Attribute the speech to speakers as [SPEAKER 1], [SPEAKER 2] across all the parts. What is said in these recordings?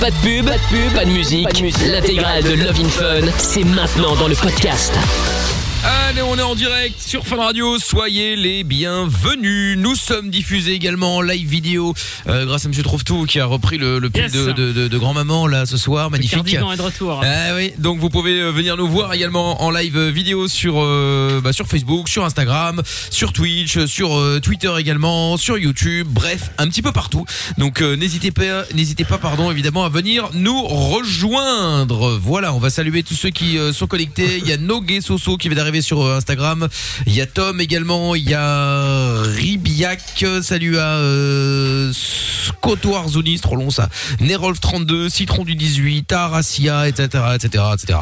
[SPEAKER 1] Pas de pub, pas de pub, pas de musique. L'intégrale de Love in Fun, c'est maintenant dans le podcast.
[SPEAKER 2] Allez, on est en direct sur Fun Radio. Soyez les bienvenus. Nous sommes diffusés également en live vidéo euh, grâce à Monsieur Trouve-Tout qui a repris le, le pied
[SPEAKER 3] Yes.
[SPEAKER 2] de, de- de- de grand-maman là ce soir. Magnifique.
[SPEAKER 3] cardigan est de retour.
[SPEAKER 2] Ah oui, donc vous pouvez euh, venir nous voir également en live euh, vidéo sur euh, bah, sur Facebook, sur Instagram, sur Twitch, euh, sur euh, Twitter également, sur YouTube, bref, un petit peu partout. Donc euh, n'hésitez pas n'hésitez pas pardon évidemment à venir nous rejoindre. Voilà, on va saluer tous ceux qui euh, sont connectés, il y a Nogué Soso qui vient d'arriver sur euh, Instagram, il y a Tom également, il y a Ribiac, euh, salut à euh, Scoto Arzoni, c'est trop long ça. Nerolf 32, Citron du 18, Taracia, etc., etc., etc.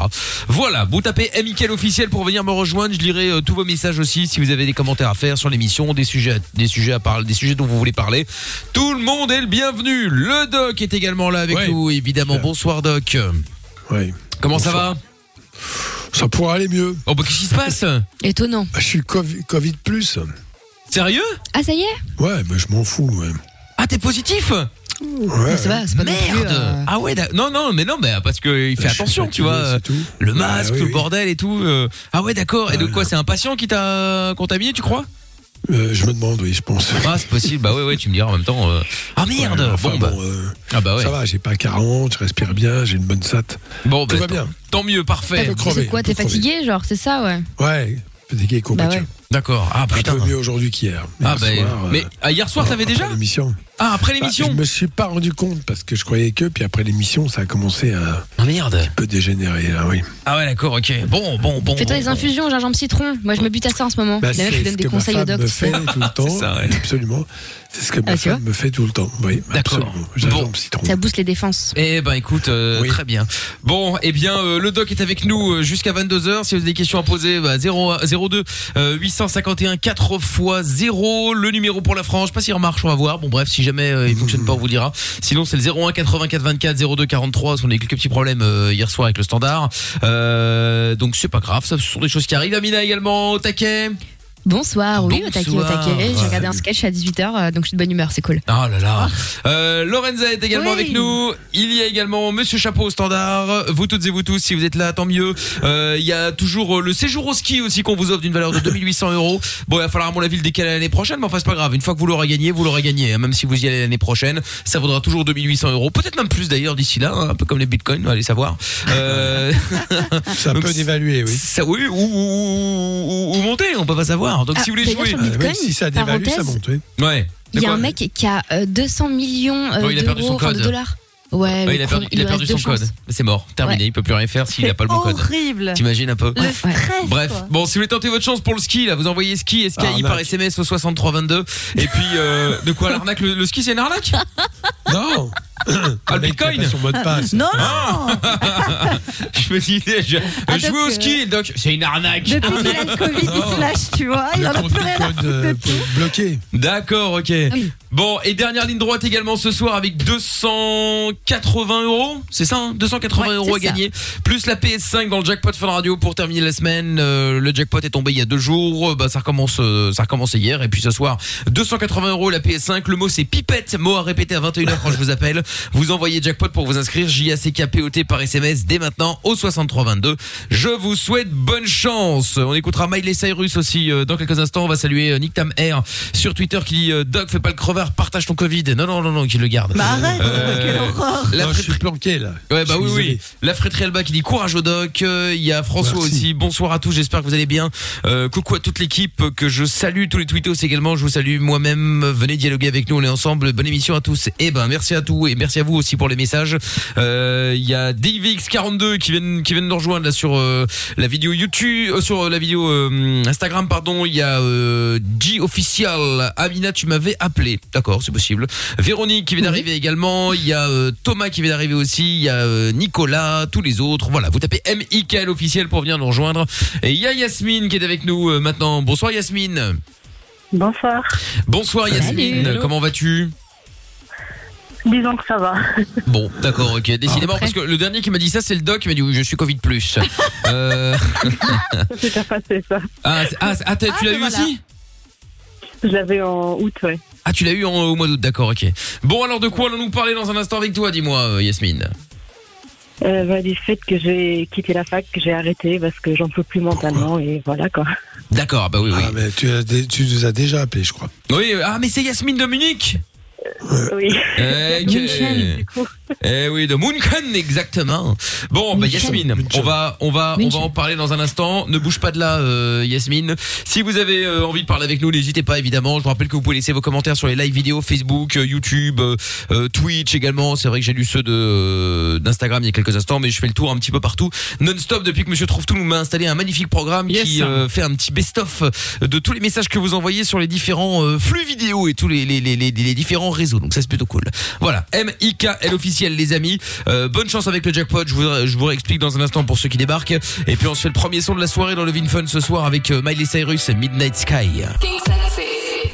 [SPEAKER 2] Voilà, vous tapez Michael officiel pour venir me rejoindre. Je lirai euh, tous vos messages aussi si vous avez des commentaires à faire sur l'émission, des sujets, à- des sujets à parler, des sujets dont vous voulez parler. Tout le monde est le bienvenu. Le Doc est également là avec nous, évidemment. Bonsoir Doc.
[SPEAKER 4] Oui.
[SPEAKER 2] Comment ça va
[SPEAKER 4] Ça pourrait aller mieux.
[SPEAKER 2] Oh, bah, qu'est-ce qui se passe
[SPEAKER 5] Étonnant.
[SPEAKER 4] Bah, je suis Covid, Covid plus.
[SPEAKER 2] Sérieux
[SPEAKER 5] Ah, ça y est bah,
[SPEAKER 4] Ouais, mais je m'en fous. Ouais.
[SPEAKER 2] Ah, t'es positif
[SPEAKER 4] Ouais,
[SPEAKER 5] Ça va, c'est pas non plus,
[SPEAKER 2] Merde
[SPEAKER 5] euh,
[SPEAKER 2] Ah ouais, d'a- non, non, mais non, mais euh, parce que il fait
[SPEAKER 4] je suis
[SPEAKER 2] attention,
[SPEAKER 4] fatigué,
[SPEAKER 2] tu vois. euh,
[SPEAKER 4] c'est tout.
[SPEAKER 2] Le masque,
[SPEAKER 4] Ah, oui,
[SPEAKER 2] le
[SPEAKER 4] oui.
[SPEAKER 2] bordel et tout. euh. Ah ouais, d'accord. Et de quoi C'est un patient qui t'a contaminé, tu crois
[SPEAKER 4] Euh, je me demande, oui, je pense.
[SPEAKER 2] Ah, c'est possible. Bah ouais, ouais, tu me diras en même temps. euh. Ah merde
[SPEAKER 4] Ouais, enfin,
[SPEAKER 2] Bon, bah.
[SPEAKER 4] bon, euh,
[SPEAKER 2] Ah bah ouais.
[SPEAKER 4] Ça va, j'ai pas 40, je respire bien, j'ai une bonne sat.
[SPEAKER 2] Bon,
[SPEAKER 4] Tout
[SPEAKER 2] bah,
[SPEAKER 4] va bien.
[SPEAKER 2] Tant mieux, parfait.
[SPEAKER 4] Attends. crevé,
[SPEAKER 5] C'est quoi,
[SPEAKER 4] on peut
[SPEAKER 5] t'es
[SPEAKER 4] crever.
[SPEAKER 5] fatigué, genre, c'est ça, ouais.
[SPEAKER 4] Ouais, fatigué et combattu.
[SPEAKER 5] Bah ouais.
[SPEAKER 2] D'accord. Ah
[SPEAKER 4] Un
[SPEAKER 2] putain.
[SPEAKER 4] peu mieux aujourd'hui qu'hier.
[SPEAKER 2] Ah
[SPEAKER 4] Hier
[SPEAKER 2] bah.
[SPEAKER 4] soir, euh,
[SPEAKER 2] mais ah, hier soir, t'avais
[SPEAKER 4] après
[SPEAKER 2] déjà
[SPEAKER 4] l'émission.
[SPEAKER 2] Ah, après
[SPEAKER 4] Bah, je
[SPEAKER 2] l'émission
[SPEAKER 4] me suis pas rendu compte parce que je croyais que, puis après l'émission, ça a commencé à un
[SPEAKER 2] Ah merde.
[SPEAKER 4] peu dégénérer. Là, oui.
[SPEAKER 2] Ah ouais, d'accord, ok. Bon, bon, bon.
[SPEAKER 5] Fais-toi des
[SPEAKER 2] bon.
[SPEAKER 5] infusions, gingembre citron. Moi, je me bute à ça en ce moment.
[SPEAKER 4] Bah,
[SPEAKER 5] Hein La
[SPEAKER 4] c'est
[SPEAKER 5] meuf, je
[SPEAKER 4] ce
[SPEAKER 5] donne des
[SPEAKER 4] que ma
[SPEAKER 5] conseils au
[SPEAKER 4] femme
[SPEAKER 5] doc.
[SPEAKER 4] me fait tout le temps.
[SPEAKER 2] ça, ouais.
[SPEAKER 4] Absolument. C'est ce que ma
[SPEAKER 5] Ah, tu
[SPEAKER 4] femme me fait tout le temps. Oui,
[SPEAKER 2] D'accord.
[SPEAKER 4] absolument. Gingembre,
[SPEAKER 2] Bon.
[SPEAKER 4] citron.
[SPEAKER 5] Ça booste les défenses.
[SPEAKER 2] Eh ben écoute, euh,
[SPEAKER 4] Oui.
[SPEAKER 2] très bien. Bon, eh bien euh, le doc est avec nous euh, jusqu'à 22h. Si vous avez des questions à poser, bah, 0, à- 02 euh, 851 4 x 0, le numéro pour la France. Je sais pas s'il remarche, on va voir. Bon bref, si jamais euh, il fonctionne pas, on vous dira. Sinon c'est le 01 84 24 02 43 parce qu'on a eu quelques petits problèmes euh, hier soir avec le standard. Euh, donc c'est pas grave, ça ce sont des choses qui arrivent. Amina également au taquet.
[SPEAKER 5] Bonsoir, oui, au taquet, au
[SPEAKER 2] Bonsoir.
[SPEAKER 5] taquet. J'ai regardé
[SPEAKER 2] Ouais.
[SPEAKER 5] un sketch à 18h, donc je suis de bonne humeur, c'est cool.
[SPEAKER 2] Ah là là. Euh, Lorenza est également
[SPEAKER 5] Oui.
[SPEAKER 2] avec nous. Il y a également Monsieur Chapeau au standard. Vous toutes et vous tous, si vous êtes là, tant mieux. Euh, Il y a toujours euh, le séjour au ski aussi qu'on vous offre d'une valeur de 2800 euros. Bon, il va falloir à mon avis le décaler à l'année prochaine, mais enfin c'est pas grave. Une fois que vous l'aurez gagné, vous l'aurez gagné. hein. Même si vous y allez l'année prochaine, ça vaudra toujours 2800 euros. Peut-être même plus d'ailleurs d'ici là, hein. un peu comme les bitcoins, allez savoir. Euh,
[SPEAKER 4] Ça
[SPEAKER 2] Donc,
[SPEAKER 4] peut dévaluer, oui.
[SPEAKER 2] ça, oui, ou, ou- ou- ou monter, on peut pas savoir. Donc
[SPEAKER 5] Ah,
[SPEAKER 2] si vous voulez
[SPEAKER 5] d'ailleurs,
[SPEAKER 2] jouer,
[SPEAKER 5] sur le
[SPEAKER 4] Ah,
[SPEAKER 5] Bitcoin,
[SPEAKER 4] même si ça dévalue, ça
[SPEAKER 5] parenthèse,
[SPEAKER 4] monte. oui.
[SPEAKER 2] ouais.
[SPEAKER 5] Il y a
[SPEAKER 2] D'accord.
[SPEAKER 5] un mec qui a euh, 200 millions euh,
[SPEAKER 2] Oh, il a perdu
[SPEAKER 5] d'euros,
[SPEAKER 2] son
[SPEAKER 5] enfin, de
[SPEAKER 2] code.
[SPEAKER 5] dollars. Ouais,
[SPEAKER 2] Ouais,
[SPEAKER 5] euh, le
[SPEAKER 2] il a
[SPEAKER 5] con,
[SPEAKER 2] perdu, il
[SPEAKER 5] lui
[SPEAKER 2] a perdu
[SPEAKER 5] reste
[SPEAKER 2] son
[SPEAKER 5] deux chances.
[SPEAKER 2] code. C'est mort, terminé, il peut plus rien faire s'il a pas le bon code.
[SPEAKER 6] horrible.
[SPEAKER 2] T'imagines un peu
[SPEAKER 6] Le
[SPEAKER 5] Ouais, ouais.
[SPEAKER 6] stress.
[SPEAKER 2] Bref,
[SPEAKER 6] quoi.
[SPEAKER 2] bon, si vous voulez tenter votre chance pour le ski, là, vous envoyez ski et ski
[SPEAKER 4] Ah, Arnaque.
[SPEAKER 2] par SMS au 6322. Et puis, euh, de quoi l'arnaque le, le ski, c'est une arnaque
[SPEAKER 4] Non
[SPEAKER 2] Ah, le
[SPEAKER 4] mec, il a
[SPEAKER 2] bitcoin Ah.
[SPEAKER 4] pas Son mot de passe.
[SPEAKER 6] Non, non,
[SPEAKER 2] Je me disais, je,
[SPEAKER 6] Ah,
[SPEAKER 2] jouer
[SPEAKER 6] donc,
[SPEAKER 2] au ski, donc c'est une arnaque.
[SPEAKER 6] depuis qu'il a le Covid, il se lâche, tu vois. Il
[SPEAKER 4] Le
[SPEAKER 6] en a
[SPEAKER 4] compte
[SPEAKER 6] plus rien à
[SPEAKER 4] bitcoin
[SPEAKER 6] foutre de
[SPEAKER 4] euh,
[SPEAKER 6] tout.
[SPEAKER 4] peut être bloqué.
[SPEAKER 2] D'accord, ok. Bon, et dernière ligne droite également ce soir avec 280 euros. C'est ça, hein 280
[SPEAKER 5] Ouais,
[SPEAKER 2] euros à
[SPEAKER 5] c'est ça.
[SPEAKER 2] gagner. Plus la PS5 dans le jackpot Fun Radio pour terminer la semaine. Euh, le jackpot est tombé il y a deux jours. Euh, Bah, ça recommence, euh, ça recommence hier. Et puis ce soir, 280 euros la PS5. Le mot c'est pipette. Mot à répéter à 21h quand je vous appelle. Vous envoyez jackpot pour vous inscrire. J-A-C-K-P-O-T par SMS dès maintenant au 6322. Je vous souhaite bonne chance. On écoutera Miley Cyrus aussi euh, dans quelques instants. On va saluer euh, Nick Tam Air sur Twitter qui dit euh, Doc, fais pas le crevard, partage ton Covid. Non, non, non, non, qu'il le garde.
[SPEAKER 6] Bah arrête,
[SPEAKER 2] Euh,
[SPEAKER 6] quelle horreur.
[SPEAKER 2] La
[SPEAKER 4] Non, Ah, je
[SPEAKER 2] frite-
[SPEAKER 4] suis planqué, là.
[SPEAKER 2] Ouais bah
[SPEAKER 4] Je suis
[SPEAKER 2] oui
[SPEAKER 4] isolé.
[SPEAKER 2] oui. La fréterie Alba qui dit courage au doc. Euh, Il y a François
[SPEAKER 4] Merci.
[SPEAKER 2] aussi. Bonsoir à tous. J'espère que vous allez bien. Euh, coucou à toute l'équipe que je salue tous les tweetos également. Je vous salue moi-même. Venez dialoguer avec nous. On est ensemble. Bonne émission à tous. Et ben merci à tous et merci à vous aussi pour les messages. Euh, Il y a DVX42 qui viennent qui viennent nous rejoindre là sur euh, la vidéo YouTube euh, sur euh, la vidéo euh, Instagram pardon. Il y a euh, G official. Amina tu m'avais appelé. D'accord c'est possible. Véronique qui vient d'arriver également, il y a euh, Thomas qui vient d'arriver aussi, il y a euh, Nicolas, tous les autres. Voilà, vous tapez MIKL officiel pour venir nous rejoindre. Et il y a Yasmine qui est avec nous euh, maintenant. Bonsoir Yasmine.
[SPEAKER 7] Bonsoir.
[SPEAKER 2] Bonsoir Yasmine,
[SPEAKER 5] Hello.
[SPEAKER 2] comment vas-tu
[SPEAKER 7] Disons que ça va.
[SPEAKER 2] Bon, d'accord, ok, décidément,
[SPEAKER 5] Après.
[SPEAKER 2] parce que le dernier qui m'a dit ça, c'est le doc, il m'a dit oui, je suis Covid plus. Euh,
[SPEAKER 7] Ça s'est bien passé, ça.
[SPEAKER 2] ah, c'est- ah, c'est- ah, t'as-
[SPEAKER 6] Ah,
[SPEAKER 2] tu l'as
[SPEAKER 6] te
[SPEAKER 2] eu
[SPEAKER 6] voilà.
[SPEAKER 2] aussi
[SPEAKER 7] Je l'avais en août, ouais.
[SPEAKER 2] Ah, tu l'as eu en- au mois d'août, d'accord, ok. Bon, alors de quoi allons-nous parler dans un instant avec toi, dis-moi, euh, Yasmine
[SPEAKER 7] Euh, bah, du fait que j'ai quitté la fac, que j'ai arrêté parce que j'en peux plus mentalement et voilà quoi.
[SPEAKER 2] D'accord, bah oui, oui.
[SPEAKER 4] Ah, mais tu, as dé- tu nous as déjà appelé, je crois.
[SPEAKER 2] Oui, euh, ah, mais c'est Yasmine de Munich
[SPEAKER 7] Oui.
[SPEAKER 2] Eh, ok.
[SPEAKER 5] München,
[SPEAKER 7] du coup.
[SPEAKER 2] Eh oui, de Munchen, exactement. Bon, bah
[SPEAKER 5] Munchen.
[SPEAKER 2] Yasmine, on va, on va, on
[SPEAKER 5] Munchen.
[SPEAKER 2] va en parler dans un instant. Ne bouge pas de là, euh, Yasmine. Si vous avez euh, envie de parler avec nous, n'hésitez pas, évidemment. Je vous rappelle que vous pouvez laisser vos commentaires sur les live vidéo, Facebook, euh, YouTube, euh, euh, Twitch également. C'est vrai que j'ai lu ceux de euh, d'Instagram il y a quelques instants, mais je fais le tour un petit peu partout, non-stop, depuis que Monsieur Trouve-Tout nous m'a installé un magnifique programme
[SPEAKER 3] Yes.
[SPEAKER 2] qui euh, fait un petit best-of euh, de tous les messages que vous envoyez sur les différents euh, flux vidéo et tous les, les, les, les, les différents réseaux. Donc ça, c'est plutôt cool. Voilà, M-I-K-L officiel, les amis. Euh, bonne chance avec le jackpot. Je vous, je vous réexplique dans un instant pour ceux qui débarquent. Et puis on se fait le premier son de la soirée dans le Vin Fun ce soir avec euh, Miley Cyrus et Midnight Sky.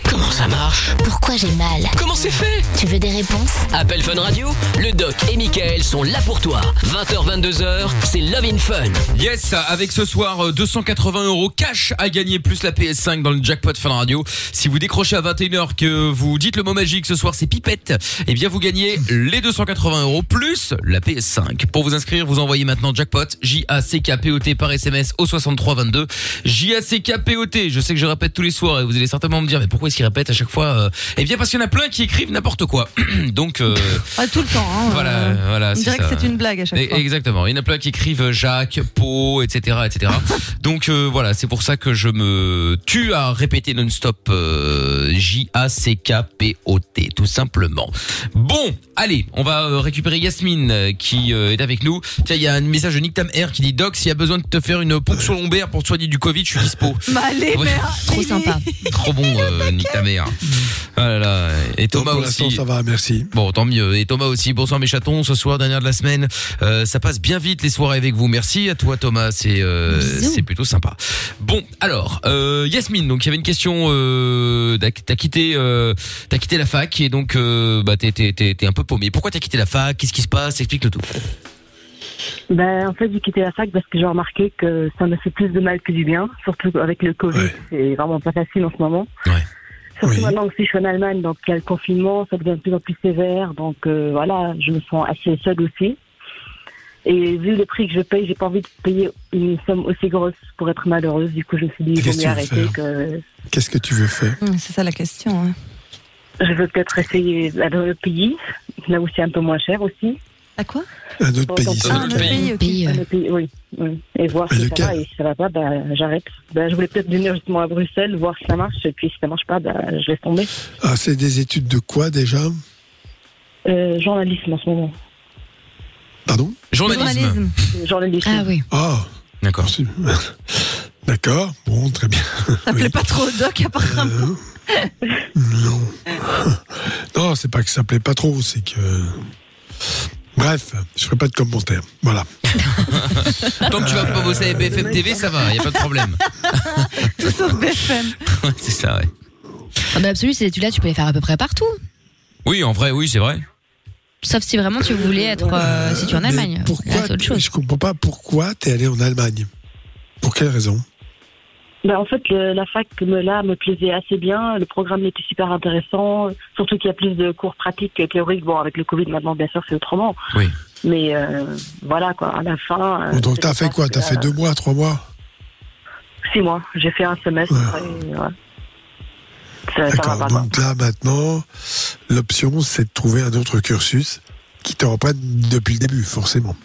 [SPEAKER 1] Comment ça marche
[SPEAKER 8] Pourquoi j'ai mal
[SPEAKER 1] Comment c'est fait
[SPEAKER 8] Tu veux des réponses
[SPEAKER 1] Appel Fun Radio, le doc et Michael sont là pour toi. 20h, 22h, c'est Love in Fun.
[SPEAKER 2] Yes, avec ce soir euh, 280 euros cash à gagner plus la PS5 dans le jackpot Fun Radio. Si vous décrochez à 21h que vous dites le mot magique ce soir c'est pipette, eh bien vous gagnez les 280 euros plus la PS5. Pour vous inscrire, vous envoyez maintenant jackpot J A C K P O T par SMS au 6322. J A C K P O T. Je sais que je répète tous les soirs et vous allez certainement me dire mais pourquoi est-ce qu'il répète à chaque fois euh Eh bien parce qu'il y en a plein qui écrivent n'importe quoi. Donc euh,
[SPEAKER 6] Ah, tout le temps. hein,
[SPEAKER 2] Voilà,
[SPEAKER 6] euh,
[SPEAKER 2] voilà,
[SPEAKER 6] On
[SPEAKER 2] c'est
[SPEAKER 6] dirait
[SPEAKER 2] ça.
[SPEAKER 6] que c'est une blague à chaque
[SPEAKER 2] Et-
[SPEAKER 6] fois.
[SPEAKER 2] Exactement. Il y en a plein qui écrivent Jacques, Pau, etc., etc. Donc euh, voilà, c'est pour ça que je me tue à répéter non-stop euh, J A C K P O T, tout simplement. Bon, allez, on va euh, récupérer Yasmine euh, qui euh, est avec nous. Tiens, il y a un message de Nick Tam Air qui dit Doc, s'il y a besoin de te faire une ponction lombaire pour te soigner du Covid, je suis dispo.
[SPEAKER 6] Bah, allez,
[SPEAKER 2] Ouais.
[SPEAKER 6] merde,
[SPEAKER 5] Trop
[SPEAKER 6] Lily.
[SPEAKER 5] sympa.
[SPEAKER 2] Trop bon, euh, Nick Tam Air. Ah là là. Et Thomas
[SPEAKER 4] Donc, pour
[SPEAKER 2] aussi.
[SPEAKER 4] l'instant, ça va, merci.
[SPEAKER 2] Bon, tant mieux. Et Thomas aussi. Bonsoir mes chatons. Ce soir, dernière de la semaine. Euh, ça passe bien vite les soirées avec vous. Merci à toi Thomas. C'est euh,
[SPEAKER 5] Bisous.
[SPEAKER 2] c'est plutôt sympa. Bon, alors euh, Yasmine. Donc il y avait une question. Euh, t'as t'as quitté euh, t'as quitté la fac et donc euh, bah t'es t'es t'es t'es un peu paumé. Pourquoi t'as quitté la fac Qu'est-ce qui se passe Explique le tout.
[SPEAKER 7] Ben, en fait, j'ai quitté la fac parce que j'ai remarqué que ça me fait plus de mal que du bien, surtout avec le Covid.
[SPEAKER 4] Ouais.
[SPEAKER 7] C'est vraiment pas facile en ce moment.
[SPEAKER 2] Ouais.
[SPEAKER 7] Surtout
[SPEAKER 4] Oui.
[SPEAKER 7] maintenant que je suis en Allemagne, donc il y a le confinement, ça devient de plus en plus sévère. Donc euh, voilà, je me sens assez seule aussi. Et vu le prix que je paye, j'ai pas envie de payer une somme aussi grosse pour être malheureuse. Du coup, je me suis dit, il vaut
[SPEAKER 4] Qu'est-ce
[SPEAKER 7] mieux
[SPEAKER 4] que tu veux
[SPEAKER 7] arrêter que
[SPEAKER 4] Qu'est-ce que tu veux faire
[SPEAKER 6] Hum, C'est ça la question. hein.
[SPEAKER 7] je veux peut-être essayer dans le pays, là où c'est un peu moins cher aussi.
[SPEAKER 6] À quoi
[SPEAKER 4] Un autre
[SPEAKER 7] Bon,
[SPEAKER 4] pays,
[SPEAKER 7] donc,
[SPEAKER 4] ça
[SPEAKER 6] Ah,
[SPEAKER 4] va
[SPEAKER 2] un autre
[SPEAKER 4] pas.
[SPEAKER 2] pays.
[SPEAKER 6] ok.
[SPEAKER 5] Pays, euh,
[SPEAKER 7] Le pays, oui, oui. Et voir
[SPEAKER 4] Mais
[SPEAKER 7] si
[SPEAKER 4] lequel
[SPEAKER 7] ça va, et si ça va pas, ben, j'arrête. Ben, je voulais peut-être venir justement à Bruxelles, voir si ça marche, et puis si ça marche pas, ben, je laisse tomber.
[SPEAKER 4] Ah, c'est des études de quoi déjà
[SPEAKER 7] Euh, journalisme en ce moment.
[SPEAKER 4] Pardon
[SPEAKER 2] Journalisme.
[SPEAKER 6] Journalisme.
[SPEAKER 7] Euh, Journalisme.
[SPEAKER 5] Ah oui.
[SPEAKER 4] Ah,
[SPEAKER 2] D'accord.
[SPEAKER 4] c'est- d'accord. Bon, très bien.
[SPEAKER 6] Ça plaît pas trop au doc, apparemment.
[SPEAKER 4] Euh, non. non, c'est pas que ça plaît pas trop, c'est que. Bref, je ferai pas de commentaire. Voilà.
[SPEAKER 2] Tant que tu vas pas bosser à BFM TV, ça va. Y a pas de problème.
[SPEAKER 6] Tout sauf BFM.
[SPEAKER 2] Ouais, c'est ça. Ouais.
[SPEAKER 5] Ah, bah, absolument, ces études-là, tu peux les faire à peu près partout.
[SPEAKER 2] Oui, en vrai, oui, c'est vrai.
[SPEAKER 5] Sauf si vraiment tu voulais être euh, si tu es en
[SPEAKER 4] Mais
[SPEAKER 5] Allemagne. Là,
[SPEAKER 4] Pourquoi
[SPEAKER 5] c'est autre chose.
[SPEAKER 4] Je comprends pas pourquoi t'es allé en Allemagne. Pour quelle raison
[SPEAKER 7] Ben, en fait, le- la fac me, là me plaisait assez bien. Le programme était super intéressant, surtout qu'il y a plus de cours pratiques que théoriques. Bon, avec le Covid maintenant, bien sûr, c'est autrement.
[SPEAKER 2] Oui.
[SPEAKER 7] Mais euh, voilà quoi. À la fin. euh,
[SPEAKER 4] Donc t'as
[SPEAKER 7] je
[SPEAKER 4] fait
[SPEAKER 7] pense
[SPEAKER 4] quoi
[SPEAKER 7] que,
[SPEAKER 4] T'as fait
[SPEAKER 7] euh,
[SPEAKER 4] deux mois, trois mois
[SPEAKER 7] Six mois. J'ai fait un semestre. et, ouais. Ça, ça va
[SPEAKER 4] D'accord.
[SPEAKER 7] pas. quoi.
[SPEAKER 4] Donc là maintenant, l'option c'est de trouver un autre cursus qui te reprenne depuis le début, forcément.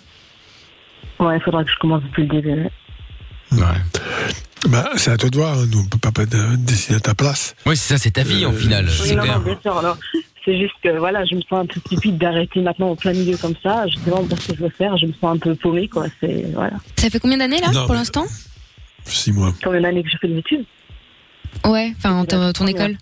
[SPEAKER 7] Ouais, il faudra que je commence depuis le début.
[SPEAKER 4] Bah, c'est à toi de voir, hein. nous on peut pas euh, décider à ta place.
[SPEAKER 2] Oui, c'est ça. C'est ta vie en
[SPEAKER 4] Euh,
[SPEAKER 2] final.
[SPEAKER 4] oui,
[SPEAKER 7] Oui,
[SPEAKER 2] C'est
[SPEAKER 7] non,
[SPEAKER 2] clair.
[SPEAKER 7] non, bien sûr. Alors, c'est juste que voilà, je me sens un peu stupide d'arrêter maintenant au plein milieu comme ça. Je sais vraiment pas ce que je veux faire. Je me sens un peu paumée, quoi. C'est voilà.
[SPEAKER 5] Ça fait combien d'années là
[SPEAKER 4] Non,
[SPEAKER 5] pour
[SPEAKER 4] mais-
[SPEAKER 5] l'instant
[SPEAKER 4] Six mois.
[SPEAKER 7] Quand même l'année que je fais des études.
[SPEAKER 5] Ouais, enfin
[SPEAKER 7] C'est la
[SPEAKER 5] ton, ton
[SPEAKER 7] première.
[SPEAKER 5] école.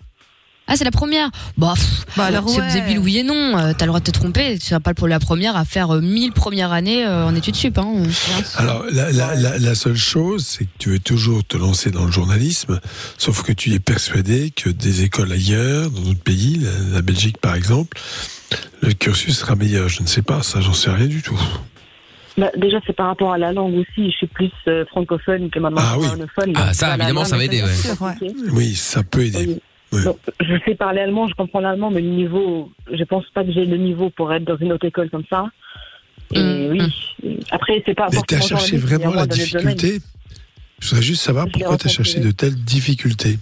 [SPEAKER 5] Ah, c'est la première Bah, pff,
[SPEAKER 6] Bah, alors,
[SPEAKER 5] c'est
[SPEAKER 6] ouais.
[SPEAKER 5] débile, oui et non. Euh, T'as le droit de te tromper. Tu seras pas pour la première à faire euh, 1000 premières années euh, en études sup. Hein.
[SPEAKER 4] Alors, la, la- la- la seule chose, c'est que tu veux toujours te lancer dans le journalisme, sauf que tu es persuadé que des écoles ailleurs, dans d'autres pays, la, la Belgique par exemple, le cursus sera meilleur. Je ne sais pas, ça, j'en sais rien du tout.
[SPEAKER 7] Bah, déjà, c'est par rapport à la langue aussi. Je suis plus euh, francophone que maintenant
[SPEAKER 4] Ah oui.
[SPEAKER 7] germanophone.
[SPEAKER 2] Ah, ça, évidemment, ça va aider, ouais.
[SPEAKER 6] Sûr, ouais.
[SPEAKER 4] Oui, ça peut aider.
[SPEAKER 7] Oui. Donc, je sais parler allemand, je comprends l'allemand, mais le niveau, je pense pas que j'ai le niveau pour être dans une autre école comme ça. Et
[SPEAKER 5] Mm.
[SPEAKER 7] oui. Après, c'est pas.
[SPEAKER 4] Mais t'as
[SPEAKER 7] forcément dans
[SPEAKER 4] cherché
[SPEAKER 7] le but,
[SPEAKER 4] vraiment
[SPEAKER 7] mais
[SPEAKER 4] la
[SPEAKER 7] dans le domaine.
[SPEAKER 4] difficulté Je voudrais juste savoir
[SPEAKER 7] Je l'ai
[SPEAKER 4] pourquoi t'as
[SPEAKER 7] rencontré.
[SPEAKER 4] cherché de telles difficultés.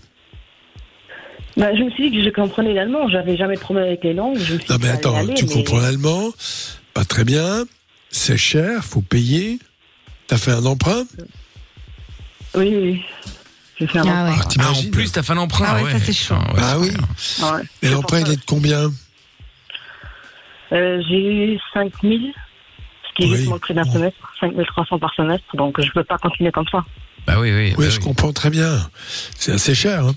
[SPEAKER 7] Bah, je me suis dit que je comprenais l'allemand. J'avais jamais de problème avec les langues. Je me suis
[SPEAKER 4] Non
[SPEAKER 7] dit,
[SPEAKER 4] mais
[SPEAKER 7] ça
[SPEAKER 4] attends,
[SPEAKER 7] allait aller,
[SPEAKER 4] tu
[SPEAKER 7] mais-
[SPEAKER 4] comprends l'allemand Pas très bien. C'est cher, faut payer. T'as fait un emprunt
[SPEAKER 7] Oui, oui. Je fais un
[SPEAKER 5] Ah ouais.
[SPEAKER 4] Ah,
[SPEAKER 2] Ah, en
[SPEAKER 4] t'imagines
[SPEAKER 2] plus, t'as fait l'emprunt.
[SPEAKER 6] Ah ouais, ça, c'est chaud.
[SPEAKER 2] Putain, ouais,
[SPEAKER 4] Ah
[SPEAKER 2] c'est
[SPEAKER 4] oui.
[SPEAKER 2] vrai.
[SPEAKER 7] Ouais.
[SPEAKER 4] Et l'emprunt, il est de combien
[SPEAKER 7] Euh, j'ai eu 5000, ce qui est
[SPEAKER 4] Oui.
[SPEAKER 7] justement le prix d'un
[SPEAKER 4] Oh.
[SPEAKER 7] semestre, 5300 par semestre, donc je peux pas continuer comme ça.
[SPEAKER 2] Bah oui, oui.
[SPEAKER 4] Oui,
[SPEAKER 2] bah
[SPEAKER 4] je
[SPEAKER 2] oui.
[SPEAKER 4] comprends très bien. C'est assez cher. hein.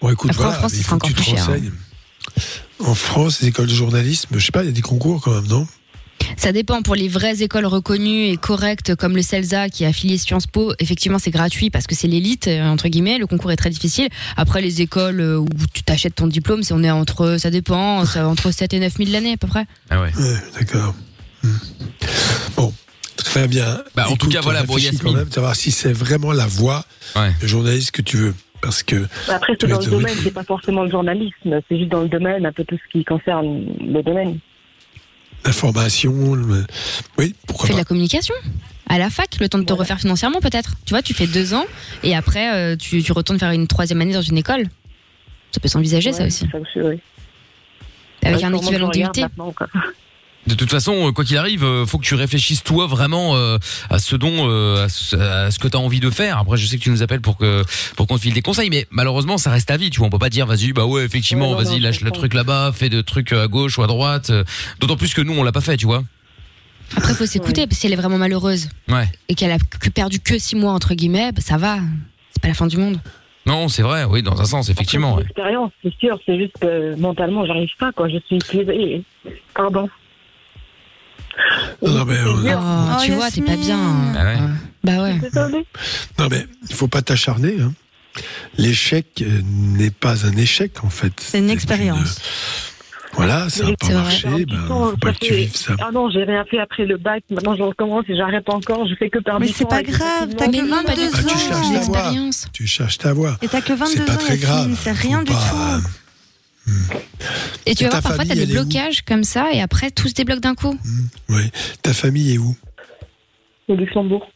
[SPEAKER 4] Bon, écoute,
[SPEAKER 5] Après, en
[SPEAKER 4] voilà,
[SPEAKER 5] France,
[SPEAKER 4] mais
[SPEAKER 5] ce
[SPEAKER 4] il
[SPEAKER 5] sera
[SPEAKER 4] faut que tu
[SPEAKER 5] encore
[SPEAKER 4] te
[SPEAKER 5] plus cher, hein.
[SPEAKER 4] renseignes. En France, les écoles de journalisme, je sais pas, il y a des concours quand même, non
[SPEAKER 5] Ça dépend pour les vraies écoles reconnues et correctes comme le CELSA qui est affilié Sciences Po. Effectivement, c'est gratuit parce que c'est l'élite euh, entre guillemets. Le concours est très difficile. Après, les écoles euh, où tu t'achètes ton diplôme, c'est on est entre, ça dépend, ça, entre 7 et 9 000 l'année à peu près.
[SPEAKER 2] Ah ouais.
[SPEAKER 4] Ouais, d'accord. Hmm. Bon, très bien.
[SPEAKER 2] Bah, en tout
[SPEAKER 4] Écoute,
[SPEAKER 2] cas, voilà, pour
[SPEAKER 4] réfléchis
[SPEAKER 2] Yasmine.
[SPEAKER 4] quand même, savoir si c'est vraiment la voie
[SPEAKER 2] Ouais.
[SPEAKER 4] de journaliste que tu veux. Parce que,
[SPEAKER 7] Bah, Après, c'est
[SPEAKER 4] Oui,
[SPEAKER 7] dans le
[SPEAKER 4] oui.
[SPEAKER 7] domaine, c'est pas forcément le journalisme, c'est juste dans le domaine, un peu tout ce qui concerne le domaine.
[SPEAKER 4] l'information, le- oui, pourquoi
[SPEAKER 5] Tu fais de
[SPEAKER 4] pas.
[SPEAKER 5] la communication à la fac, le temps de te
[SPEAKER 7] Voilà.
[SPEAKER 5] refaire financièrement peut-être. Tu vois, tu fais deux ans et après euh, tu, tu retournes faire une troisième année dans une école. Ça peut s'envisager ça
[SPEAKER 7] Ouais,
[SPEAKER 5] aussi,
[SPEAKER 7] ça aussi, oui.
[SPEAKER 5] avec
[SPEAKER 7] Ouais,
[SPEAKER 5] un
[SPEAKER 7] sûrement que je
[SPEAKER 5] équivalent
[SPEAKER 7] regarde
[SPEAKER 5] DUT.
[SPEAKER 7] maintenant, quoi.
[SPEAKER 2] De toute façon, euh, quoi qu'il arrive, euh, faut que tu réfléchisses toi vraiment euh, à ce dont, euh, à ce, à ce que t'as envie de faire. Après, je sais que tu nous appelles pour que pour qu'on te file des conseils, mais malheureusement, ça reste à vie. Tu vois, on peut pas dire, vas-y, bah ouais, effectivement,
[SPEAKER 7] Ouais, non,
[SPEAKER 2] vas-y,
[SPEAKER 7] non,
[SPEAKER 2] lâche
[SPEAKER 7] je
[SPEAKER 2] le
[SPEAKER 7] comprends.
[SPEAKER 2] truc là-bas, fais de trucs à gauche ou à droite. euh, D'autant plus que nous, on l'a pas fait, tu vois.
[SPEAKER 5] Après, faut s'écouter parce que si elle est vraiment malheureuse
[SPEAKER 2] Ouais.
[SPEAKER 5] et qu'elle a que- perdu que six mois entre guillemets, bah, ça va. C'est pas la fin du monde.
[SPEAKER 2] Non, c'est vrai. Oui, dans un sens, effectivement.
[SPEAKER 7] C'est
[SPEAKER 2] ouais.
[SPEAKER 7] une expérience, c'est sûr, c'est juste que mentalement, j'arrive pas, quoi. Je suis épuisée. Pardon.
[SPEAKER 4] Non, non, mais, euh,
[SPEAKER 5] Oh, tu
[SPEAKER 6] Oh,
[SPEAKER 5] vois, t'es pas
[SPEAKER 6] Yasmine.
[SPEAKER 5] bien.
[SPEAKER 2] Ah ouais.
[SPEAKER 5] Bah ouais.
[SPEAKER 7] Désolée.
[SPEAKER 4] non, mais il faut pas t'acharner. hein. L'échec euh, n'est pas un échec, en fait.
[SPEAKER 6] C'est une expérience.
[SPEAKER 4] Euh, Voilà, ça n'a
[SPEAKER 7] Oui,
[SPEAKER 4] pas
[SPEAKER 5] c'est vrai.
[SPEAKER 4] marché.
[SPEAKER 7] Alors,
[SPEAKER 4] Il
[SPEAKER 7] du temps,
[SPEAKER 4] faut pas
[SPEAKER 7] ça
[SPEAKER 4] que tu
[SPEAKER 7] fait-
[SPEAKER 4] vives ça.
[SPEAKER 7] Ah non, j'ai rien fait après le bac. Maintenant, je recommence et j'arrête encore. Je fais que perdre
[SPEAKER 6] Mais
[SPEAKER 7] du
[SPEAKER 6] c'est
[SPEAKER 7] temps
[SPEAKER 6] pas
[SPEAKER 7] avec le
[SPEAKER 6] grave,
[SPEAKER 7] confinement.
[SPEAKER 6] t'as
[SPEAKER 5] Mais
[SPEAKER 6] que
[SPEAKER 5] non, pas du
[SPEAKER 6] 22
[SPEAKER 5] tout.
[SPEAKER 4] ans. Ah, tu cherches
[SPEAKER 5] une
[SPEAKER 4] la voix.
[SPEAKER 5] expérience.
[SPEAKER 4] Tu cherches ta voie.
[SPEAKER 6] Et t'as que 22
[SPEAKER 4] C'est pas
[SPEAKER 6] ans,
[SPEAKER 4] très grave.
[SPEAKER 6] Yasmine, c'est
[SPEAKER 4] Faut
[SPEAKER 6] rien du
[SPEAKER 4] pas-
[SPEAKER 6] tout.
[SPEAKER 5] Et tu
[SPEAKER 4] Et
[SPEAKER 5] vas
[SPEAKER 4] ta
[SPEAKER 5] voir, parfois, t'as
[SPEAKER 4] famille,
[SPEAKER 5] des
[SPEAKER 4] elle est où
[SPEAKER 5] blocages comme ça et après, tout se débloque d'un coup.
[SPEAKER 4] Oui. Ta famille est où
[SPEAKER 7] Au
[SPEAKER 4] Mm.
[SPEAKER 7] Luxembourg.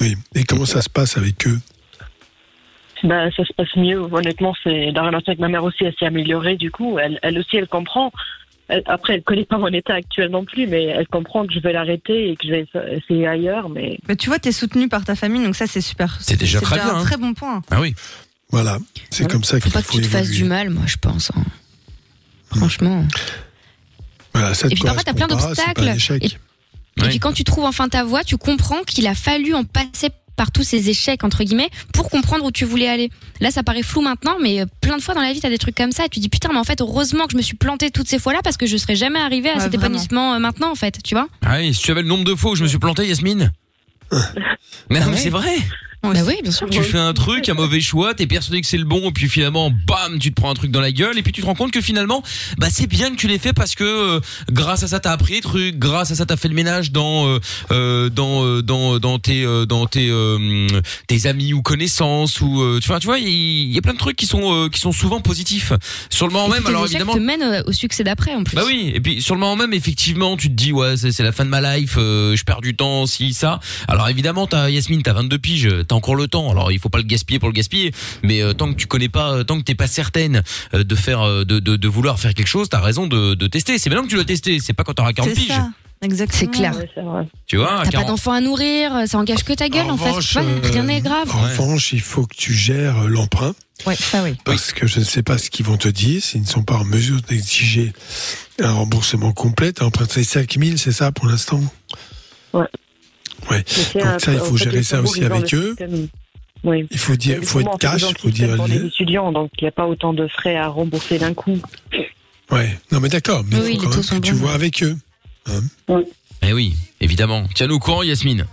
[SPEAKER 4] Oui. Et comment ça se passe avec eux
[SPEAKER 7] Bah, ça se passe mieux. Honnêtement, c'est la relation avec ma mère aussi, elle s'est améliorée. Du coup, elle, elle aussi, elle comprend. Elle- après, elle connaît pas mon état actuel non plus, mais elle comprend que je vais l'arrêter et que je vais essayer ailleurs. Mais
[SPEAKER 6] Mais Bah, tu vois, t'es soutenu par ta famille, donc ça, c'est super.
[SPEAKER 2] C'est déjà très bien,
[SPEAKER 6] un
[SPEAKER 2] hein.
[SPEAKER 6] très bon point.
[SPEAKER 2] Ah oui.
[SPEAKER 4] Voilà. C'est comme ça
[SPEAKER 5] Faut
[SPEAKER 4] qu'il faut,
[SPEAKER 5] pas que tu te fasses
[SPEAKER 4] évoluer. Hmm.
[SPEAKER 5] du mal, moi, je pense. hein. Franchement.
[SPEAKER 4] Voilà, ça
[SPEAKER 5] Et
[SPEAKER 4] te
[SPEAKER 5] puis parfois, t'as plein
[SPEAKER 4] correspond pas, c'est pas un
[SPEAKER 5] d'obstacles.
[SPEAKER 4] échec.
[SPEAKER 5] Et
[SPEAKER 2] Ouais.
[SPEAKER 5] puis quand tu trouves enfin ta voie, tu comprends qu'il a fallu en passer par tous ces échecs entre guillemets pour comprendre où tu voulais aller. Là ça paraît flou maintenant mais euh, plein de fois dans la vie t'as des trucs comme ça et tu dis putain mais en fait heureusement que je me suis planté toutes ces fois-là parce que je serais jamais arrivé à
[SPEAKER 6] Ouais,
[SPEAKER 5] cet
[SPEAKER 6] vraiment.
[SPEAKER 5] épanouissement euh, maintenant en fait, tu vois
[SPEAKER 2] Ah oui, si tu avais le nombre de fois où je me suis planté, Yasmine. Ah Mais
[SPEAKER 6] Ah
[SPEAKER 2] non, mais c'est vrai.
[SPEAKER 5] Bah oui, bien sûr.
[SPEAKER 2] Tu fais un truc, un mauvais choix, t'es persuadé que c'est le bon, et puis finalement, bam, tu te prends un truc dans la gueule, et puis tu te rends compte que finalement, bah c'est bien que tu l'aies fait parce que euh, grâce à ça t'as appris des trucs, grâce à ça t'as fait le ménage dans euh, euh, dans euh, dans dans tes euh, dans tes euh, hum, tes amis ou connaissances ou euh, tu vois tu vois il il y, a plein de trucs qui sont euh, qui sont souvent positifs sur le moment
[SPEAKER 5] Et
[SPEAKER 2] même
[SPEAKER 5] tous tes
[SPEAKER 2] alors
[SPEAKER 5] échecs
[SPEAKER 2] évidemment
[SPEAKER 5] te mènent euh, au succès d'après en plus.
[SPEAKER 2] bah oui, et puis sur le moment même, effectivement, tu te dis ouais, c'est c'est la fin de ma life, euh, je perds du temps, si ça. Alors évidemment, t'as Yasmine, t'as 22 piges, euh, t'as encore le temps. Alors il faut pas le gaspiller pour le gaspiller, mais euh, tant que tu connais pas, euh, tant que t'es pas certaine euh, de faire, euh, de, de, de vouloir faire quelque chose, t'as raison de, de tester. C'est maintenant que tu dois tester. C'est pas quand t'auras 40
[SPEAKER 6] C'est
[SPEAKER 2] piges,
[SPEAKER 6] ça, exactement.
[SPEAKER 5] C'est clair.
[SPEAKER 7] ouais, c'est vrai.
[SPEAKER 2] tu vois.
[SPEAKER 5] T'as
[SPEAKER 2] à
[SPEAKER 5] pas
[SPEAKER 2] 40
[SPEAKER 5] d'enfant à nourrir, euh, ça engage que ta gueule en, fait.
[SPEAKER 4] revanche,
[SPEAKER 5] Tu vois,
[SPEAKER 4] euh,
[SPEAKER 5] rien n'est grave.
[SPEAKER 4] En
[SPEAKER 2] Ouais.
[SPEAKER 4] revanche, il faut que tu gères euh, l'emprunt
[SPEAKER 6] Ouais, ça oui.
[SPEAKER 4] parce que je ne sais pas ce qu'ils vont te dire. S'ils ne sont pas en mesure d'exiger un remboursement complet, t'as emprunté 5000, c'est ça pour l'instant
[SPEAKER 7] Ouais.
[SPEAKER 4] Ouais.
[SPEAKER 7] Mais c'est
[SPEAKER 4] Donc
[SPEAKER 7] un-
[SPEAKER 4] ça, il
[SPEAKER 7] en
[SPEAKER 4] faut
[SPEAKER 7] fait,
[SPEAKER 4] gérer ça
[SPEAKER 7] Luxembourg,
[SPEAKER 4] aussi
[SPEAKER 7] ils ont
[SPEAKER 4] avec
[SPEAKER 7] le
[SPEAKER 4] eux.
[SPEAKER 7] système- Oui.
[SPEAKER 4] Il faut dire, faut être cash, il faut dire.
[SPEAKER 7] pour les
[SPEAKER 4] les-
[SPEAKER 7] étudiants, donc il n'y a pas autant de frais à rembourser d'un coup.
[SPEAKER 4] Ouais. Non, mais d'accord, mais
[SPEAKER 5] Oui,
[SPEAKER 4] il
[SPEAKER 5] les
[SPEAKER 4] faut quand
[SPEAKER 5] taux
[SPEAKER 4] même
[SPEAKER 5] sont
[SPEAKER 4] que tu
[SPEAKER 5] bons.
[SPEAKER 4] vois avec eux.
[SPEAKER 2] Eh oui, évidemment. Tiens-nous au courant, Yasmine.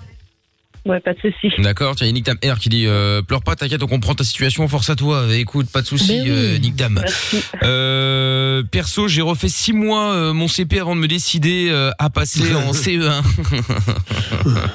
[SPEAKER 7] Ouais, pas de souci.
[SPEAKER 2] D'accord, tiens, il y a Nick Tam R qui dit euh, pleure pas, t'inquiète, on comprend ta situation, force à toi. Euh, Écoute, pas de souci,
[SPEAKER 5] Ben oui.
[SPEAKER 2] euh, Nick Tam.
[SPEAKER 7] Merci.
[SPEAKER 2] Euh, perso, j'ai refait six mois euh, mon CP avant de me décider euh, à passer en E CE1.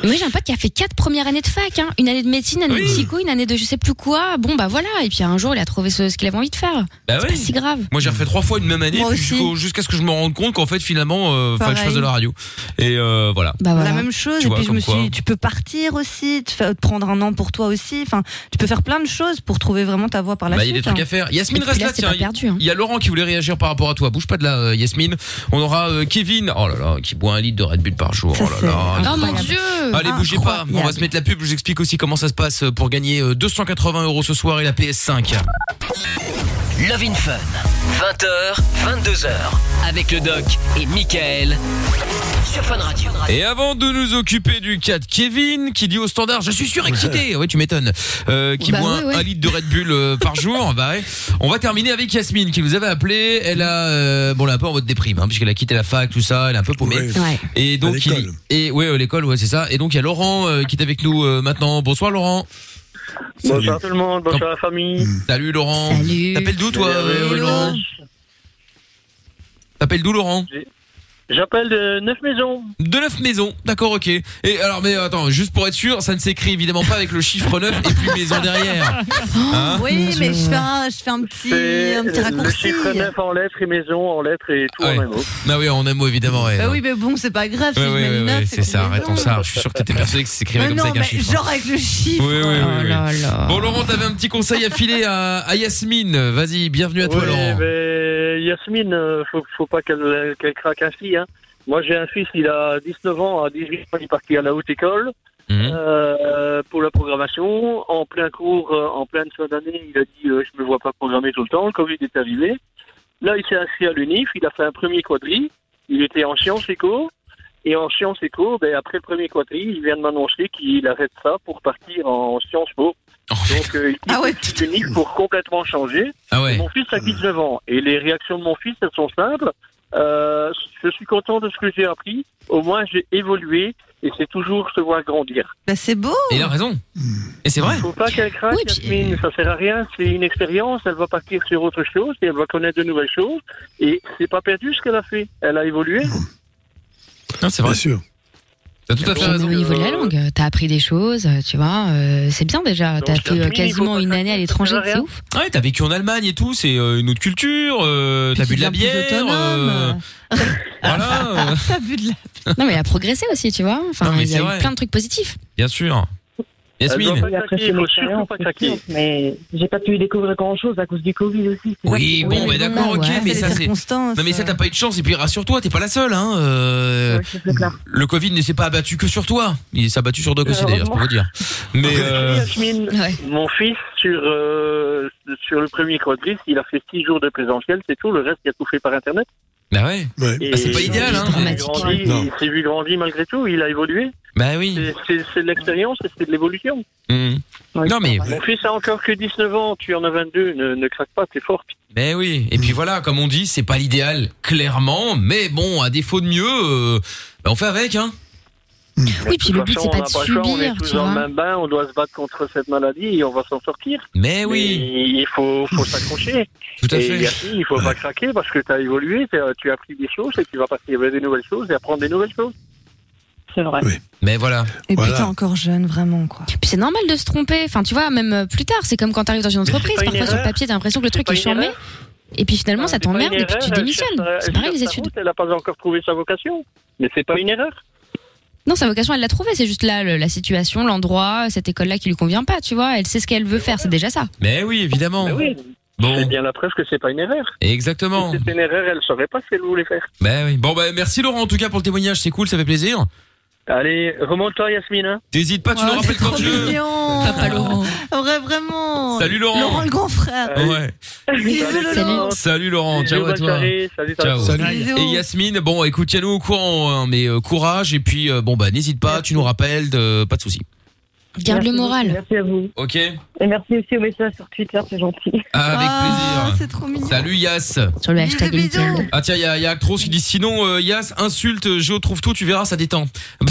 [SPEAKER 5] Mais Moi, j'ai un pote qui a fait quatre premières années de fac, hein. une année de médecine, une année de psycho, une année de je sais plus quoi. Bon, bah voilà. Et puis un jour, il a trouvé ce, ce qu'il avait envie de faire.
[SPEAKER 2] bah
[SPEAKER 5] C'est pas si grave.
[SPEAKER 2] Moi j'ai refait trois fois une même année
[SPEAKER 6] Moi
[SPEAKER 2] puis
[SPEAKER 6] aussi.
[SPEAKER 2] jusqu'au- jusqu'à ce que je me rende compte qu'en fait finalement euh, fallait que je fasse de la radio. Et euh, voilà.
[SPEAKER 5] Bah voilà.
[SPEAKER 6] La même chose,
[SPEAKER 2] Tu
[SPEAKER 6] et
[SPEAKER 2] vois,
[SPEAKER 6] puis je
[SPEAKER 2] comme
[SPEAKER 6] me suis
[SPEAKER 2] quoi.
[SPEAKER 6] dit, tu peux partir aussi, te, fa- te prendre un an pour toi aussi, enfin, tu peux faire plein de choses pour trouver vraiment ta voie par la
[SPEAKER 2] Bah, il y a
[SPEAKER 6] suite.
[SPEAKER 2] des trucs
[SPEAKER 6] hein.
[SPEAKER 2] à faire.
[SPEAKER 5] Et
[SPEAKER 2] Yasmine
[SPEAKER 5] puis
[SPEAKER 2] reste
[SPEAKER 5] là,
[SPEAKER 2] là,
[SPEAKER 5] c'est pas
[SPEAKER 2] tiens. il-
[SPEAKER 5] perdu. hein.
[SPEAKER 2] Il y a Laurent qui voulait réagir par rapport à toi. Bouge pas de là, euh, Yasmine. On aura euh, Kevin. Oh là là, qui boit un litre de Red Bull par jour.
[SPEAKER 6] Ça,
[SPEAKER 2] oh
[SPEAKER 6] c'est
[SPEAKER 2] là là.
[SPEAKER 5] Oh mon
[SPEAKER 6] Incroyable.
[SPEAKER 5] dieu.
[SPEAKER 2] Allez, bougez pas. On va
[SPEAKER 6] Incroyable.
[SPEAKER 2] se mettre la pub. Je vous explique aussi comment ça se passe pour gagner euh, 280 euros ce soir et la PS5.
[SPEAKER 1] Love in Fun, 20h, 22h, avec le doc et Michael sur Fun Radio.
[SPEAKER 2] Et avant de nous occuper du cas de Kevin, qui dit au standard, je suis surexcité. Ouais, tu m'étonnes. Euh, qui
[SPEAKER 5] Bah
[SPEAKER 2] boit
[SPEAKER 5] ouais, ouais.
[SPEAKER 2] un litre de Red Bull euh, par jour. Bah ouais. On va terminer avec Yasmine, qui vous avait appelé. Elle a, euh, bon, elle est un peu en mode déprime, hein, puisqu'elle a quitté la fac, tout ça. Elle est un peu paumée.
[SPEAKER 9] Ouais.
[SPEAKER 5] Ouais.
[SPEAKER 2] Et donc
[SPEAKER 9] l'école.
[SPEAKER 2] il- et ouais euh, l'école ouais c'est ça et donc il y a Laurent euh, qui est avec nous euh, maintenant bonsoir Laurent
[SPEAKER 8] Bonsoir tout le monde, bonsoir la famille.
[SPEAKER 2] salut Laurent
[SPEAKER 5] Salut.
[SPEAKER 2] t'appelles d'où toi
[SPEAKER 8] Mm. Salut,
[SPEAKER 2] euh,
[SPEAKER 8] Hello.
[SPEAKER 2] Laurent t'appelles d'où Laurent
[SPEAKER 8] J'appelle de Neuf Maisons.
[SPEAKER 2] de neuf maisons d'accord ok et alors mais euh, attends juste pour être sûr ça ne s'écrit évidemment pas avec le chiffre 9 et puis maison derrière Hein
[SPEAKER 6] Oui,
[SPEAKER 5] Mon
[SPEAKER 6] mais
[SPEAKER 5] Dieu.
[SPEAKER 6] je fais un, je fais un petit,
[SPEAKER 8] C'est
[SPEAKER 6] un petit
[SPEAKER 8] le
[SPEAKER 6] raccourci.
[SPEAKER 8] chiffre 9 en lettres et maison en lettres et tout
[SPEAKER 2] Ah ouais.
[SPEAKER 8] en un mot.
[SPEAKER 2] ah oui en un mot évidemment ouais,
[SPEAKER 6] Bah
[SPEAKER 2] non.
[SPEAKER 6] oui, mais bon, c'est pas grave. si
[SPEAKER 2] Ouais,
[SPEAKER 6] je
[SPEAKER 2] ouais,
[SPEAKER 6] mets
[SPEAKER 2] ouais,
[SPEAKER 6] une
[SPEAKER 2] ouais,
[SPEAKER 6] note,
[SPEAKER 2] c'est ça
[SPEAKER 6] une
[SPEAKER 2] arrêtons
[SPEAKER 6] note.
[SPEAKER 2] ça je suis sûr que t'étais persuadé que ça s'écrivait
[SPEAKER 6] Mais
[SPEAKER 2] comme
[SPEAKER 6] Bah non,
[SPEAKER 2] ça avec un
[SPEAKER 6] mais
[SPEAKER 2] chiffre hein.
[SPEAKER 6] genre avec le chiffre.
[SPEAKER 2] Oui, oui, oui,
[SPEAKER 5] Oh
[SPEAKER 2] oui.
[SPEAKER 5] là là.
[SPEAKER 2] Bon Laurent, t'avais un petit conseil à filer à, à Yasmine. Vas-y, bienvenue à toi
[SPEAKER 8] Oui, ben,
[SPEAKER 2] Laurent.
[SPEAKER 8] mais Yasmine, euh, faut, faut pas qu'elle qu'elle craque ainsi. Hein. Moi, j'ai un fils, il a 19 ans, à 18 ans, il est parti à la haute école
[SPEAKER 2] Mhm.
[SPEAKER 8] euh, pour la programmation. En plein cours, euh, en pleine fin d'année, il a dit euh, Je me vois pas programmer tout le temps, le Covid est arrivé. Là, il s'est inscrit à l'UNIF, il a fait un premier quadri, il était en sciences éco. Et en sciences éco, ben, après le premier quadri, il vient de m'annoncer qu'il arrête ça pour partir en sciences po.
[SPEAKER 2] Oh,
[SPEAKER 8] Donc, euh, il quitte
[SPEAKER 6] Ah ouais,
[SPEAKER 8] l'UNIF pour complètement changer.
[SPEAKER 2] Ah ouais.
[SPEAKER 8] Mon fils a 19 ans et les réactions de mon fils, elles sont simples. Euh, je suis content de ce que j'ai appris. Au moins, j'ai évolué et c'est toujours se voir grandir.
[SPEAKER 6] Bah, c'est beau.
[SPEAKER 2] Et il a raison. Et c'est vrai.
[SPEAKER 8] Faut pas qu'elle craque,
[SPEAKER 5] Oui, puis-
[SPEAKER 8] Yasmine. Ça sert à rien. C'est une expérience. Elle va partir sur autre chose et elle va connaître de nouvelles choses. Et c'est pas perdu ce qu'elle a fait. Elle a évolué.
[SPEAKER 2] Non, c'est
[SPEAKER 9] Bien
[SPEAKER 2] vrai.
[SPEAKER 9] sûr.
[SPEAKER 2] T'as tout à
[SPEAKER 5] Puis
[SPEAKER 2] fait
[SPEAKER 8] T'as
[SPEAKER 5] même
[SPEAKER 2] raison.
[SPEAKER 5] au niveau de la langue, t'as appris des choses, tu vois, euh, c'est bien déjà. T'as
[SPEAKER 8] Donc,
[SPEAKER 5] fait euh,
[SPEAKER 8] Yasmine,
[SPEAKER 5] quasiment
[SPEAKER 8] il faut
[SPEAKER 5] une
[SPEAKER 8] pas
[SPEAKER 5] année à
[SPEAKER 8] faire
[SPEAKER 5] l'étranger,
[SPEAKER 8] ça, ça
[SPEAKER 5] c'est
[SPEAKER 8] sert à
[SPEAKER 5] ouf.
[SPEAKER 2] Ouais, t'as vécu en Allemagne et tout, c'est euh, une autre culture, euh, t'as
[SPEAKER 6] Puis
[SPEAKER 2] bu de la
[SPEAKER 6] tu deviens
[SPEAKER 2] bière,
[SPEAKER 6] plus autonome.
[SPEAKER 2] euh,
[SPEAKER 8] Ah,
[SPEAKER 2] voilà. euh,
[SPEAKER 6] T'as bu de la.
[SPEAKER 5] Non mais elle a progressé aussi, tu vois. Enfin,
[SPEAKER 2] Non, mais
[SPEAKER 5] il y a
[SPEAKER 2] c'est
[SPEAKER 5] eu
[SPEAKER 2] vrai.
[SPEAKER 5] plein de trucs positifs.
[SPEAKER 2] bien sûr.
[SPEAKER 8] Elle
[SPEAKER 2] Yasmine.
[SPEAKER 8] doit
[SPEAKER 7] Après, c'est
[SPEAKER 8] Faut
[SPEAKER 7] une
[SPEAKER 8] surtout
[SPEAKER 7] expérience,
[SPEAKER 8] Ah, pas
[SPEAKER 7] c'est
[SPEAKER 8] craquer.
[SPEAKER 7] sûr, mais j'ai pas pu découvrir grand chose à cause du Covid aussi. c'est ça qui
[SPEAKER 2] Oui,
[SPEAKER 7] est
[SPEAKER 2] bon,
[SPEAKER 7] dommage.
[SPEAKER 2] bah d'accord, ok,
[SPEAKER 5] ouais,
[SPEAKER 2] mais
[SPEAKER 6] c'est
[SPEAKER 2] ça
[SPEAKER 6] les
[SPEAKER 2] c'est.
[SPEAKER 6] circonstances.
[SPEAKER 2] Non mais ça t'as pas eu de chance et puis rassure-toi, t'es pas la seule. Hein. euh,
[SPEAKER 7] Ouais, c'est très clair.
[SPEAKER 2] Le Covid ne s'est pas abattu que sur toi, il s'est abattu sur Doc aussi d'ailleurs, c'est pour vous dire. Mais euh,
[SPEAKER 8] Yasmine,
[SPEAKER 5] Ouais.
[SPEAKER 8] Mon fils, sur, euh, sur le premier quadrice, il a fait six jours de présentiel, c'est tout. Le reste, il a tout fait par Internet.
[SPEAKER 2] bah ouais.
[SPEAKER 9] Ouais.
[SPEAKER 8] Et
[SPEAKER 2] Ah, c'est pas idéal, hein.
[SPEAKER 8] Il s'est vu
[SPEAKER 5] Dramatique.
[SPEAKER 8] grandi-
[SPEAKER 9] Non.
[SPEAKER 8] il s'est vu grandi malgré tout, il a évolué.
[SPEAKER 2] Bah oui.
[SPEAKER 8] C'est- C'est c'est de l'expérience et c'est de l'évolution.
[SPEAKER 2] Mhm.
[SPEAKER 7] Ouais,
[SPEAKER 2] Non mais
[SPEAKER 8] Mon fils a encore que 19 ans, tu en as 22, ne, ne craque pas, t'es forte.
[SPEAKER 2] Mais oui, et puis voilà, comme on dit, c'est pas l'idéal, clairement, mais bon, à défaut de mieux, euh, bah, on fait avec, hein.
[SPEAKER 5] Oui, puis le
[SPEAKER 8] De toute
[SPEAKER 5] but
[SPEAKER 8] façon,
[SPEAKER 5] c'est pas
[SPEAKER 8] on
[SPEAKER 5] de
[SPEAKER 8] n'a le choix, on
[SPEAKER 5] subir,
[SPEAKER 8] est
[SPEAKER 5] tu
[SPEAKER 8] tous dans le
[SPEAKER 5] vois.
[SPEAKER 8] même bain, on doit se battre contre cette maladie et on va s'en sortir.
[SPEAKER 2] Mais oui,
[SPEAKER 8] Mais il faut, faut s'accrocher.
[SPEAKER 2] tout à
[SPEAKER 8] Et
[SPEAKER 2] fait.
[SPEAKER 8] Yasmine, il faut pas craquer parce que tu as évolué, t'as- tu as appris des choses et tu vas partir avec des nouvelles choses et apprendre des nouvelles choses.
[SPEAKER 7] C'est vrai.
[SPEAKER 2] Mais voilà.
[SPEAKER 6] Et
[SPEAKER 9] Voilà.
[SPEAKER 6] puis t'es encore jeune, vraiment, quoi.
[SPEAKER 5] Puis c'est normal de se tromper. Enfin, tu vois, même euh, plus tard, c'est comme quand t'arrives dans une
[SPEAKER 8] c'est
[SPEAKER 5] entreprise.
[SPEAKER 8] pas une
[SPEAKER 5] Parfois sur le
[SPEAKER 8] erreur.
[SPEAKER 5] papier, t'as l'impression que le truc
[SPEAKER 8] pas
[SPEAKER 5] est
[SPEAKER 8] une
[SPEAKER 5] charmé,
[SPEAKER 8] erreur.
[SPEAKER 5] et puis finalement ça
[SPEAKER 8] Ah, C'est pas
[SPEAKER 5] t'emmerde,
[SPEAKER 8] une
[SPEAKER 5] et puis
[SPEAKER 8] erreur,
[SPEAKER 5] tu
[SPEAKER 8] elle
[SPEAKER 5] démissionnes.
[SPEAKER 8] cherche, euh,
[SPEAKER 5] C'est
[SPEAKER 8] elle
[SPEAKER 5] pareil
[SPEAKER 8] cherche
[SPEAKER 5] les
[SPEAKER 8] sa
[SPEAKER 5] études.
[SPEAKER 8] route, Elle n'a pas encore trouvé sa vocation, mais c'est pas une erreur.
[SPEAKER 5] Non, sa vocation, elle l'a trouvée. C'est juste là le- la situation, l'endroit, cette école-là qui lui convient pas, tu vois. Elle sait ce qu'elle veut faire, c'est déjà ça.
[SPEAKER 2] Mais oui, évidemment.
[SPEAKER 8] Mais oui, c'est
[SPEAKER 2] Bon,
[SPEAKER 8] bien la preuve que c'est pas une erreur.
[SPEAKER 2] exactement.
[SPEAKER 8] Si c'était une erreur, elle savait pas ce qu'elle voulait faire.
[SPEAKER 2] Bah oui. Bon, bah merci Laurent, en tout cas, pour le témoignage, c'est cool, ça fait plaisir.
[SPEAKER 8] Allez, remonte-toi, Yasmine. hein.
[SPEAKER 2] T'hésites pas, tu nous
[SPEAKER 6] Oh,
[SPEAKER 2] rappelles
[SPEAKER 6] c'est
[SPEAKER 2] quand
[SPEAKER 6] trop
[SPEAKER 2] tu veux.
[SPEAKER 6] mignon.
[SPEAKER 5] Papa Laurent.
[SPEAKER 6] Ouais, vraiment.
[SPEAKER 2] Salut Laurent.
[SPEAKER 6] Laurent le grand frère.
[SPEAKER 8] Laurent.
[SPEAKER 2] Ouais.
[SPEAKER 6] Bisous,
[SPEAKER 8] Salut,
[SPEAKER 6] le
[SPEAKER 5] Salut.
[SPEAKER 6] Laurent.
[SPEAKER 2] Salut Laurent,
[SPEAKER 8] Bisous,
[SPEAKER 2] ciao à
[SPEAKER 8] bonne
[SPEAKER 2] toi.
[SPEAKER 8] soirée, salut,
[SPEAKER 2] Ciao.
[SPEAKER 9] Salut.
[SPEAKER 6] Bisous.
[SPEAKER 2] Et Yasmine, bon, écoute, tiens-nous au courant, hein, mais euh, ben, courage, et puis, euh, bon, bah, n'hésite pas, tu nous rappelles, de- pas de soucis.
[SPEAKER 5] Garde le
[SPEAKER 7] Merci beaucoup,
[SPEAKER 5] moral.
[SPEAKER 7] Merci à vous.
[SPEAKER 2] Ok
[SPEAKER 7] Et merci aussi aux messages sur Twitter, c'est gentil.
[SPEAKER 2] Avec
[SPEAKER 6] Ah,
[SPEAKER 2] plaisir.
[SPEAKER 6] C'est trop mignon.
[SPEAKER 2] Salut Yass.
[SPEAKER 5] Sur le
[SPEAKER 6] Bisous,
[SPEAKER 5] hashtag
[SPEAKER 6] bisous.
[SPEAKER 5] Intel.
[SPEAKER 2] Ah tiens, il y a, il y a Actros qui dit sinon euh, Yass insulte, Géo trouve tout, tu verras, ça détend.
[SPEAKER 5] Ça,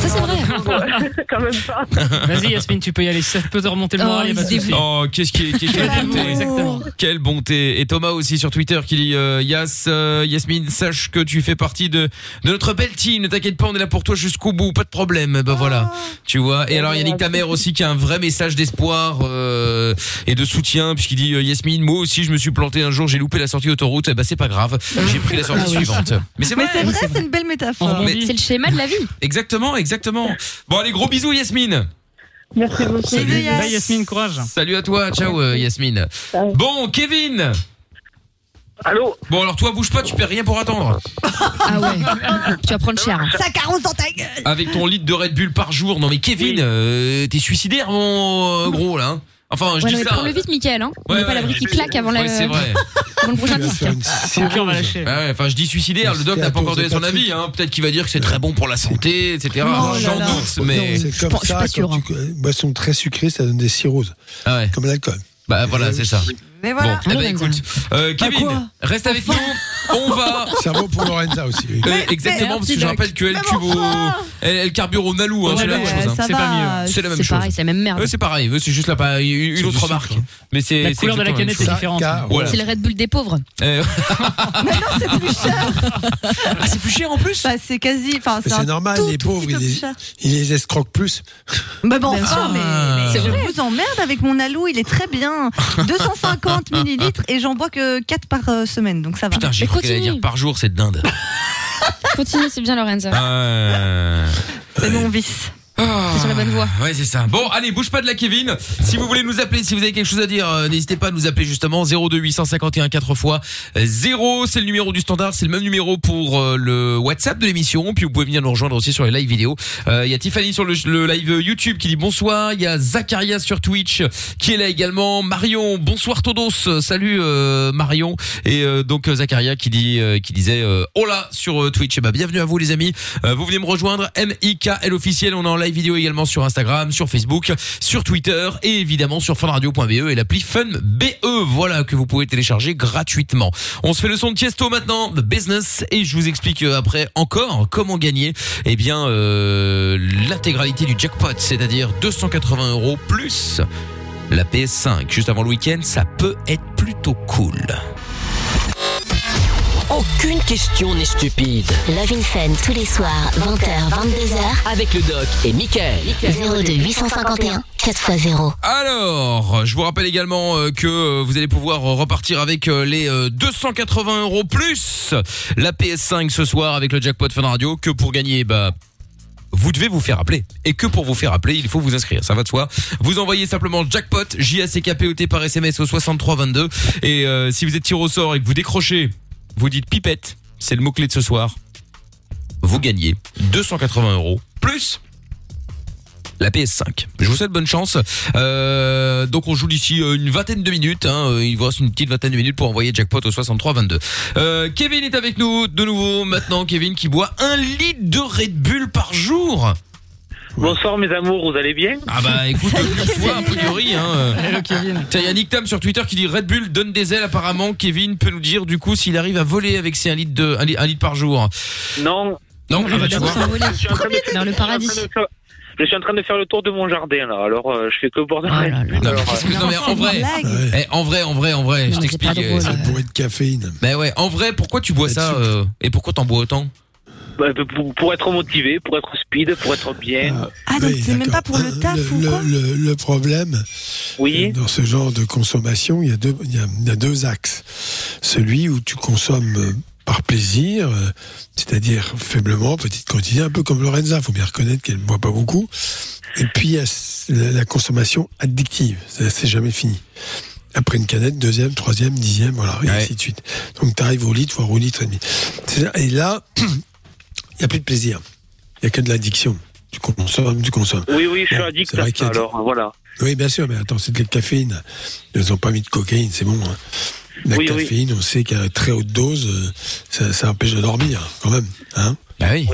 [SPEAKER 5] c'est vrai.
[SPEAKER 7] Quand même pas.
[SPEAKER 8] Vas-y, Yasmine, tu peux y aller. Ça peut te remonter le
[SPEAKER 5] Oh,
[SPEAKER 8] moral, il y a
[SPEAKER 5] il
[SPEAKER 8] pas de
[SPEAKER 5] se
[SPEAKER 8] souci.
[SPEAKER 2] Oh, qu'est-ce qui est, qu'est- quelle
[SPEAKER 8] Quel
[SPEAKER 2] bonté.
[SPEAKER 8] amour, Exactement.
[SPEAKER 2] Quelle bonté. Et Thomas aussi sur Twitter qui dit euh, Yass, euh, Yasmine, sache que tu fais partie de, de notre belle team. Ne t'inquiète pas, on est là pour toi jusqu'au bout. Pas de problème. Ben voilà. Tu vois. Et alors, il y a Nick ta mère aussi qui a un vrai message d'espoir euh, et de soutien puisqu'il dit euh, Yasmine, moi aussi je me suis planté un jour, j'ai loupé la sortie autoroute. Eh ben c'est pas grave. J'ai pris la sortie
[SPEAKER 8] Ah oui.
[SPEAKER 2] suivante. Mais c'est
[SPEAKER 6] Mais
[SPEAKER 2] vrai.
[SPEAKER 6] c'est vrai, c'est une belle
[SPEAKER 8] On
[SPEAKER 6] métaphore.
[SPEAKER 8] rebondit.
[SPEAKER 5] C'est le schéma de la vie.
[SPEAKER 2] Exactement, exactement. Bon, allez, gros bisous Yasmine.
[SPEAKER 7] Merci beaucoup.
[SPEAKER 6] Bisous, Yass.
[SPEAKER 8] Bye, Yasmine, courage.
[SPEAKER 2] Salut à toi. Ciao euh, Yasmine. Bon, Kevin.
[SPEAKER 3] Allô
[SPEAKER 2] Bon, alors toi bouge pas, tu perds rien pour attendre.
[SPEAKER 5] Ah ouais. Tu vas prendre cher. hein.
[SPEAKER 6] Ça carrosse dans ta gueule.
[SPEAKER 2] Avec ton litre de Red Bull par jour. Non mais Kevin, euh, t'es suicidaire mon euh, gros là. hein. Enfin, je
[SPEAKER 5] Ouais, non,
[SPEAKER 2] dis
[SPEAKER 5] mais
[SPEAKER 2] ça.
[SPEAKER 5] prends-le vite, Michael. Hein. on
[SPEAKER 2] Ouais,
[SPEAKER 5] n'est pas
[SPEAKER 2] ouais.
[SPEAKER 5] l'abri qui claque avant, la-
[SPEAKER 2] Ouais, c'est vrai.
[SPEAKER 5] avant le prochain
[SPEAKER 4] Tu vas
[SPEAKER 5] disque.
[SPEAKER 4] faire
[SPEAKER 5] hein.
[SPEAKER 4] une
[SPEAKER 8] Mon cœur va
[SPEAKER 4] cirrhose.
[SPEAKER 8] lâcher.
[SPEAKER 2] Ah ouais, enfin, je dis suicidaire. Le doc n'a pas encore donné son avis. Hein. Peut-être qu'il va dire que c'est très bon pour la santé, etc.
[SPEAKER 6] Oh là
[SPEAKER 2] J'en
[SPEAKER 6] là.
[SPEAKER 2] doute,
[SPEAKER 4] Non,
[SPEAKER 2] mais
[SPEAKER 4] c'est
[SPEAKER 5] Je
[SPEAKER 4] comme
[SPEAKER 5] pense- je suis
[SPEAKER 4] ça,
[SPEAKER 5] pas hein. sûre,
[SPEAKER 4] quand tu- boissons très sucrées, ça donne des cirrhoses,
[SPEAKER 2] ah ouais.
[SPEAKER 4] comme l'alcool.
[SPEAKER 2] Bah voilà, c'est ça.
[SPEAKER 6] Mais
[SPEAKER 2] Bon,
[SPEAKER 6] voilà. Ah
[SPEAKER 2] eh ben,
[SPEAKER 5] Lorenza.
[SPEAKER 2] écoute, euh, Kevin,
[SPEAKER 6] quoi
[SPEAKER 2] reste avec nous. On va.
[SPEAKER 4] Ça vaut pour Lorenza aussi. oui.
[SPEAKER 2] Euh, exactement, parce que
[SPEAKER 5] petit
[SPEAKER 2] j'ai
[SPEAKER 5] doc.
[SPEAKER 2] rappelle qu'elle
[SPEAKER 6] Mais
[SPEAKER 2] cuve au.
[SPEAKER 6] enfin
[SPEAKER 2] Elle, elle carbure au Nalou, hein,
[SPEAKER 8] Ouais,
[SPEAKER 2] c'est la
[SPEAKER 8] ouais,
[SPEAKER 2] même chose. hein.
[SPEAKER 6] ça
[SPEAKER 8] c'est
[SPEAKER 6] va.
[SPEAKER 8] pas mieux.
[SPEAKER 2] C'est la même
[SPEAKER 5] C'est
[SPEAKER 2] chose.
[SPEAKER 5] pareil, c'est la même merde.
[SPEAKER 2] Eux, c'est pareil. Eux, c'est juste la, pa- une
[SPEAKER 4] C'est
[SPEAKER 2] une
[SPEAKER 4] du
[SPEAKER 2] autre
[SPEAKER 4] sucre,
[SPEAKER 2] marque.
[SPEAKER 4] hein.
[SPEAKER 2] Mais c'est
[SPEAKER 8] La
[SPEAKER 2] c'est
[SPEAKER 8] couleur de la
[SPEAKER 2] exactement même
[SPEAKER 8] canette est
[SPEAKER 2] chose.
[SPEAKER 4] Ça,
[SPEAKER 8] différente.
[SPEAKER 6] Ah,
[SPEAKER 4] car-
[SPEAKER 2] Voilà.
[SPEAKER 5] C'est le Red Bull des pauvres.
[SPEAKER 2] Euh,
[SPEAKER 6] Mais non, c'est plus cher.
[SPEAKER 2] Ah, c'est plus cher en plus.
[SPEAKER 6] Bah, c'est quasi. Enfin,
[SPEAKER 4] Mais
[SPEAKER 6] un
[SPEAKER 4] c'est normal,
[SPEAKER 6] tout
[SPEAKER 4] les
[SPEAKER 6] petit
[SPEAKER 4] pauvres,
[SPEAKER 6] peu
[SPEAKER 4] ils
[SPEAKER 6] plus
[SPEAKER 4] les,
[SPEAKER 6] cher.
[SPEAKER 4] ils les escroquent plus.
[SPEAKER 6] Bah, bon,
[SPEAKER 5] Bien
[SPEAKER 6] enfin,
[SPEAKER 5] sûr.
[SPEAKER 6] mais, mais
[SPEAKER 5] C'est
[SPEAKER 6] je
[SPEAKER 5] vrai.
[SPEAKER 6] vous emmerde avec mon alou, il est très bien. 250 millilitres et j'en bois que 4 par euh, semaine, donc ça va.
[SPEAKER 2] Putain, j'ai
[SPEAKER 5] Mais
[SPEAKER 2] cru qu'elle allait
[SPEAKER 5] continue.
[SPEAKER 2] dire par jour cette dinde.
[SPEAKER 5] Continue, c'est bien, Lorenza.
[SPEAKER 2] Euh,
[SPEAKER 6] C'est mon vice.
[SPEAKER 2] Ah.
[SPEAKER 5] T'es sur la bonne voie.
[SPEAKER 2] Ouais, c'est ça. Bon, allez, bouge pas de la Kevin. Si vous voulez nous appeler, si vous avez quelque chose à dire, euh, n'hésitez pas à nous appeler justement 02 851 4 fois 0, c'est le numéro du standard, c'est le même numéro pour euh, le WhatsApp de l'émission, puis vous pouvez venir nous rejoindre aussi sur les live vidéo. Euh, Il y a Tiffany sur le, le live YouTube qui dit bonsoir, il y a Zacharia sur Twitch qui est là également, Marion, bonsoir Todos, Euh, salut euh, Marion et euh, donc euh, Zacharia qui dit euh, qui disait euh, hola sur euh, Twitch. Et bah bienvenue à vous les amis. Euh, vous venez me rejoindre MIKL officiel, on est en live vidéo également sur Instagram, sur Facebook, sur Twitter et évidemment sur funradio.be E et l'appli funbe voilà que vous pouvez télécharger gratuitement. On se fait le son de Tiesto maintenant, The Business et je vous explique euh, après encore comment gagner eh bien euh, l'intégralité du jackpot, c'est-à-dire 280 euros plus la PS5 juste avant le week-end, ça peut être plutôt cool.
[SPEAKER 1] Aucune question n'est stupide.
[SPEAKER 10] Love in Fun tous les soirs, 20h,
[SPEAKER 1] Avec le doc et Michael.
[SPEAKER 10] 22h, 02 851 4x0.
[SPEAKER 2] Alors, je vous rappelle également euh, que euh, vous allez pouvoir euh, repartir avec euh, les euh, 280 euros plus la PS5 ce soir avec le jackpot Fun Radio que pour gagner bah vous devez vous faire appeler. Et que pour vous faire appeler, il faut vous inscrire. Ça va de soi. Vous envoyez simplement jackpot, J-A-C-K-P-O-T par SMS au 6322. Et euh, si vous êtes tiré au sort et que vous décrochez, vous dites pipette, c'est le mot-clé de ce soir. Vous gagnez 280 euros plus la PS5. Je vous souhaite bonne chance. Euh, donc on joue d'ici euh, une vingtaine de minutes. Hein, Euh, il vous reste une petite vingtaine de minutes pour envoyer jackpot au 6322. Euh, Kevin est avec nous de nouveau maintenant. Kevin qui boit un litre de Red Bull par jour.
[SPEAKER 3] Bonsoir mes amours, vous allez bien
[SPEAKER 2] Ah bah écoute, une fois a priori. Hein, euh.
[SPEAKER 8] Hello, Kevin.
[SPEAKER 2] Tiens, il y a Nick Tam sur Twitter qui dit Red Bull donne des ailes apparemment. Kevin peut nous dire du coup s'il arrive à voler avec ses 1 litre, de, un, li- un litre par jour.
[SPEAKER 3] Non,
[SPEAKER 2] Non, ah bah, tu vois.
[SPEAKER 5] S'envoler
[SPEAKER 3] je suis, en train de...
[SPEAKER 5] vers le paradis.
[SPEAKER 3] je suis en train de faire- je suis en train de faire le tour de mon jardin là, alors euh, je fais euh, que boire de
[SPEAKER 5] Oh là là.
[SPEAKER 2] Non, mais qu'est-ce que- non, mais en vrai,
[SPEAKER 6] Blague.
[SPEAKER 4] Ouais.
[SPEAKER 2] eh, en vrai, en vrai, en vrai, je
[SPEAKER 5] Non, mais c'est pas
[SPEAKER 2] t'explique. euh,
[SPEAKER 5] drôle.
[SPEAKER 4] Ça bourré de caféine.
[SPEAKER 2] Ben ouais, en vrai, pourquoi tu bois
[SPEAKER 4] Pas de
[SPEAKER 2] ça
[SPEAKER 4] sucre.
[SPEAKER 2] euh, et pourquoi t'en bois autant
[SPEAKER 3] Bah, pour, pour être motivé, pour être speed, pour être bien.
[SPEAKER 6] Ah, donc c'est même
[SPEAKER 4] d'accord. Euh,
[SPEAKER 6] pas pour le taf
[SPEAKER 4] le,
[SPEAKER 6] ou
[SPEAKER 4] le-
[SPEAKER 6] quoi
[SPEAKER 4] le- le problème,
[SPEAKER 3] Oui,
[SPEAKER 4] dans ce genre de consommation, il y a deux, il y a- il y a deux axes. Celui où tu consommes euh, par plaisir, euh, c'est-à-dire faiblement, petite quantité, un peu comme Lorenza, faut bien reconnaître qu'elle ne boit pas beaucoup. Et puis, il y a s- la la consommation addictive, Ça, c'est jamais fini. Après une canette, deuxième, troisième, dixième, voilà, et
[SPEAKER 2] Ouais.
[SPEAKER 4] ainsi de suite. Donc, tu arrives au litre, voire au litre et demi. C'est ça. Et là, il n'y a plus de plaisir. Il n'y a que de l'addiction. Tu consommes, tu consommes.
[SPEAKER 3] oui, oui, je suis
[SPEAKER 4] Bon,
[SPEAKER 3] addict
[SPEAKER 4] Ah, c'est
[SPEAKER 3] à
[SPEAKER 4] vrai qu'il
[SPEAKER 3] ça
[SPEAKER 4] y a-
[SPEAKER 3] alors, voilà.
[SPEAKER 4] Oui, bien sûr, mais attends, c'est de la caféine. Ils nous ont pas mis de cocaïne, c'est bon. hein. La
[SPEAKER 3] Oui, oui.
[SPEAKER 4] caféine, on sait qu'à très haute dose, euh, ça, ça empêche de dormir, quand même. Hein
[SPEAKER 2] Bah oui.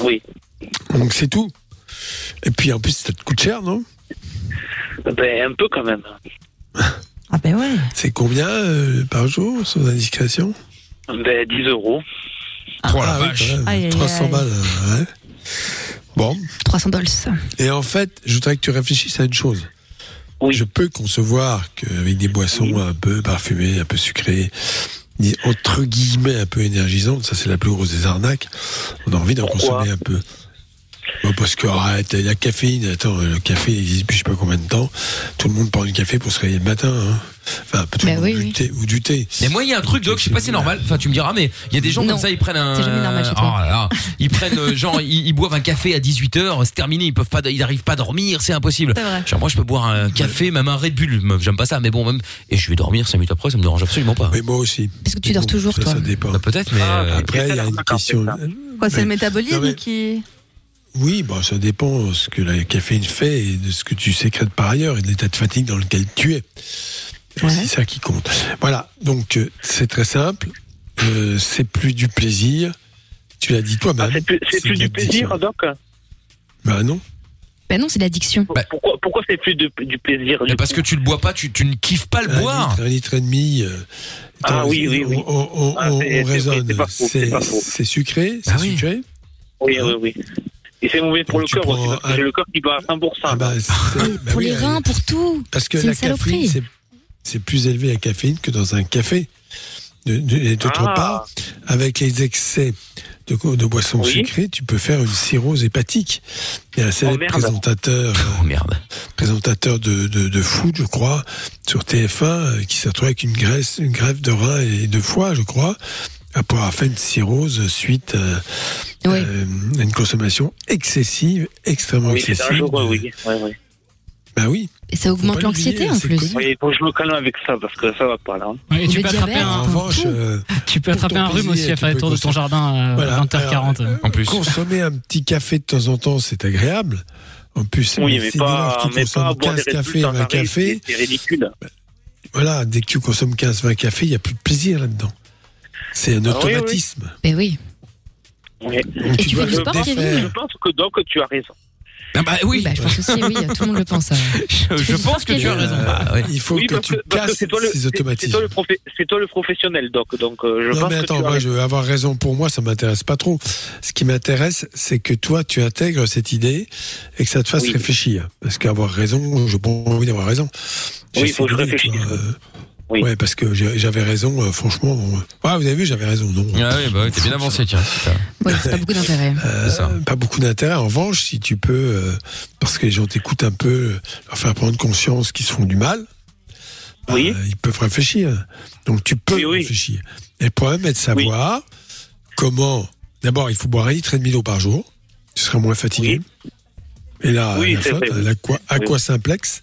[SPEAKER 3] Oui.
[SPEAKER 4] Donc c'est tout. Et puis en plus, ça te coûte cher, non
[SPEAKER 3] Ben, un peu quand même.
[SPEAKER 6] Ah ben ouais.
[SPEAKER 4] C'est combien euh, par jour, sans indiscrétion
[SPEAKER 3] Ben, 10 euros.
[SPEAKER 2] Oh la
[SPEAKER 4] Ah oui,
[SPEAKER 2] vache.
[SPEAKER 4] quand même,
[SPEAKER 6] Aïe, aïe,
[SPEAKER 4] 300
[SPEAKER 6] aïe.
[SPEAKER 4] balles, euh, ouais. Bon,
[SPEAKER 5] 300 dollars.
[SPEAKER 4] et en fait, je voudrais que tu réfléchisses à une chose.
[SPEAKER 3] Oui.
[SPEAKER 4] Je peux concevoir qu'avec des boissons un peu parfumées, un peu sucrées, ni- entre guillemets un peu énergisantes, ça c'est la plus grosse des arnaques, on a envie d'en
[SPEAKER 3] Pourquoi
[SPEAKER 4] consommer un peu. Bon, parce que arrête, la caféine, attends, le café il existe depuis je sais pas combien de temps, tout le monde prend du café pour se réveiller le matin. hein. Enfin, tout le
[SPEAKER 5] Bah
[SPEAKER 4] monde
[SPEAKER 5] oui,
[SPEAKER 4] du
[SPEAKER 5] oui.
[SPEAKER 4] thé ou du thé.
[SPEAKER 2] Mais moi, il y a un truc, Doc, je sais pas si c'est normal. Enfin, tu me diras, mais il y a des gens
[SPEAKER 5] Non.
[SPEAKER 2] comme ça, ils prennent un.
[SPEAKER 5] C'est jamais normal chez toi.
[SPEAKER 2] Oh là là. Ils prennent, euh, genre, ils, ils boivent un café à 18h, c'est terminé, ils peuvent pas, ils arrivent pas à dormir, c'est impossible.
[SPEAKER 6] C'est vrai.
[SPEAKER 2] Genre, moi, je peux boire un café, même un Red Bull, meuf, j'aime pas ça, mais bon, même. Et je vais dormir 5 minutes après, ça me dérange absolument pas.
[SPEAKER 4] Mais moi aussi.
[SPEAKER 5] Parce que tu
[SPEAKER 4] Mais
[SPEAKER 5] dors
[SPEAKER 4] bon,
[SPEAKER 5] toujours,
[SPEAKER 4] ça,
[SPEAKER 5] toi.
[SPEAKER 4] Ça dépend.
[SPEAKER 2] Bah, peut-être, mais.
[SPEAKER 3] Ah,
[SPEAKER 2] euh,
[SPEAKER 4] Après, il y a une
[SPEAKER 3] D'accord,
[SPEAKER 4] question.
[SPEAKER 3] c'est
[SPEAKER 6] Quoi, c'est
[SPEAKER 4] Mais-
[SPEAKER 6] le métabolisme
[SPEAKER 4] non, mais-
[SPEAKER 6] qui.
[SPEAKER 4] Oui, bah, ça dépend de ce que la caféine fait et de ce que tu sécrètes par ailleurs et de l'état de fatigue dans lequel tu es. Euh,
[SPEAKER 6] Ouais.
[SPEAKER 4] C'est ça qui compte. Voilà, donc euh, c'est très simple. Euh, c'est plus du plaisir. Tu l'as dit
[SPEAKER 3] Ah,
[SPEAKER 4] toi-même.
[SPEAKER 3] c'est plus, c'est
[SPEAKER 4] c'est
[SPEAKER 3] plus
[SPEAKER 4] une
[SPEAKER 3] du plaisir,
[SPEAKER 4] addiction.
[SPEAKER 3] Doc
[SPEAKER 4] Bah non.
[SPEAKER 5] Bah non, c'est l'addiction.
[SPEAKER 2] Bah.
[SPEAKER 3] Pourquoi, pourquoi c'est plus de- du plaisir du
[SPEAKER 2] mais parce que tu le bois pas, tu, tu ne kiffes pas le
[SPEAKER 4] Un
[SPEAKER 2] boire.
[SPEAKER 4] litre, un litre et demi. euh,
[SPEAKER 3] Ah oui, oui,
[SPEAKER 2] oh,
[SPEAKER 3] oui.
[SPEAKER 4] On, on- on-
[SPEAKER 3] Ah,
[SPEAKER 4] on-
[SPEAKER 3] c'est- c'est-
[SPEAKER 4] on raisonne.
[SPEAKER 3] c'est pas faux, c'est pas faux.
[SPEAKER 4] C'est sucré, c'est
[SPEAKER 2] Ah oui.
[SPEAKER 4] sucré.
[SPEAKER 3] Oui, oui, oui. Et c'est mauvais pour
[SPEAKER 4] Donc, tu
[SPEAKER 3] le corps
[SPEAKER 4] prends
[SPEAKER 3] aussi, parce que
[SPEAKER 4] un-
[SPEAKER 3] j'ai le corps qui bat à 100%.
[SPEAKER 4] Ah bah, c'est- bah
[SPEAKER 5] pour
[SPEAKER 4] oui,
[SPEAKER 5] les
[SPEAKER 4] euh,
[SPEAKER 5] reins, pour tout.
[SPEAKER 4] Parce que
[SPEAKER 5] C'est
[SPEAKER 4] la
[SPEAKER 5] une saloperie.
[SPEAKER 4] caféine, c'est- c'est plus élevé la caféine que dans un café. De- de- et d'autre
[SPEAKER 3] Ah.
[SPEAKER 4] part, avec les excès de, co- de boissons
[SPEAKER 3] Oui.
[SPEAKER 4] sucrées, tu peux faire une cirrhose hépatique. Il y a un célèbre
[SPEAKER 3] Oh, merde.
[SPEAKER 4] présentateur,
[SPEAKER 2] Oh merde.
[SPEAKER 4] présentateur euh, de, de, de foot, je crois, sur TF1, euh, qui s'est retrouvé avec une, graisse, une grève de rein et de foie, je crois, après avoir fait une cirrhose suite euh,
[SPEAKER 5] Ouais.
[SPEAKER 4] euh, à une consommation excessive, extrêmement
[SPEAKER 3] oui, c'est
[SPEAKER 4] excessive.
[SPEAKER 3] dangereux, oui. Oui, oui.
[SPEAKER 4] Bah oui.
[SPEAKER 5] Et ça augmente
[SPEAKER 4] Faut pas l'oublier,
[SPEAKER 5] l'anxiété en
[SPEAKER 4] c'est
[SPEAKER 5] plus.
[SPEAKER 4] connu.
[SPEAKER 3] Oui, faut que je me calme avec ça, parce que ça va pas, là.
[SPEAKER 8] Ouais, et
[SPEAKER 5] Le
[SPEAKER 8] tu peux, attraper
[SPEAKER 5] diabète.
[SPEAKER 4] En
[SPEAKER 8] un,
[SPEAKER 4] revanche,
[SPEAKER 5] tout.
[SPEAKER 4] euh,
[SPEAKER 8] tu peux
[SPEAKER 4] Pour
[SPEAKER 8] attraper
[SPEAKER 4] ton
[SPEAKER 8] un rhume
[SPEAKER 4] plaisir,
[SPEAKER 8] aussi à
[SPEAKER 4] tu
[SPEAKER 8] faire les
[SPEAKER 4] peux
[SPEAKER 8] tours de ton
[SPEAKER 4] consommer.
[SPEAKER 8] jardin euh, à
[SPEAKER 4] Voilà.
[SPEAKER 8] 20h40.
[SPEAKER 4] Alors, euh,
[SPEAKER 2] En plus.
[SPEAKER 4] Consommer un petit café de temps en temps, c'est agréable. En plus,
[SPEAKER 3] Oui,
[SPEAKER 4] c'est
[SPEAKER 3] mais
[SPEAKER 4] dès
[SPEAKER 3] pas,
[SPEAKER 4] lors que tu
[SPEAKER 3] mais pas
[SPEAKER 4] consommes
[SPEAKER 3] boire des
[SPEAKER 4] 15
[SPEAKER 3] Red Bull
[SPEAKER 4] cafés,
[SPEAKER 3] dans
[SPEAKER 4] 20
[SPEAKER 3] un riz,
[SPEAKER 4] cafés.
[SPEAKER 3] c'est- c'est ridicule.
[SPEAKER 4] Voilà, dès que tu consommes 15, 20 cafés, il n'y a plus de plaisir là-dedans. C'est un
[SPEAKER 3] Ah oui, oui.
[SPEAKER 4] automatisme.
[SPEAKER 5] Mais Eh oui.
[SPEAKER 4] Donc,
[SPEAKER 3] Oui.
[SPEAKER 5] Et tu
[SPEAKER 4] dois
[SPEAKER 5] fais du
[SPEAKER 4] le
[SPEAKER 5] sport,
[SPEAKER 4] défaire.
[SPEAKER 5] Kevin
[SPEAKER 3] Je pense que donc tu as raison.
[SPEAKER 2] Ah bah
[SPEAKER 5] Oui,
[SPEAKER 2] oui,
[SPEAKER 5] bah, je pense aussi, oui, tout le monde le pense. euh.
[SPEAKER 2] je,
[SPEAKER 5] tu fais
[SPEAKER 2] je
[SPEAKER 5] du
[SPEAKER 2] pense
[SPEAKER 5] sport,
[SPEAKER 2] que tu as
[SPEAKER 5] Kevin.
[SPEAKER 2] raison.
[SPEAKER 4] Euh,
[SPEAKER 2] Bah, ouais.
[SPEAKER 4] Il faut
[SPEAKER 3] oui,
[SPEAKER 4] que
[SPEAKER 3] parce
[SPEAKER 4] tu
[SPEAKER 3] parce que
[SPEAKER 4] casses
[SPEAKER 3] c'est toi le,
[SPEAKER 4] ces
[SPEAKER 3] c'est- c'est
[SPEAKER 4] automatismes.
[SPEAKER 3] toi le, profé- c'est toi le professionnel, Doc. Donc euh, je
[SPEAKER 4] non
[SPEAKER 3] pense
[SPEAKER 4] mais
[SPEAKER 3] que
[SPEAKER 4] attends,
[SPEAKER 3] tu as
[SPEAKER 4] moi je
[SPEAKER 3] raison.
[SPEAKER 4] vais avoir raison pour moi, ça m'intéresse pas trop. Ce qui m'intéresse, c'est que toi tu intègres cette idée et que ça te fasse
[SPEAKER 3] Oui.
[SPEAKER 4] réfléchir. Parce qu'avoir raison, je bon envie d'avoir raison.
[SPEAKER 3] Oui,
[SPEAKER 4] J'essaie
[SPEAKER 3] faut que je
[SPEAKER 4] de dire,
[SPEAKER 3] réfléchisse.
[SPEAKER 4] tu vois, euh,
[SPEAKER 3] Oui.
[SPEAKER 4] Ouais, parce que j'ai- j'avais raison, euh, franchement. bon, euh, ouais, vous avez vu, j'avais raison. Non.
[SPEAKER 2] Ah oui, bah ouais, t'es bien avancé, tiens. c'est ça.
[SPEAKER 5] Ouais, c'est pas beaucoup d'intérêt.
[SPEAKER 4] Euh,
[SPEAKER 2] c'est ça.
[SPEAKER 4] pas beaucoup d'intérêt. En revanche, si tu peux, euh, parce que les gens t'écoutent un peu, euh, leur faire prendre conscience qu'ils se font du mal, bah,
[SPEAKER 3] Oui.
[SPEAKER 4] euh, ils peuvent réfléchir. Donc tu peux
[SPEAKER 3] Oui, oui.
[SPEAKER 4] réfléchir. Et le problème est de savoir comment. D'abord, il faut boire un litre et demi d'eau par jour. Tu seras moins fatigué. Et là,
[SPEAKER 3] Oui,
[SPEAKER 4] la
[SPEAKER 3] c'est
[SPEAKER 4] flotte,
[SPEAKER 3] vrai.
[SPEAKER 4] l'aqua-
[SPEAKER 3] Oui.
[SPEAKER 4] aquasimplex,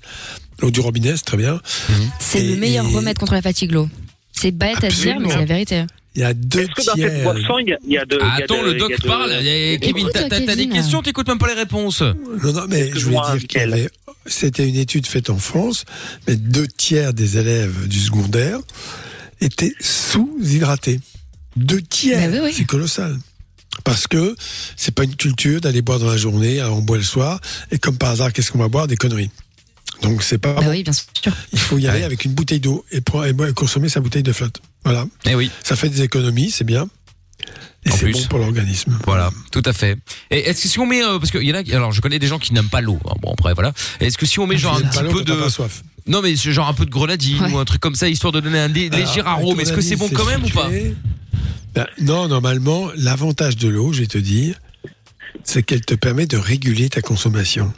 [SPEAKER 4] l'eau du robinet, c'est très bien.
[SPEAKER 2] Mhm.
[SPEAKER 5] C'est
[SPEAKER 4] Et-
[SPEAKER 5] le meilleur
[SPEAKER 4] et-
[SPEAKER 5] remède contre la fatigue, l'eau. C'est bête à dire, mais
[SPEAKER 4] Absolument.
[SPEAKER 5] c'est la vérité. hein.
[SPEAKER 4] Il y a deux
[SPEAKER 3] Est-ce que dans cette
[SPEAKER 4] tiers.
[SPEAKER 3] boisson, il y a- il y, a de. il y a
[SPEAKER 2] Attends,
[SPEAKER 3] de-
[SPEAKER 2] le doc
[SPEAKER 3] il y a de-
[SPEAKER 2] parle. Eh, Kevin,
[SPEAKER 5] Écoute,
[SPEAKER 2] t'as t'as- t'as des
[SPEAKER 5] Kevin.
[SPEAKER 2] questions, t'écoutes même pas les réponses.
[SPEAKER 4] Non, non, mais je voulais
[SPEAKER 3] Excuse-moi,
[SPEAKER 4] dire qu'il y
[SPEAKER 3] Mickaël.
[SPEAKER 4] avait- c'était une étude faite en France, mais deux tiers des élèves du secondaire étaient sous-hydratés. Deux tiers,
[SPEAKER 5] Bah oui, oui.
[SPEAKER 4] c'est colossal. Parce que c'est pas une culture d'aller boire dans la journée, alors on boit le soir, et comme par hasard, qu'est-ce qu'on va boire Des conneries. Donc c'est pas
[SPEAKER 5] Bah
[SPEAKER 4] bon.
[SPEAKER 5] oui, bien sûr.
[SPEAKER 4] Il faut y aller
[SPEAKER 2] Ouais.
[SPEAKER 4] avec une bouteille d'eau et, prendre- et boire- et consommer sa bouteille de flotte. Voilà.
[SPEAKER 2] Eh oui.
[SPEAKER 4] Ça fait des économies, c'est bien. Et
[SPEAKER 2] En
[SPEAKER 4] c'est
[SPEAKER 2] plus.
[SPEAKER 4] bon pour l'organisme.
[SPEAKER 2] Voilà, tout à fait. Et est-ce que si on met, euh, parce qu'il y en a, qui- alors je connais des gens qui n'aiment pas l'eau. hein. Bon après voilà. Est-ce que si on met genre un
[SPEAKER 4] C'est pas
[SPEAKER 2] petit
[SPEAKER 4] long
[SPEAKER 2] peu
[SPEAKER 4] quand t'as
[SPEAKER 2] de,
[SPEAKER 4] pas soif.
[SPEAKER 2] non mais c'est genre un peu de grenadine
[SPEAKER 5] Ouais.
[SPEAKER 2] ou un truc comme ça histoire de donner un dé- léger
[SPEAKER 4] Alors,
[SPEAKER 2] arôme.
[SPEAKER 4] ton
[SPEAKER 2] Est-ce que c'est
[SPEAKER 4] avis,
[SPEAKER 2] bon quand même ou pas
[SPEAKER 4] sucré Ben, Non, normalement, l'avantage de l'eau, je vais te dire, c'est qu'elle te permet de réguler ta consommation.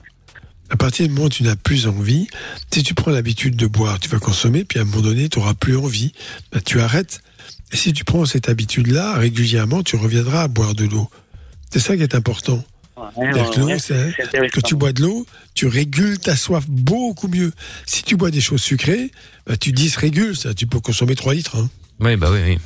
[SPEAKER 4] À partir du moment où tu n'as plus envie, si tu prends l'habitude de boire, tu vas consommer, puis à un moment donné, tu n'auras plus envie, Ben, tu arrêtes. Et si tu prends cette habitude-là, régulièrement, tu reviendras à boire de l'eau. C'est ça qui est important.
[SPEAKER 3] Ouais,
[SPEAKER 4] C'est-à-dire que
[SPEAKER 3] ouais,
[SPEAKER 4] l'eau,
[SPEAKER 3] ouais,
[SPEAKER 4] c'est-
[SPEAKER 3] c'est intéressant.
[SPEAKER 4] que tu bois de l'eau, tu régules ta soif beaucoup mieux. Si tu bois des choses sucrées, ben, tu dysrégules, ça. Tu peux consommer 3 litres. hein.
[SPEAKER 2] Oui bah oui oui.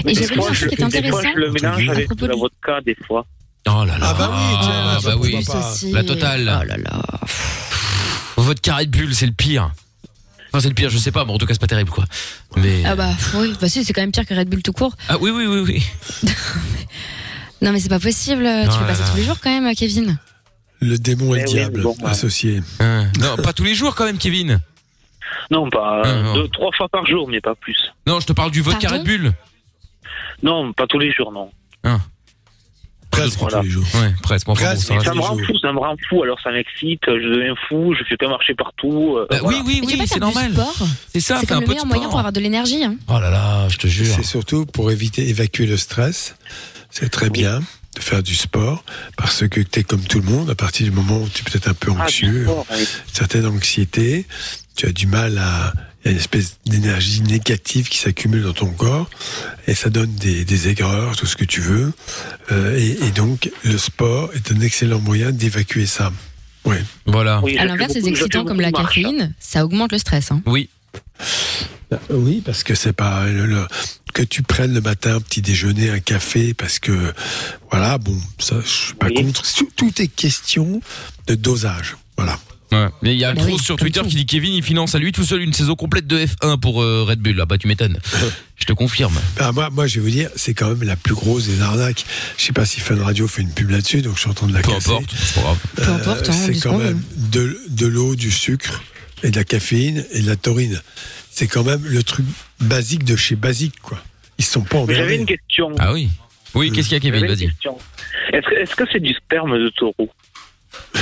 [SPEAKER 5] Et
[SPEAKER 3] Des
[SPEAKER 5] j'ai
[SPEAKER 3] fois,
[SPEAKER 5] vu un
[SPEAKER 3] je-
[SPEAKER 5] truc qui est
[SPEAKER 3] Des
[SPEAKER 5] intéressant.
[SPEAKER 3] fois, je le mélange
[SPEAKER 4] À
[SPEAKER 3] avec
[SPEAKER 5] propos
[SPEAKER 3] de la
[SPEAKER 5] du-
[SPEAKER 3] vodka, des fois.
[SPEAKER 2] Oh là là.
[SPEAKER 4] Ah bah oui, tiens,
[SPEAKER 2] Ah
[SPEAKER 4] là,
[SPEAKER 2] bah
[SPEAKER 4] ça,
[SPEAKER 2] oui.
[SPEAKER 4] pourquoi pas.
[SPEAKER 5] Ceci.
[SPEAKER 2] La totale.
[SPEAKER 5] Oh là là.
[SPEAKER 2] Votre carré de bulle, c'est le pire. Enfin c'est le pire, je sais pas. Bon en tout cas c'est pas terrible quoi. Mais
[SPEAKER 5] Ah bah oui, bah si, c'est quand même pire que Red Bull tout court.
[SPEAKER 2] ah oui oui oui oui.
[SPEAKER 5] Non mais c'est pas possible, tu
[SPEAKER 2] Oh
[SPEAKER 5] fais
[SPEAKER 2] là
[SPEAKER 5] pas ça
[SPEAKER 2] là. Euh,
[SPEAKER 5] tous les jours quand même, euh, Kevin.
[SPEAKER 4] Le démon et le
[SPEAKER 3] Eh oui,
[SPEAKER 4] diable
[SPEAKER 3] bon, ouais.
[SPEAKER 4] associés.
[SPEAKER 2] Non, pas tous les jours quand même, Kevin.
[SPEAKER 3] Non, pas euh,
[SPEAKER 2] Ah, non.
[SPEAKER 3] deux, trois fois par jour, mais pas plus.
[SPEAKER 2] Non, je te parle du vodka
[SPEAKER 5] Pardon
[SPEAKER 2] Red Bull.
[SPEAKER 3] Non, pas tous les jours, non.
[SPEAKER 4] Presque
[SPEAKER 3] Voilà.
[SPEAKER 4] tous les jours.
[SPEAKER 2] Hein, Ouais, presque. Enfin,
[SPEAKER 4] Presque.
[SPEAKER 2] bon, ça reste.
[SPEAKER 3] Ça me rend
[SPEAKER 4] jours.
[SPEAKER 3] fou, ça me rend fou. Alors ça m'excite, je deviens fou, je fais que marcher partout. euh,
[SPEAKER 2] Bah Oui,
[SPEAKER 3] voilà.
[SPEAKER 5] Mais tu veux
[SPEAKER 2] oui, oui,
[SPEAKER 5] pas
[SPEAKER 2] c'est
[SPEAKER 5] faire du
[SPEAKER 2] normal.
[SPEAKER 5] sport
[SPEAKER 2] C'est ça,
[SPEAKER 5] C'est
[SPEAKER 2] fais
[SPEAKER 5] comme
[SPEAKER 2] un
[SPEAKER 5] le
[SPEAKER 2] peu de
[SPEAKER 5] meilleur moyen pour
[SPEAKER 2] sport.
[SPEAKER 5] avoir de l'énergie. hein.
[SPEAKER 2] Oh là là, je te jure.
[SPEAKER 4] C'est surtout pour éviter, évacuer le stress. C'est très bien de faire du sport parce que tu es comme tout le monde à partir du moment où tu es peut-être un peu
[SPEAKER 3] Ah, du
[SPEAKER 4] anxieux,
[SPEAKER 3] sport, oui.
[SPEAKER 4] certaine anxiété, tu as du mal à il y a une espèce d'énergie négative qui s'accumule dans ton corps et ça donne des, des aigreurs, tout ce que tu veux. Euh, et, et donc, le sport est un excellent moyen d'évacuer ça. Ouais.
[SPEAKER 2] Voilà.
[SPEAKER 3] Oui, je
[SPEAKER 5] À
[SPEAKER 3] fais
[SPEAKER 5] l'inverse, les
[SPEAKER 3] beaucoup- je fais
[SPEAKER 5] excitants
[SPEAKER 3] beaucoup
[SPEAKER 5] comme la
[SPEAKER 3] de marche.
[SPEAKER 5] caféine, ça augmente le stress. hein.
[SPEAKER 2] Oui.
[SPEAKER 4] Bah, oui, parce que c'est pas le, le- que tu prennes le matin un petit déjeuner, un café, parce que voilà, bon, ça, je suis pas
[SPEAKER 3] Oui.
[SPEAKER 4] contre. Tout, tout est question de dosage. Voilà.
[SPEAKER 2] Ouais. Mais il y a un
[SPEAKER 5] Bah
[SPEAKER 2] gros
[SPEAKER 5] oui,
[SPEAKER 2] sur
[SPEAKER 5] comme
[SPEAKER 2] Twitter
[SPEAKER 5] tout.
[SPEAKER 2] qui dit Kevin, il finance à lui tout seul une saison complète de F1 pour euh, Red Bull. Ah bah tu m'étonnes. je te confirme.
[SPEAKER 4] Ah, moi, moi, je vais vous dire, c'est quand même la plus grosse des arnaques. Je sais pas si Fun Radio fait une pub là-dessus, donc je suis en train de la
[SPEAKER 2] Peu
[SPEAKER 4] casser. Euh,
[SPEAKER 2] importe, c'est pas grave.
[SPEAKER 5] Peu importe, hein,
[SPEAKER 4] c'est
[SPEAKER 5] dis ce
[SPEAKER 4] quand
[SPEAKER 5] qu'on veut.
[SPEAKER 4] même de, de l'eau, du sucre et de la caféine et de la taurine. C'est quand même le truc basique de chez basique, quoi. Ils sont pas
[SPEAKER 3] Mais j'avais
[SPEAKER 4] emmerdés.
[SPEAKER 3] une question.
[SPEAKER 2] Ah oui. Oui, qu'est-ce qu'il y a
[SPEAKER 3] J'avais
[SPEAKER 2] Kevin
[SPEAKER 3] une
[SPEAKER 2] Vas-y.
[SPEAKER 3] question. Est-ce que- est-ce que c'est du sperme de taureau
[SPEAKER 5] Oh,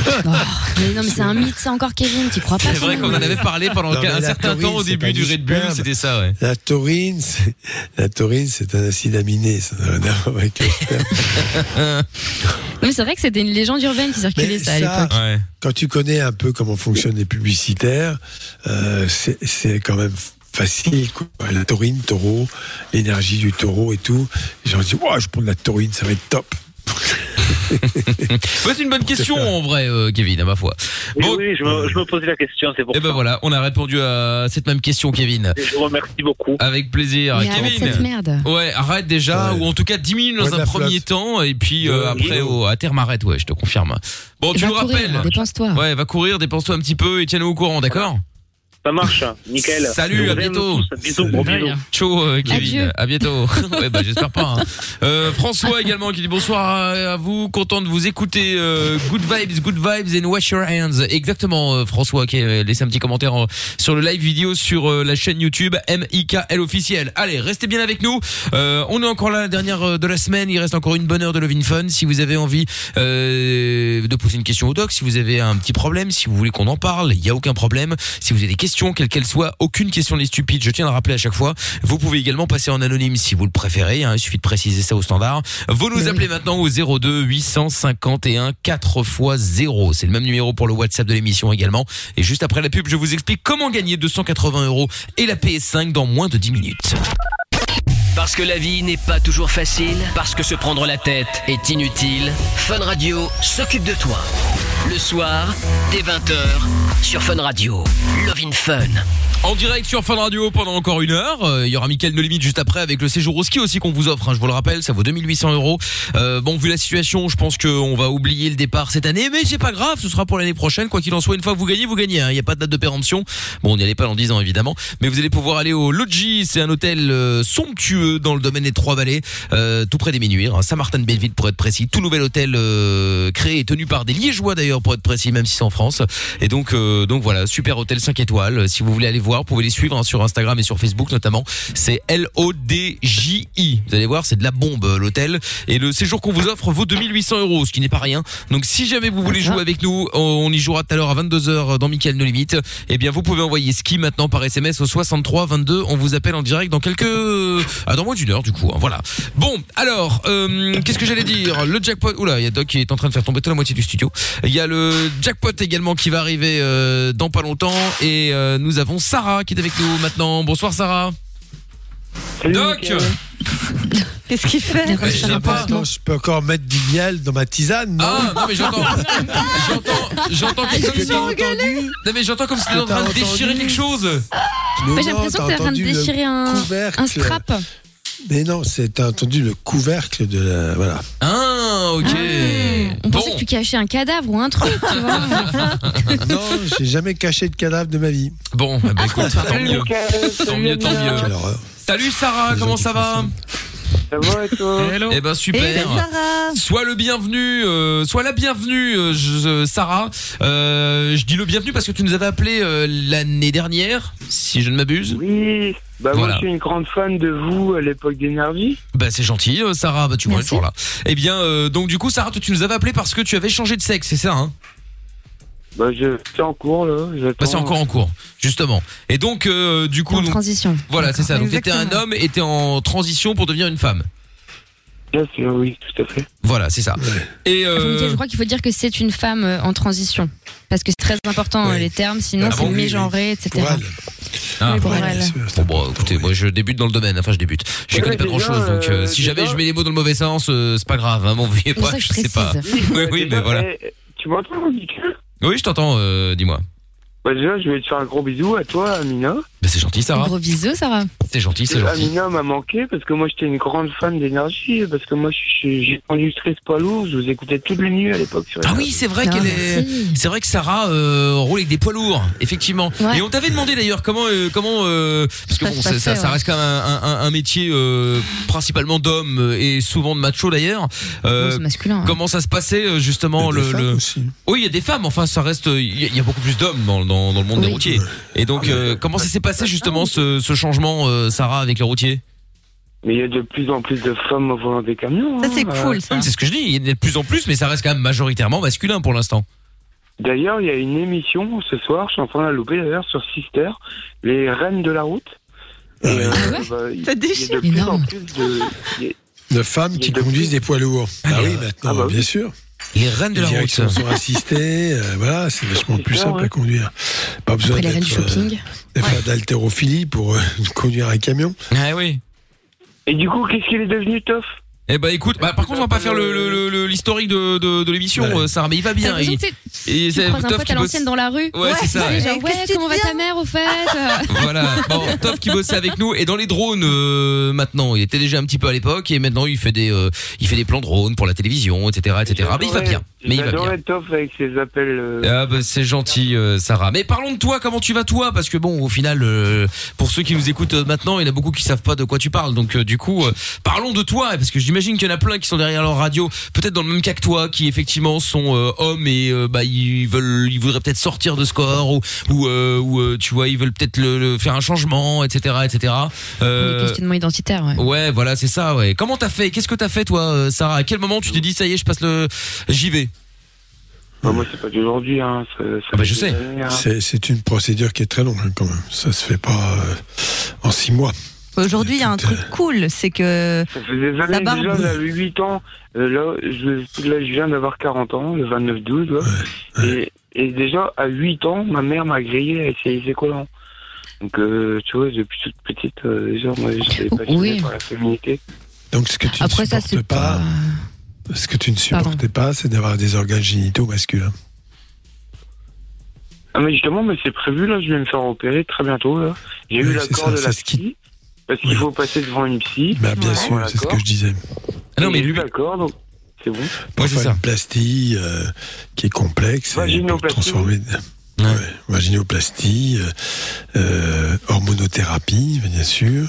[SPEAKER 5] mais non, mais c'est un mythe, ça encore, Kevin. Tu crois pas
[SPEAKER 2] C'est vrai
[SPEAKER 5] Kevin
[SPEAKER 2] qu'on en avait parlé pendant
[SPEAKER 4] Non, mais
[SPEAKER 2] un
[SPEAKER 4] la
[SPEAKER 2] certain
[SPEAKER 4] taurine,
[SPEAKER 2] temps au
[SPEAKER 4] c'est
[SPEAKER 2] début
[SPEAKER 4] pas
[SPEAKER 2] du
[SPEAKER 4] du
[SPEAKER 2] Red Bull,
[SPEAKER 4] sperme.
[SPEAKER 2] c'était ça, ouais.
[SPEAKER 4] La taurine, c'est la taurine, c'est un acide aminé. Ça n'a rien à voir avec le sperme.
[SPEAKER 5] Non, mais c'est vrai que c'était une légende urbaine qui circulait
[SPEAKER 4] Mais
[SPEAKER 5] ça à l'époque.
[SPEAKER 4] ça,
[SPEAKER 2] Ouais.
[SPEAKER 4] quand tu connais un peu comment fonctionnent les publicitaires, euh, c'est c'est quand même facile. Quoi. La taurine, taureau, l'énergie du taureau et tout. Les gens se disent, Ouah, je prends de la taurine, ça va être top.
[SPEAKER 2] Ouais, Bah, c'est une bonne question
[SPEAKER 4] faire.
[SPEAKER 2] en vrai, euh, Kevin, à ma foi.
[SPEAKER 3] Oui,
[SPEAKER 2] Bon.
[SPEAKER 3] oui, je me, je me posais la question, c'est pour
[SPEAKER 2] Et ben
[SPEAKER 3] ça.
[SPEAKER 2] voilà, on a répondu à cette même question, Kevin.
[SPEAKER 3] Et Je vous remercie beaucoup.
[SPEAKER 2] Avec plaisir,
[SPEAKER 5] Mais arrête cette
[SPEAKER 2] Ah, Kevin.
[SPEAKER 5] merde.
[SPEAKER 2] Ouais, arrête déjà,
[SPEAKER 4] Ouais.
[SPEAKER 2] ou en tout cas diminue
[SPEAKER 4] Ouais,
[SPEAKER 2] dans
[SPEAKER 4] de
[SPEAKER 2] un
[SPEAKER 4] la
[SPEAKER 2] premier
[SPEAKER 4] flotte.
[SPEAKER 2] temps, et puis euh,
[SPEAKER 4] Ouais,
[SPEAKER 2] après
[SPEAKER 4] ouais.
[SPEAKER 2] au- à terme arrête, ouais, je te confirme. Bon, tu
[SPEAKER 5] Va
[SPEAKER 2] nous
[SPEAKER 5] courir,
[SPEAKER 2] rappelles.
[SPEAKER 5] Dépense-toi.
[SPEAKER 2] Ouais, va courir, dépense-toi un petit peu et tiens-nous au courant, d'accord
[SPEAKER 3] Ça marche, nickel.
[SPEAKER 2] Salut,
[SPEAKER 3] Je
[SPEAKER 2] à
[SPEAKER 3] vous aime
[SPEAKER 2] bientôt.
[SPEAKER 3] tous. Bisous, gros
[SPEAKER 8] Salut.
[SPEAKER 3] bisous.
[SPEAKER 2] Ciao euh, Kevin,
[SPEAKER 5] Adieu.
[SPEAKER 2] à bientôt. ouais, bah, j'espère pas. hein. Euh, François également qui dit bonsoir à, à vous, content de vous écouter. euh, good vibes, good vibes and wash your hands. Exactement, euh, François qui a laissé un petit commentaire en- sur le live vidéo sur euh, la chaîne YouTube MIKL officiel. Allez, restez bien avec nous. Euh, on est encore là la dernière euh, de la semaine. Il reste encore une bonne heure de Lovin Fun. Si vous avez envie euh, de poser une question au doc, si vous avez un petit problème, si vous voulez qu'on en parle, il y a aucun problème. Si vous avez des questions, quelles qu'elles soient, aucune question n'est stupide. Je tiens à le rappeler à chaque fois. Vous pouvez également passer en anonyme si vous le préférez. hein. il suffit de préciser ça au standard. Vous nous
[SPEAKER 5] Oui.
[SPEAKER 2] appelez maintenant au 02 851 4 x 0. C'est le même numéro pour le WhatsApp de l'émission également. Et juste après la pub, je vous explique comment gagner 280 euros et la PS5 dans moins de 10 minutes.
[SPEAKER 1] Parce que la vie n'est pas toujours facile, parce que se prendre la tête est inutile, Fun Radio s'occupe de toi. Le soir, dès 20h, sur Fun Radio. Love in Fun.
[SPEAKER 2] En direct sur Fun Radio pendant encore une heure. Euh, Il y aura Mickaël No Limite juste après avec le séjour au ski aussi qu'on vous offre. hein. je vous le rappelle, ça vaut 2800 euros. Euh, bon, vu la situation, je pense qu'on va oublier le départ cette année, mais c'est pas grave, ce sera pour l'année prochaine. Quoi qu'il en soit, une fois que vous gagnez, vous gagnez. hein. Il n'y a pas de date de péremption. Bon, on n'y allait pas dans 10 ans évidemment, mais vous allez pouvoir aller au Lodgy. C'est un hôtel euh, somptueux dans le domaine des Trois-Vallées, euh, tout près des Minuires, hein. Saint-Martin-de-Belleville pour être précis. Tout nouvel hôtel euh, créé et tenu par des Liégeois d'ailleurs pour être précis, même si c'est en France. Et donc, euh, donc voilà, super hôtel 5 étoiles. Euh, Si vous voulez aller voir, vous pouvez les suivre hein, sur Instagram et sur Facebook notamment. C'est L-O-D-J-I. Vous allez voir, c'est de la bombe euh, l'hôtel. Et le séjour qu'on vous offre vaut 2800 euros, ce qui n'est pas rien. Donc si jamais vous voulez jouer avec nous, on y jouera tout à l'heure à 22h dans Mickaël No Limite. Eh bien, vous pouvez envoyer ski maintenant par SMS au 63 22. On vous appelle en direct dans quelques... Ah, dans moins d'une heure du coup. hein, voilà. Bon, alors, euh, qu'est-ce que j'allais dire Le jackpot... Oula, il y a Doc qui est en train de faire tomber toute la moitié du studio. Il y a le jackpot également qui va arriver euh, dans pas longtemps. Et euh, nous avons Sarah qui est avec nous maintenant. Bonsoir Sarah. Doc
[SPEAKER 6] Qu'est-ce qu'il fait
[SPEAKER 5] D'accord,
[SPEAKER 2] Mais
[SPEAKER 5] tu
[SPEAKER 2] je
[SPEAKER 5] fais
[SPEAKER 2] n'ai
[SPEAKER 5] un
[SPEAKER 2] pas-
[SPEAKER 5] pansement.
[SPEAKER 4] Attends, je peux encore mettre du miel dans ma tisane, non
[SPEAKER 2] Ah non mais j'entends j'entends j'entends que
[SPEAKER 4] Est-ce
[SPEAKER 2] comme
[SPEAKER 4] que
[SPEAKER 2] si
[SPEAKER 4] t'as entendu
[SPEAKER 2] non mais j'entends comme si t'étais en train de
[SPEAKER 4] T'as
[SPEAKER 2] déchirer
[SPEAKER 4] entendu
[SPEAKER 2] quelque chose.
[SPEAKER 5] Mais J'ai l'impression que t'es en train de déchirer un,
[SPEAKER 4] couvercle.
[SPEAKER 5] un strap.
[SPEAKER 4] Mais non, c'est t'as entendu le couvercle de la. Voilà.
[SPEAKER 2] Ah ok.
[SPEAKER 5] Ah, on
[SPEAKER 2] bon.
[SPEAKER 5] pensait que tu cachais un cadavre ou un truc, tu vois.
[SPEAKER 4] non, j'ai jamais caché de cadavre de ma vie.
[SPEAKER 2] Bon,
[SPEAKER 4] Ah,
[SPEAKER 2] bah, écoute, tant mieux.
[SPEAKER 7] Salut,
[SPEAKER 2] Tant mieux, tant mieux.
[SPEAKER 4] Quelle horreur.
[SPEAKER 2] Salut Sarah,
[SPEAKER 4] Les
[SPEAKER 2] comment
[SPEAKER 4] gens
[SPEAKER 2] ça
[SPEAKER 4] qui
[SPEAKER 2] va
[SPEAKER 4] font
[SPEAKER 3] Ça va et toi
[SPEAKER 2] Eh ben super.
[SPEAKER 3] Et c'est
[SPEAKER 2] Sois le bienvenu, euh, sois la bienvenue, euh, je- euh, Sarah. Euh, je dis le bienvenu parce que tu nous avais appelé euh, l'année dernière, si je ne m'abuse.
[SPEAKER 3] Oui. Bah moi
[SPEAKER 2] Voilà.
[SPEAKER 3] je suis une grande fan de vous à l'époque d'énergie.
[SPEAKER 2] Bah c'est gentil, euh, Sarah. Bah tu vois,
[SPEAKER 3] Merci.
[SPEAKER 2] toujours là. Eh bien, euh, donc du coup, Sarah, toi, tu nous avais appelé parce que tu avais changé de sexe, c'est ça hein
[SPEAKER 3] Bah je c'est en cours là.
[SPEAKER 2] Bah, c'est encore en cours, justement. Et donc, euh, du coup,
[SPEAKER 5] En
[SPEAKER 2] donc-
[SPEAKER 5] transition.
[SPEAKER 2] Voilà, c'est ça. Donc t'étais
[SPEAKER 5] Exactement.
[SPEAKER 2] un homme, et t'es en transition pour devenir une femme.
[SPEAKER 3] Bien sûr, oui, tout à fait.
[SPEAKER 2] Voilà, c'est ça. Et
[SPEAKER 5] Faut
[SPEAKER 2] euh,
[SPEAKER 5] noter, Je crois qu'il faut dire que c'est une femme euh, en transition. Parce que c'est très important euh, les termes, sinon
[SPEAKER 2] Ah
[SPEAKER 5] c'est
[SPEAKER 2] bon, oui,
[SPEAKER 5] mégenré, etc.
[SPEAKER 2] Ah.
[SPEAKER 5] Oui, pour elle.
[SPEAKER 2] Bon, bah, écoutez, moi je débute dans le domaine, enfin je débute. Je
[SPEAKER 3] Ouais,
[SPEAKER 2] connais pas
[SPEAKER 3] déjà,
[SPEAKER 2] grand chose, donc euh,
[SPEAKER 3] euh,
[SPEAKER 2] si jamais
[SPEAKER 3] déjà-
[SPEAKER 2] je mets les mots dans le mauvais sens, euh, c'est pas grave, hein, m'en vouillez
[SPEAKER 3] C'est pour
[SPEAKER 2] pas,
[SPEAKER 3] ça que
[SPEAKER 2] je
[SPEAKER 3] je
[SPEAKER 2] sais pas.
[SPEAKER 3] précise.
[SPEAKER 2] Oui, oui, mais voilà.
[SPEAKER 3] Eh, Tu m'entends mon petit cœur
[SPEAKER 2] Oui, je t'entends, euh, dis-moi.
[SPEAKER 3] Bah déjà je vais te faire un gros bisou à toi Amina.
[SPEAKER 2] Bah, c'est gentil, Sarah.
[SPEAKER 5] Gros bisous, Sarah.
[SPEAKER 2] C'est gentil, c'est gentil.
[SPEAKER 3] Amina m'a manqué parce que moi j'étais une grande fan d'énergie parce que moi je- je- j'ai enregistré ce poids lourd, je vous écoutais toutes les nuits à l'époque sur
[SPEAKER 2] Ah oui, c'est vrai qu'elle est. C'est vrai que Sarah euh, roule avec des poids lourds, effectivement.
[SPEAKER 3] Ouais.
[SPEAKER 2] Et on t'avait demandé d'ailleurs comment, euh, comment, euh, parce que
[SPEAKER 3] Ça
[SPEAKER 2] bon,
[SPEAKER 3] se
[SPEAKER 2] ça,
[SPEAKER 3] passait,
[SPEAKER 2] ça- ça
[SPEAKER 3] ouais.
[SPEAKER 2] reste quand même un, un- un métier euh, principalement d'hommes euh, et souvent de macho d'ailleurs. Euh,
[SPEAKER 5] masculin, hein.
[SPEAKER 2] Comment ça se passait euh, justement le, le- Oui, il y a des femmes. Enfin, ça reste. euh, Il y, a- il y a beaucoup plus d'hommes dans, dans- dans le monde des routiers. Et donc, euh, comment ça s'est passé justement ce, ce changement, euh, Sarah, avec les routiers
[SPEAKER 3] Mais il y a de plus en plus de femmes au volant des camions. hein. Euh,
[SPEAKER 2] Oui, C'est ce que je dis. Il y en a de plus en plus, mais ça reste quand même majoritairement masculin pour l'instant.
[SPEAKER 3] D'ailleurs, il y a une émission ce soir, je suis en train de la louper d'ailleurs, sur Sister, les reines de la route.
[SPEAKER 2] Ah
[SPEAKER 3] Et, euh, bah, il-
[SPEAKER 6] Ça
[SPEAKER 3] il y a de plus en plus de. il y a-
[SPEAKER 4] De femmes qui conduisent des poids lourds. Ah oui, maintenant, bien sûr.
[SPEAKER 2] Les reines de la route.
[SPEAKER 4] directions sont assistées, euh, voilà, c'est vachement plus simple à conduire. Pas besoin
[SPEAKER 5] Après, les reines
[SPEAKER 4] d'être, euh,
[SPEAKER 5] shopping.
[SPEAKER 4] de faire d'haltérophilie pour euh, conduire un camion.
[SPEAKER 2] Ah oui.
[SPEAKER 3] Et du coup, qu'est-ce qu'il est devenu, Toff
[SPEAKER 2] Eh bah écoute, bah, par contre on va pas faire le- le- le- le- l'historique de, de- de l'émission, euh, Sarah, mais il va
[SPEAKER 5] T'as
[SPEAKER 2] bien.
[SPEAKER 5] l'impression
[SPEAKER 2] il-
[SPEAKER 5] que c'est-
[SPEAKER 2] et
[SPEAKER 5] Tu
[SPEAKER 2] c'est-
[SPEAKER 5] croises un
[SPEAKER 2] Toff
[SPEAKER 5] pote
[SPEAKER 2] qui
[SPEAKER 5] à
[SPEAKER 2] bosse-
[SPEAKER 5] l'ancienne dans la rue.
[SPEAKER 2] Ouais, c'est ça.
[SPEAKER 5] tu sais,
[SPEAKER 2] ouais.
[SPEAKER 5] genre, ouais, comment va ta mère au fait Euh,
[SPEAKER 2] Voilà, bon, Toff qui bossait avec nous et dans les drones euh, maintenant, il était déjà un petit peu à l'époque et maintenant il fait des euh, il fait des plans drones pour la télévision, etc., etc. Ah, Mais il va bien, mais il va bien.
[SPEAKER 3] J'adorais Toff avec ses appels. euh,
[SPEAKER 2] Ah bah, c'est gentil euh, Sarah. Mais parlons de toi, comment tu vas toi Parce que bon, au final, euh, pour ceux qui nous écoutent euh, maintenant, il y en a beaucoup qui savent pas de quoi tu parles. Donc euh, du coup, euh, parlons de toi, parce que j'imagine qu'il y en a plein qui sont derrière leur radio, peut-être dans le même cas que toi, qui effectivement sont euh, hommes et euh, bah ils veulent, ils voudraient peut-être sortir de ce corps ou ou, euh, ou, euh, tu vois, ils veulent peut-être le, le- faire un changement, etc., etc. Euh,
[SPEAKER 5] Questionnement identitaire, ouais.
[SPEAKER 2] ouais, voilà, c'est ça. Ouais. Comment t'as fait Qu'est-ce que t'as fait toi, euh, Sarah À quel moment tu t'es dit ça y est, je passe le, j'y vais
[SPEAKER 3] bah, moi, c'est pas d'aujourd'hui. Hein. ça- ça
[SPEAKER 2] Ah bah, je
[SPEAKER 3] fait
[SPEAKER 2] sais.
[SPEAKER 3] des années, hein.
[SPEAKER 4] C'est c'est une procédure qui est très longue hein, quand même. Ça se fait pas euh, en six mois.
[SPEAKER 6] Aujourd'hui, il y a un truc cool, c'est que.
[SPEAKER 3] Ça faisait des années
[SPEAKER 6] barbe.
[SPEAKER 3] déjà, j'avais 8 ans. Euh, là, je, là, je viens d'avoir 40 ans, le 29-12. là. Et, et déjà, à 8 ans, ma mère m'a grillé à essayer les collants. Donc, euh, tu vois, depuis toute petite, euh, déjà, moi, j'étais passionné par la féminité.
[SPEAKER 4] Donc ce que tu
[SPEAKER 5] Après,
[SPEAKER 4] ne
[SPEAKER 5] ça,
[SPEAKER 4] supportes pas, ce que tu ne supportais pas, c'est d'avoir des organes génitaux masculins.
[SPEAKER 3] Ah, mais justement, mais c'est prévu, là, je vais me faire opérer très bientôt. là. J'ai eu
[SPEAKER 4] Oui, c'est
[SPEAKER 3] l'accord
[SPEAKER 4] ça,
[SPEAKER 3] de
[SPEAKER 4] c'est
[SPEAKER 3] la
[SPEAKER 4] ce qui-
[SPEAKER 3] psy, parce qu'il faut passer devant une psy.
[SPEAKER 4] Bah, bien sûr, c'est ce que je disais.
[SPEAKER 2] Ah non, mais
[SPEAKER 3] lui. D'accord, donc, c'est bon.
[SPEAKER 4] Pour faire une plastie euh, qui est complexe, et pour transformer. Ouais, vaginoplastie, euh, euh, hormonothérapie, bien sûr,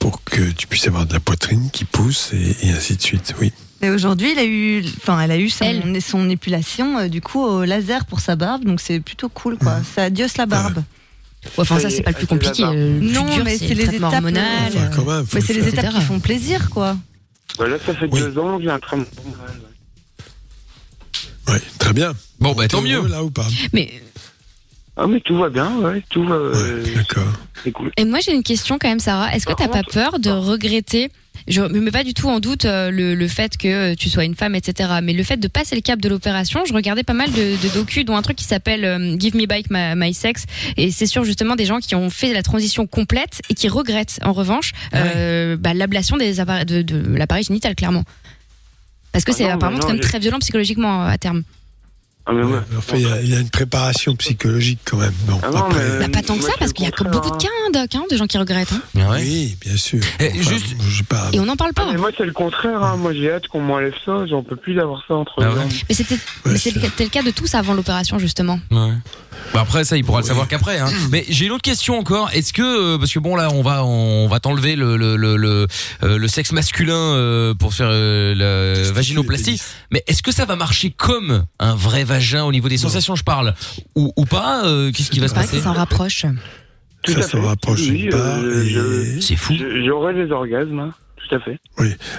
[SPEAKER 4] pour que tu puisses avoir de la poitrine qui pousse et, et ainsi de suite. Oui.
[SPEAKER 6] Et aujourd'hui, il a eu, enfin, elle a eu son, son épilation euh, du coup au laser pour sa barbe, donc c'est plutôt cool, quoi.
[SPEAKER 4] Mmh.
[SPEAKER 6] Ça adios la barbe.
[SPEAKER 5] enfin, ça, c'est pas le plus compliqué. euh, le plus
[SPEAKER 6] non,
[SPEAKER 5] dur,
[SPEAKER 6] mais
[SPEAKER 5] le
[SPEAKER 6] c'est les
[SPEAKER 5] traitement
[SPEAKER 6] étapes.
[SPEAKER 5] hormonal.
[SPEAKER 6] euh,
[SPEAKER 4] quand même, faut
[SPEAKER 6] mais c'est
[SPEAKER 4] le
[SPEAKER 6] les
[SPEAKER 4] faire.
[SPEAKER 6] étapes qui
[SPEAKER 4] Etc.
[SPEAKER 6] font plaisir, quoi.
[SPEAKER 3] Bah, là, ça fait 2 ans, j'ai un train de.
[SPEAKER 4] Ouais, très bien.
[SPEAKER 2] Bon, bah
[SPEAKER 4] T'es heureux, Là ou pas
[SPEAKER 5] Mais
[SPEAKER 3] Ah, mais tout va bien, ouais, tout va. euh, C'est cool.
[SPEAKER 5] Et moi, j'ai une question quand même, Sarah.
[SPEAKER 3] Bah,
[SPEAKER 5] Est-ce que t'as pas peur de regretter Je me mets pas du tout en doute euh, le, le fait que euh, tu sois une femme, etc. Mais le fait de passer le cap de l'opération, je regardais pas mal de, de docus, dont un truc qui s'appelle euh, Give Me Back My, My Sex. Et c'est sur justement des gens qui ont fait la transition complète et qui regrettent, en revanche,
[SPEAKER 3] Ah
[SPEAKER 5] euh, bah, l'ablation des appare- de, de l'appareil génital, clairement. Parce que
[SPEAKER 3] Ah
[SPEAKER 5] c'est
[SPEAKER 3] non, mais
[SPEAKER 5] apparemment
[SPEAKER 3] non,
[SPEAKER 5] quand même
[SPEAKER 3] j'ai-
[SPEAKER 5] très violent psychologiquement euh, à terme.
[SPEAKER 3] Ah, mais
[SPEAKER 4] Ouais,
[SPEAKER 3] ouais.
[SPEAKER 4] mais enfin, il y, a- il y a une préparation psychologique quand même. Bon,
[SPEAKER 3] Ah non,
[SPEAKER 4] après-
[SPEAKER 3] mais-
[SPEAKER 5] Bah, pas tant que
[SPEAKER 3] Moi,
[SPEAKER 5] ça,
[SPEAKER 3] je
[SPEAKER 5] parce qu'il y a
[SPEAKER 3] comprends
[SPEAKER 5] beaucoup de
[SPEAKER 3] ça,
[SPEAKER 5] cas, hein, Doc, hein, de gens qui regrettent. hein.
[SPEAKER 2] Ah
[SPEAKER 4] Oui, bien sûr.
[SPEAKER 2] Eh,
[SPEAKER 4] euh, Enfin,
[SPEAKER 2] juste-
[SPEAKER 4] je sais pas.
[SPEAKER 5] Et on n'en parle
[SPEAKER 3] Ah,
[SPEAKER 5] pas.
[SPEAKER 3] mais moi, c'est le contraire. hein. Moi, j'ai hâte qu'on m'enlève ça. J'en peux plus d'avoir ça entre
[SPEAKER 2] Ah
[SPEAKER 3] les
[SPEAKER 2] ouais.
[SPEAKER 3] jambes.
[SPEAKER 5] Mais c'était mais
[SPEAKER 4] Ouais,
[SPEAKER 5] c'était le c'était le cas de tous avant l'opération, justement.
[SPEAKER 2] Ouais. Bah après ça il pourra le
[SPEAKER 4] Oui.
[SPEAKER 2] savoir qu'après hein. Mais j'ai une autre question encore. Est-ce que euh, parce que bon là on va on va t'enlever le le le le, euh, le sexe masculin euh, pour faire euh, la
[SPEAKER 4] Testicule,
[SPEAKER 2] vaginoplastie.
[SPEAKER 4] pénis.
[SPEAKER 2] Mais est-ce que ça va marcher comme un vrai vagin au niveau des sensations je parle ou ou pas euh, qu'est-ce qui va se
[SPEAKER 5] C'est vrai
[SPEAKER 2] passer
[SPEAKER 5] qu'ils s'en rapprochent.
[SPEAKER 3] Tout
[SPEAKER 4] ça
[SPEAKER 3] à
[SPEAKER 4] s'en
[SPEAKER 3] fait.
[SPEAKER 4] rapproche
[SPEAKER 3] Oui,
[SPEAKER 4] pas.
[SPEAKER 3] euh,
[SPEAKER 4] et
[SPEAKER 2] C'est fou.
[SPEAKER 3] Je- J'aurai des orgasmes, hein. tout à fait.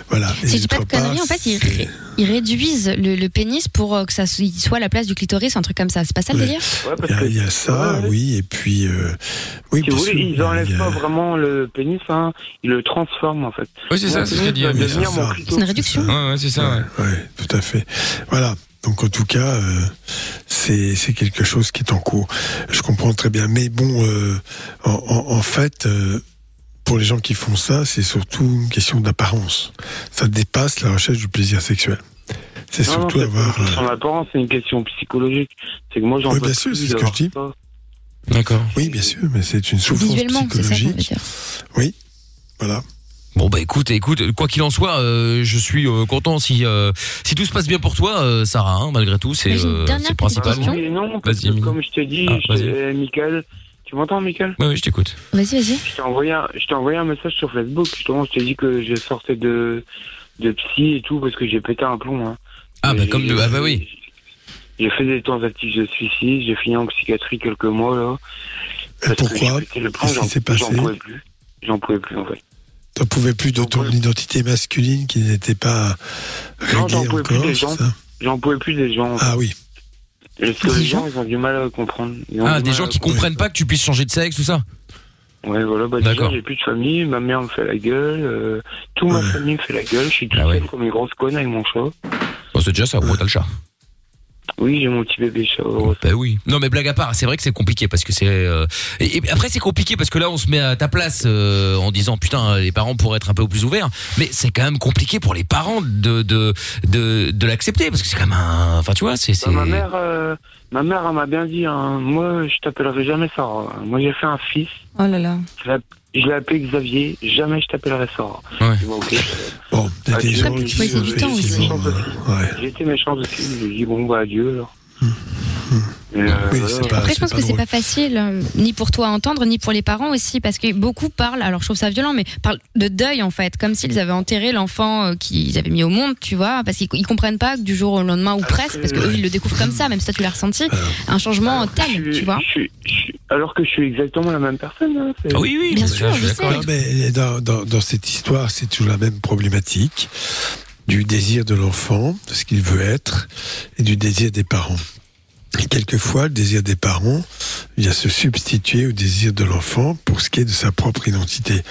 [SPEAKER 4] Voilà.
[SPEAKER 5] Si
[SPEAKER 4] Et
[SPEAKER 5] je dis pas de
[SPEAKER 4] autre part,
[SPEAKER 5] conneries, en fait, ils,
[SPEAKER 4] c'est-
[SPEAKER 5] ré- ils réduisent le, le pénis pour euh, que ça s- il soit à la place du clitoris, un truc comme ça. C'est pas ça le
[SPEAKER 4] Ouais.
[SPEAKER 5] délire
[SPEAKER 3] Ouais,
[SPEAKER 4] Il y,
[SPEAKER 3] parce
[SPEAKER 4] a-
[SPEAKER 3] que,
[SPEAKER 4] il y a ça,
[SPEAKER 3] Ouais, ouais.
[SPEAKER 4] oui, et puis. euh, oui,
[SPEAKER 3] si
[SPEAKER 4] bien
[SPEAKER 3] vous
[SPEAKER 4] sûr,
[SPEAKER 3] voulez,
[SPEAKER 4] il
[SPEAKER 3] ils
[SPEAKER 4] y a-
[SPEAKER 3] enlèvent
[SPEAKER 4] il y a-
[SPEAKER 3] pas vraiment le pénis, hein. ils le transforment en fait.
[SPEAKER 2] Oui c'est ça
[SPEAKER 3] Mon
[SPEAKER 2] c'est ce que dit
[SPEAKER 3] pénis va
[SPEAKER 4] Amir.
[SPEAKER 3] devenir mon
[SPEAKER 4] Ça.
[SPEAKER 5] C'est
[SPEAKER 3] clito.
[SPEAKER 5] une réduction.
[SPEAKER 2] Ouais ouais c'est ça. ouais.
[SPEAKER 4] Ouais, ouais, tout à fait. Voilà. Donc en tout cas, euh, c'est c'est quelque chose qui est en cours. Je comprends très bien. Mais bon, euh, en, en- en fait, euh, pour les gens qui font ça, c'est surtout une question d'apparence. Ça dépasse la recherche du plaisir sexuel. C'est
[SPEAKER 3] Non, non,
[SPEAKER 4] surtout
[SPEAKER 3] c'est pas
[SPEAKER 4] avoir...
[SPEAKER 3] une question
[SPEAKER 4] euh,
[SPEAKER 3] d'apparence, c'est une question psychologique. C'est que moi, j'en
[SPEAKER 4] Oui,
[SPEAKER 3] peux
[SPEAKER 4] bien sûr,
[SPEAKER 3] plus
[SPEAKER 4] c'est ce que
[SPEAKER 3] d'avoir
[SPEAKER 4] je dis.
[SPEAKER 3] ça.
[SPEAKER 2] D'accord.
[SPEAKER 4] Oui, bien sûr, mais c'est une souffrance
[SPEAKER 5] Visuellement, c'est ça qu'on veut
[SPEAKER 4] psychologique.
[SPEAKER 5] dire.
[SPEAKER 4] Voilà.
[SPEAKER 2] Bon bah écoute, écoute, quoi qu'il en soit, euh, je suis euh, content si euh, si tout se passe bien pour toi, euh, Sarah. hein, malgré tout, c'est
[SPEAKER 5] Mais Bah, j'ai une
[SPEAKER 2] euh,
[SPEAKER 5] dernière
[SPEAKER 2] c'est
[SPEAKER 5] petite
[SPEAKER 2] principal.
[SPEAKER 5] question.
[SPEAKER 3] Oui et non, parce
[SPEAKER 2] Vas-y,
[SPEAKER 3] que
[SPEAKER 2] Mimi.
[SPEAKER 3] comme je t'ai dit,
[SPEAKER 2] Ah,
[SPEAKER 3] je
[SPEAKER 2] vas-y.
[SPEAKER 3] t'ai- euh, Michael, tu m'entends, Michael
[SPEAKER 2] Ouais, ouais, je t'écoute.
[SPEAKER 5] Vas-y, vas-y.
[SPEAKER 3] je t'ai, envoyé un, je t'ai envoyé un message sur Facebook, justement, je t'ai dit que je sortais de, de psy et tout, parce que j'ai pété un plomb. hein.
[SPEAKER 2] Ah
[SPEAKER 3] Et
[SPEAKER 2] bah comme
[SPEAKER 3] j'ai-
[SPEAKER 2] de, ah bah oui.
[SPEAKER 3] J'ai fait des tentatives de suicide, j'ai fini en psychiatrie quelques mois, là.
[SPEAKER 4] Et
[SPEAKER 3] parce que
[SPEAKER 4] pourquoi
[SPEAKER 3] j'ai pété le plomb,
[SPEAKER 4] Qu'est-ce
[SPEAKER 3] j'en-
[SPEAKER 4] qui s'est passé
[SPEAKER 3] J'en pouvais plus. J'en pouvais plus, en fait.
[SPEAKER 4] T'en pouvais plus de
[SPEAKER 3] J'en
[SPEAKER 4] ton
[SPEAKER 3] pouvais-
[SPEAKER 4] identité masculine qui n'était pas
[SPEAKER 3] Non, j'en
[SPEAKER 4] réglée
[SPEAKER 3] pouvais plus
[SPEAKER 4] encore,
[SPEAKER 3] des
[SPEAKER 4] c'est
[SPEAKER 3] gens.
[SPEAKER 4] ça
[SPEAKER 3] J'en pouvais plus des gens. en fait.
[SPEAKER 4] Ah oui.
[SPEAKER 3] Parce que
[SPEAKER 5] Des
[SPEAKER 3] les gens, ils ont du mal à comprendre. Ils ont
[SPEAKER 2] Ah
[SPEAKER 3] du
[SPEAKER 2] des
[SPEAKER 3] mal
[SPEAKER 2] gens
[SPEAKER 3] à
[SPEAKER 2] qui
[SPEAKER 3] comprendre.
[SPEAKER 2] comprennent pas que tu puisses changer de sexe tout ça.
[SPEAKER 3] Ouais, voilà, bah
[SPEAKER 2] D'accord.
[SPEAKER 3] déjà, j'ai plus de famille, ma mère me fait la gueule, euh, tout ma
[SPEAKER 4] Ouais.
[SPEAKER 3] famille me fait la gueule, je suis tout
[SPEAKER 2] Ah
[SPEAKER 3] seul
[SPEAKER 2] ouais.
[SPEAKER 3] comme une grosse conne avec mon chat.
[SPEAKER 2] Bon, c'est déjà ça, au moins, t'as le chat.
[SPEAKER 3] Oui, j'ai mon petit bébé chat. heureux.
[SPEAKER 2] Bah oui. Non mais blague à part, c'est vrai que c'est compliqué parce que c'est. euh, Et, et après c'est compliqué parce que là on se met à ta place euh, en disant putain les parents pourraient être un peu plus ouverts, mais c'est quand même compliqué pour les parents de de de, de l'accepter parce que c'est quand même un. Enfin tu vois c'est c'est.
[SPEAKER 3] Bah, ma mère, euh, ma mère, elle m'a bien dit, hein, moi, je t'appellerai jamais Sarah. hein. Moi, j'ai fait un fils,
[SPEAKER 6] Oh là là.
[SPEAKER 3] je l'ai- je l'ai appelé Xavier, jamais je t'appellerai Sarah.
[SPEAKER 2] Ouais.
[SPEAKER 3] J'ai dit, bon, ok.
[SPEAKER 4] Bon, il y a
[SPEAKER 3] Ah,
[SPEAKER 4] des
[SPEAKER 3] tu
[SPEAKER 4] gens
[SPEAKER 3] vois,
[SPEAKER 4] qui...
[SPEAKER 3] il faut essayer du temps aussi.
[SPEAKER 4] effectivement, euh, ouais. Hum.
[SPEAKER 3] J'ai été méchant dessus, j'ai dit, bon, bah, adieu, alors. Mais, euh,
[SPEAKER 4] Oui,
[SPEAKER 3] voilà.
[SPEAKER 4] c'est pas,
[SPEAKER 5] Après,
[SPEAKER 4] Bah, c'est
[SPEAKER 5] je pense
[SPEAKER 4] pas
[SPEAKER 5] que c'est
[SPEAKER 4] drôle.
[SPEAKER 5] pas facile, euh, ni pour toi à entendre, ni pour les parents aussi, parce que beaucoup parlent, alors je trouve ça violent, mais parlent de deuil en fait, comme s'ils avaient enterré l'enfant euh, qu'ils avaient mis au monde, tu vois, parce qu'ils ils comprennent pas que du jour au lendemain, ou presque, parce
[SPEAKER 4] euh,
[SPEAKER 5] qu'eux ils le découvrent comme ça, même si toi tu l'as ressenti, un changement tel,
[SPEAKER 3] Je-
[SPEAKER 5] tu vois.
[SPEAKER 3] je suis- je suis- alors que je suis exactement la même personne. hein, c'est-
[SPEAKER 2] Ah Oui oui.
[SPEAKER 5] Bien
[SPEAKER 2] bah,
[SPEAKER 5] sûr,
[SPEAKER 2] je suis
[SPEAKER 5] je
[SPEAKER 2] d'accord
[SPEAKER 5] sais.
[SPEAKER 2] avec-
[SPEAKER 4] Non, Ah, mais dans, dans- dans cette histoire, c'est toujours la même problématique du désir de l'enfant, de ce qu'il veut être, et du désir des parents. Et quelquefois, le désir des parents vient se substituer au désir de l'enfant pour ce qui est de sa propre identité.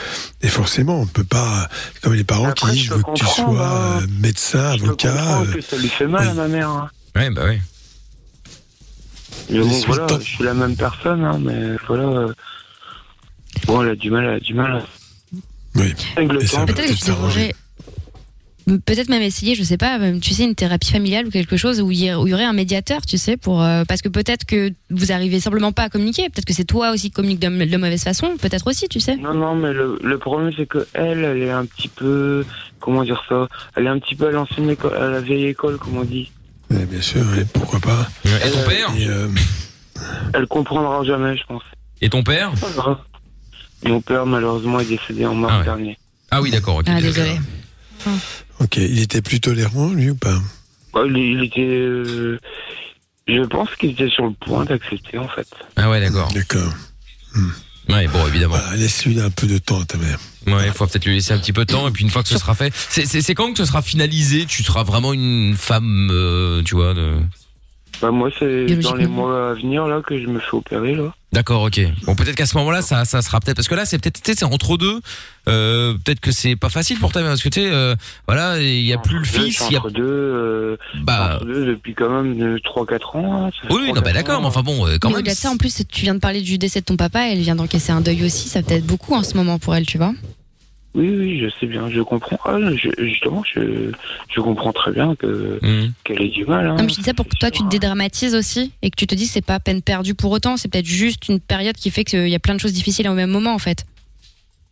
[SPEAKER 4] Et forcément, on ne peut pas, comme les parents
[SPEAKER 3] Après,
[SPEAKER 4] qui disent,
[SPEAKER 3] je
[SPEAKER 4] je veux que tu
[SPEAKER 3] comprends,
[SPEAKER 4] sois
[SPEAKER 3] bah,
[SPEAKER 4] euh, médecin,
[SPEAKER 3] Je peux
[SPEAKER 4] avocat.
[SPEAKER 3] comprendre
[SPEAKER 4] euh,
[SPEAKER 3] Oh, que ça lui fait mal
[SPEAKER 4] oui.
[SPEAKER 3] à ma mère. hein.
[SPEAKER 2] Ouais bah oui.
[SPEAKER 3] Mais bon,
[SPEAKER 4] Laisse-lui
[SPEAKER 3] voilà,
[SPEAKER 4] le temps.
[SPEAKER 3] je suis la même personne, hein, mais voilà. euh, Bon, elle a du mal, elle a du mal.
[SPEAKER 4] Oui.
[SPEAKER 3] Avec le
[SPEAKER 4] Et ça
[SPEAKER 3] temps,
[SPEAKER 4] va.
[SPEAKER 5] Peut-être que tu
[SPEAKER 4] peut-être s'arranger.
[SPEAKER 5] devrais peut-être même essayer, je sais pas, même, tu sais, une thérapie familiale ou quelque chose où il y, où il y aurait un médiateur, tu sais, pour euh, parce que peut-être que vous arrivez simplement pas à communiquer, peut-être que c'est toi aussi qui communique de, de mauvaise façon, peut-être aussi, tu sais.
[SPEAKER 3] Non, non, mais le, le problème, c'est que elle, elle est un petit peu. Comment dire ça Elle est un petit peu à l'ancienne école, à la vieille école, comme on dit.
[SPEAKER 4] Ouais, bien sûr, ouais, pourquoi pas.
[SPEAKER 2] Et ton père
[SPEAKER 4] Et, euh,
[SPEAKER 3] Elle comprendra jamais, je pense.
[SPEAKER 2] Et ton père
[SPEAKER 3] C'est pas grave. Mon père, malheureusement, est décédé en mars
[SPEAKER 2] Ah ouais.
[SPEAKER 3] dernier.
[SPEAKER 2] Ah oui d'accord. ok,
[SPEAKER 5] Ah,
[SPEAKER 2] d'accord.
[SPEAKER 5] désolé.
[SPEAKER 4] ok, il était plus tolérant, lui, ou pas
[SPEAKER 3] Bah, il, il était. euh, je pense qu'il était sur le point d'accepter, en fait.
[SPEAKER 2] Ah ouais d'accord. Hmm.
[SPEAKER 4] D'accord.
[SPEAKER 2] Ouais bon évidemment.
[SPEAKER 4] Voilà, laisse-lui un peu de temps à ta mère.
[SPEAKER 2] Ouais, il faut peut-être lui laisser un petit peu de temps et puis une fois que ce sera fait, c'est c'est c'est quand que ce sera finalisé, tu seras vraiment une femme, euh, tu vois. De...
[SPEAKER 3] Bah, moi, c'est dans les
[SPEAKER 5] Biologiquement.
[SPEAKER 3] mois à venir, là, que je me fais opérer, là.
[SPEAKER 2] D'accord, ok. Bon, peut-être qu'à ce moment-là, ça, ça sera peut-être parce que là, c'est peut-être tu sais, c'est entre deux. Euh, peut-être que c'est pas facile pour ta mère parce que tu sais, euh, voilà, il y a plus le
[SPEAKER 3] Entre deux, je
[SPEAKER 2] fils,
[SPEAKER 3] suis
[SPEAKER 2] il y a
[SPEAKER 3] Entre deux, euh,
[SPEAKER 2] bah.
[SPEAKER 3] entre deux depuis quand même 3-4 ans. hein, ça fait
[SPEAKER 2] Oui, oui, non,
[SPEAKER 3] 3-4
[SPEAKER 2] bah d'accord,
[SPEAKER 3] ans.
[SPEAKER 2] mais enfin bon, euh, quand
[SPEAKER 5] Mais
[SPEAKER 2] même.
[SPEAKER 5] au-delà de ça, en plus, tu viens de parler du décès de ton papa, elle vient d'encaisser un deuil aussi, ça peut être beaucoup en ce moment pour elle, tu vois.
[SPEAKER 3] Oui, oui, je sais bien, je comprends. Ah, je- justement, je, je comprends très bien que
[SPEAKER 2] Hmm.
[SPEAKER 3] qu'elle ait du mal. hein.
[SPEAKER 5] Non, mais je dis ça pour que toi, tu te dédramatises aussi et que tu te dis c'est pas peine perdue pour autant. C'est peut-être juste une période qui fait qu'il y a plein de choses difficiles au même moment, en fait.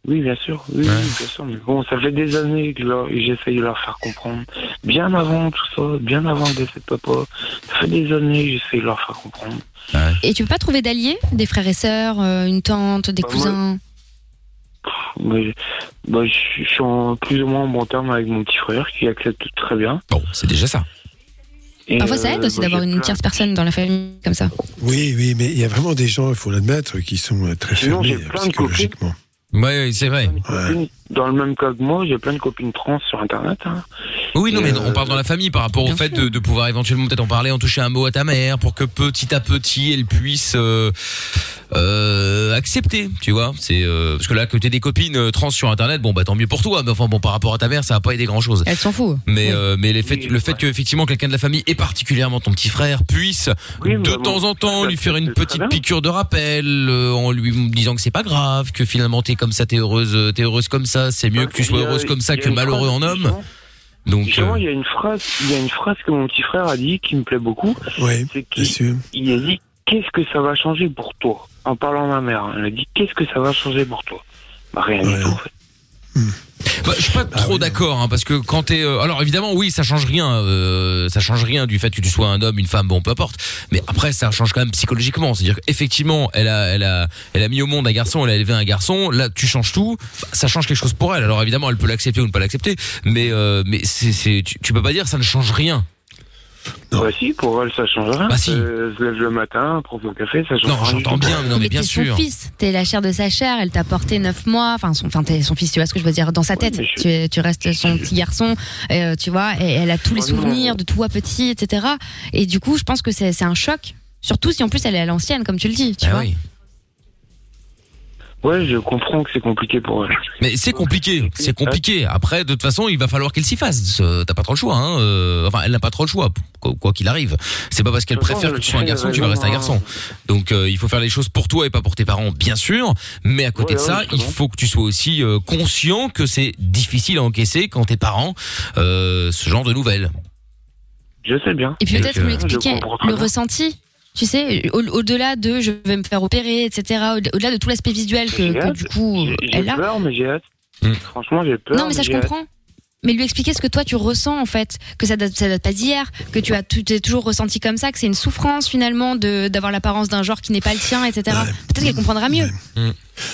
[SPEAKER 3] Oui, bien sûr. Oui, oui, bien sûr. Mais bon, ça fait des années que je leur- j'essaye de leur faire comprendre. Bien avant tout ça, bien avant le décès de papa, ça fait des années que j'essaye de leur faire comprendre.
[SPEAKER 5] Et tu peux pas trouver d'alliés Des frères et sœurs, euh, une tante, des
[SPEAKER 3] Bah,
[SPEAKER 5] cousins
[SPEAKER 3] Mais, bah, je je suis en plus ou moins en bon terme avec mon petit frère qui accepte très bien.
[SPEAKER 2] Bon, c'est déjà ça.
[SPEAKER 5] Parfois,
[SPEAKER 3] euh,
[SPEAKER 5] ça aide
[SPEAKER 3] bah,
[SPEAKER 5] aussi d'avoir une tierce personne dans la famille comme ça.
[SPEAKER 4] Oui, oui, mais il y a vraiment des gens, il faut l'admettre, qui sont euh, très
[SPEAKER 3] Sinon,
[SPEAKER 4] fermés
[SPEAKER 3] j'ai
[SPEAKER 4] euh,
[SPEAKER 3] plein de
[SPEAKER 4] psychologiquement.
[SPEAKER 2] Oui, c'est vrai.
[SPEAKER 3] Dans le même cas que moi, j'ai plein de copines trans sur Internet. hein.
[SPEAKER 2] Oui, non,
[SPEAKER 3] Et,
[SPEAKER 2] mais
[SPEAKER 3] euh,
[SPEAKER 2] on parle dans la famille par rapport au fait de, de pouvoir éventuellement peut-être en parler, en toucher un mot à ta mère pour que petit à petit elle puisse euh, euh, accepter, tu vois. C'est euh, parce que là, que t'aies des copines euh, trans sur internet, bon bah tant mieux pour toi, mais enfin bon par rapport à ta mère, ça va pas aider grand chose.
[SPEAKER 5] Elle s'en fout.
[SPEAKER 2] Mais euh, mais les faits- le fait que effectivement quelqu'un de la famille et particulièrement ton petit frère puisse de temps en temps lui faire une petite piqûre de rappel euh, en lui disant que c'est pas grave, que finalement t'es comme ça, t'es heureuse, euh, t'es heureuse comme ça, c'est mieux que tu sois
[SPEAKER 3] il y a-
[SPEAKER 2] heureuse comme ça
[SPEAKER 3] il y a
[SPEAKER 2] que
[SPEAKER 3] une
[SPEAKER 2] malheureux
[SPEAKER 3] phrase,
[SPEAKER 2] en homme. Donc euh,
[SPEAKER 3] Justement, il y a une phrase, il y a une phrase que mon petit frère a dit qui me plaît beaucoup.
[SPEAKER 4] Oui,
[SPEAKER 3] bien
[SPEAKER 4] sûr.
[SPEAKER 3] Il a dit qu'est-ce que ça va changer pour toi en parlant à ma mère. hein. Il a dit qu'est-ce que ça va changer pour toi. Bah, rien du tout. en fait.
[SPEAKER 2] Bah, je suis pas trop d'accord hein, parce que quand t'es euh, alors évidemment oui ça change rien euh, ça change rien du fait que tu sois un homme une femme bon peu importe mais après ça change quand même psychologiquement c'est à dire qu'effectivement elle a elle a elle a mis au monde un garçon elle a élevé un garçon là tu changes tout bah, ça change quelque chose pour elle alors évidemment elle peut l'accepter ou ne pas l'accepter mais euh, mais c'est c'est tu, tu peux pas dire ça ne change rien
[SPEAKER 3] Bah si, pour elle, ça change rien.
[SPEAKER 2] Bah si.
[SPEAKER 3] Euh, je lève le matin, prends mon café, ça change
[SPEAKER 2] Non,
[SPEAKER 3] rien. du
[SPEAKER 2] j'entends
[SPEAKER 3] tout.
[SPEAKER 2] bien, mais non, mais Mais bien t'es
[SPEAKER 5] Son fils, t'es la chair de sa chair, elle t'a porté 9 mois, enfin, son, enfin, t'es son fils, tu vois ce que je veux dire, dans sa tête. tu, es- tu restes son petit garçon, euh, tu vois, et elle a tous les
[SPEAKER 6] Oh non.
[SPEAKER 5] souvenirs de toi petit, etc. Et du coup, je pense que c'est c'est un choc. Surtout si en plus elle est à l'ancienne, comme tu le dis, tu
[SPEAKER 3] Bah
[SPEAKER 2] Ah
[SPEAKER 5] vois.
[SPEAKER 3] Ouais, je comprends que c'est compliqué pour elle.
[SPEAKER 2] Mais c'est compliqué, c'est compliqué. Après, de toute façon, il va falloir qu'elle s'y fasse. Euh, T'as pas trop le choix. Hein. euh, enfin, elle n'a pas trop le choix, quoi quoi qu'il arrive. C'est pas parce qu'elle
[SPEAKER 3] De toute
[SPEAKER 2] préfère
[SPEAKER 3] façon,
[SPEAKER 2] que tu sois un
[SPEAKER 3] elle a
[SPEAKER 2] garçon que tu vas
[SPEAKER 3] raison,
[SPEAKER 2] rester un
[SPEAKER 3] hein.
[SPEAKER 2] garçon. Donc, euh, il faut faire les choses pour toi et pas pour tes parents, bien sûr. Mais à côté
[SPEAKER 3] Ouais,
[SPEAKER 2] de
[SPEAKER 3] ouais,
[SPEAKER 2] ça, il
[SPEAKER 3] justement.
[SPEAKER 2] faut que tu sois aussi euh, conscient que c'est difficile à encaisser quand tes parents euh, ce genre de nouvelles. euh,
[SPEAKER 3] Je sais bien.
[SPEAKER 5] Et puis peut-être lui expliquer le
[SPEAKER 2] ressenti.
[SPEAKER 5] ressenti. Tu sais, au- au-delà de je vais me faire opérer, etc., au- au-delà de tout l'aspect visuel que, que du coup
[SPEAKER 3] J'ai
[SPEAKER 5] elle a.
[SPEAKER 3] peur, mais j'ai hâte.
[SPEAKER 2] Hmm.
[SPEAKER 3] Franchement, j'ai peur.
[SPEAKER 5] Non, mais ça, je
[SPEAKER 3] j'ai hâte.
[SPEAKER 5] comprends. Mais lui expliquer ce que toi tu ressens en fait, que ça date, ça date pas d'hier, que tu as tout- t'es toujours ressenti comme ça, que c'est une souffrance finalement de d'avoir l'apparence d'un genre qui n'est pas le tien, etc. Peut-être qu'elle comprendra mieux.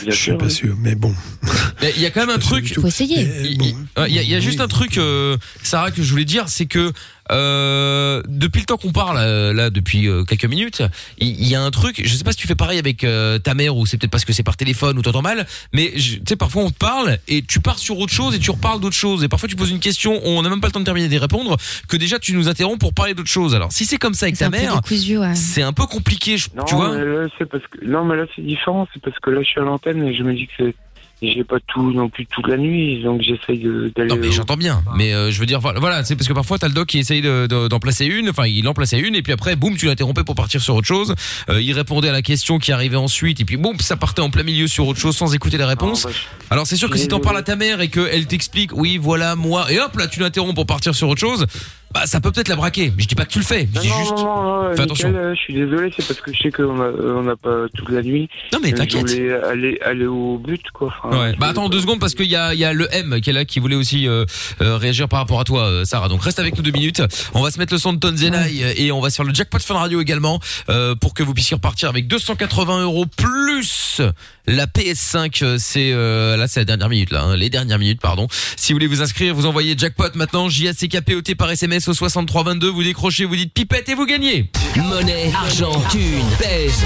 [SPEAKER 4] Je suis pas sûr, mais bon.
[SPEAKER 2] Mais Il y a quand même un truc.
[SPEAKER 5] Faut essayer.
[SPEAKER 2] Il il- euh, il y a, il y a juste un truc, euh, Sarah, que je voulais dire, c'est que euh, depuis le temps qu'on parle, euh, là, depuis euh, quelques minutes, il il y a un truc. Je sais pas si tu fais pareil avec euh, ta mère ou c'est peut-être parce que c'est par téléphone ou t'entends mal, mais je- tu sais, parfois on te parle et tu pars sur autre chose et tu reparles d'autre chose. Et parfois tu poses une question, on n'a même pas le temps de terminer d'y répondre, que déjà tu nous interromps pour parler d'autre chose. Alors si c'est comme ça avec ta
[SPEAKER 5] un peu
[SPEAKER 2] mère,
[SPEAKER 5] décousu, ouais.
[SPEAKER 2] c'est un peu compliqué, je-
[SPEAKER 3] Non, euh,
[SPEAKER 2] tu vois.
[SPEAKER 3] mais là, c'est parce que non, mais là c'est différent, c'est parce que là je suis à l'antenne et je me dis que c'est j'ai pas tout non plus toute la nuit, donc j'essaye de- d'aller.
[SPEAKER 2] Non mais j'entends bien, mais euh, je veux dire voilà, voilà, c'est parce que parfois t'as le doc qui essaye de- de- d'en placer une, enfin il en plaçait une et puis après boum tu l'interrompais pour partir sur autre chose, Euh, il répondait à la question qui arrivait ensuite et puis boum ça partait en plein milieu sur autre chose sans écouter la réponse.
[SPEAKER 3] Non, bah,
[SPEAKER 2] Alors c'est sûr que si t'en
[SPEAKER 3] Désolé.
[SPEAKER 2] parles à ta mère et qu'elle t'explique oui voilà moi et hop là tu l'interromps pour partir sur autre chose, bah ça peut peut-être la braquer. Mais Je dis pas que tu le fais, je
[SPEAKER 3] Non,
[SPEAKER 2] dis
[SPEAKER 3] non,
[SPEAKER 2] juste
[SPEAKER 3] non, non, non,
[SPEAKER 2] fais
[SPEAKER 3] Mickaël,
[SPEAKER 2] attention.
[SPEAKER 3] euh, je suis désolé, c'est parce que je sais qu'on a, euh, on n'a pas toute la nuit.
[SPEAKER 2] Non, mais
[SPEAKER 3] Euh,
[SPEAKER 2] t'inquiète.
[SPEAKER 3] Je voulais aller, aller au but, quoi. Enfin,
[SPEAKER 2] Ouais. Bah attends deux secondes parce qu'il y a, il y a le M qui est là qui voulait aussi euh, euh, réagir par rapport à toi euh, Sarah. Donc reste avec nous deux minutes. On va se mettre le son de Tonzenai euh, et on va se faire le jackpot Fun Radio également euh, pour que vous puissiez repartir avec 280 euros plus la PS5. euh, C'est euh, là c'est la dernière minute là, hein, les dernières minutes pardon. Si vous voulez vous inscrire, vous envoyez jackpot maintenant J A C K P O T par SMS au 6322. Vous décrochez, vous dites pipette et vous gagnez.
[SPEAKER 1] Monnaie, argent, thune, pèse.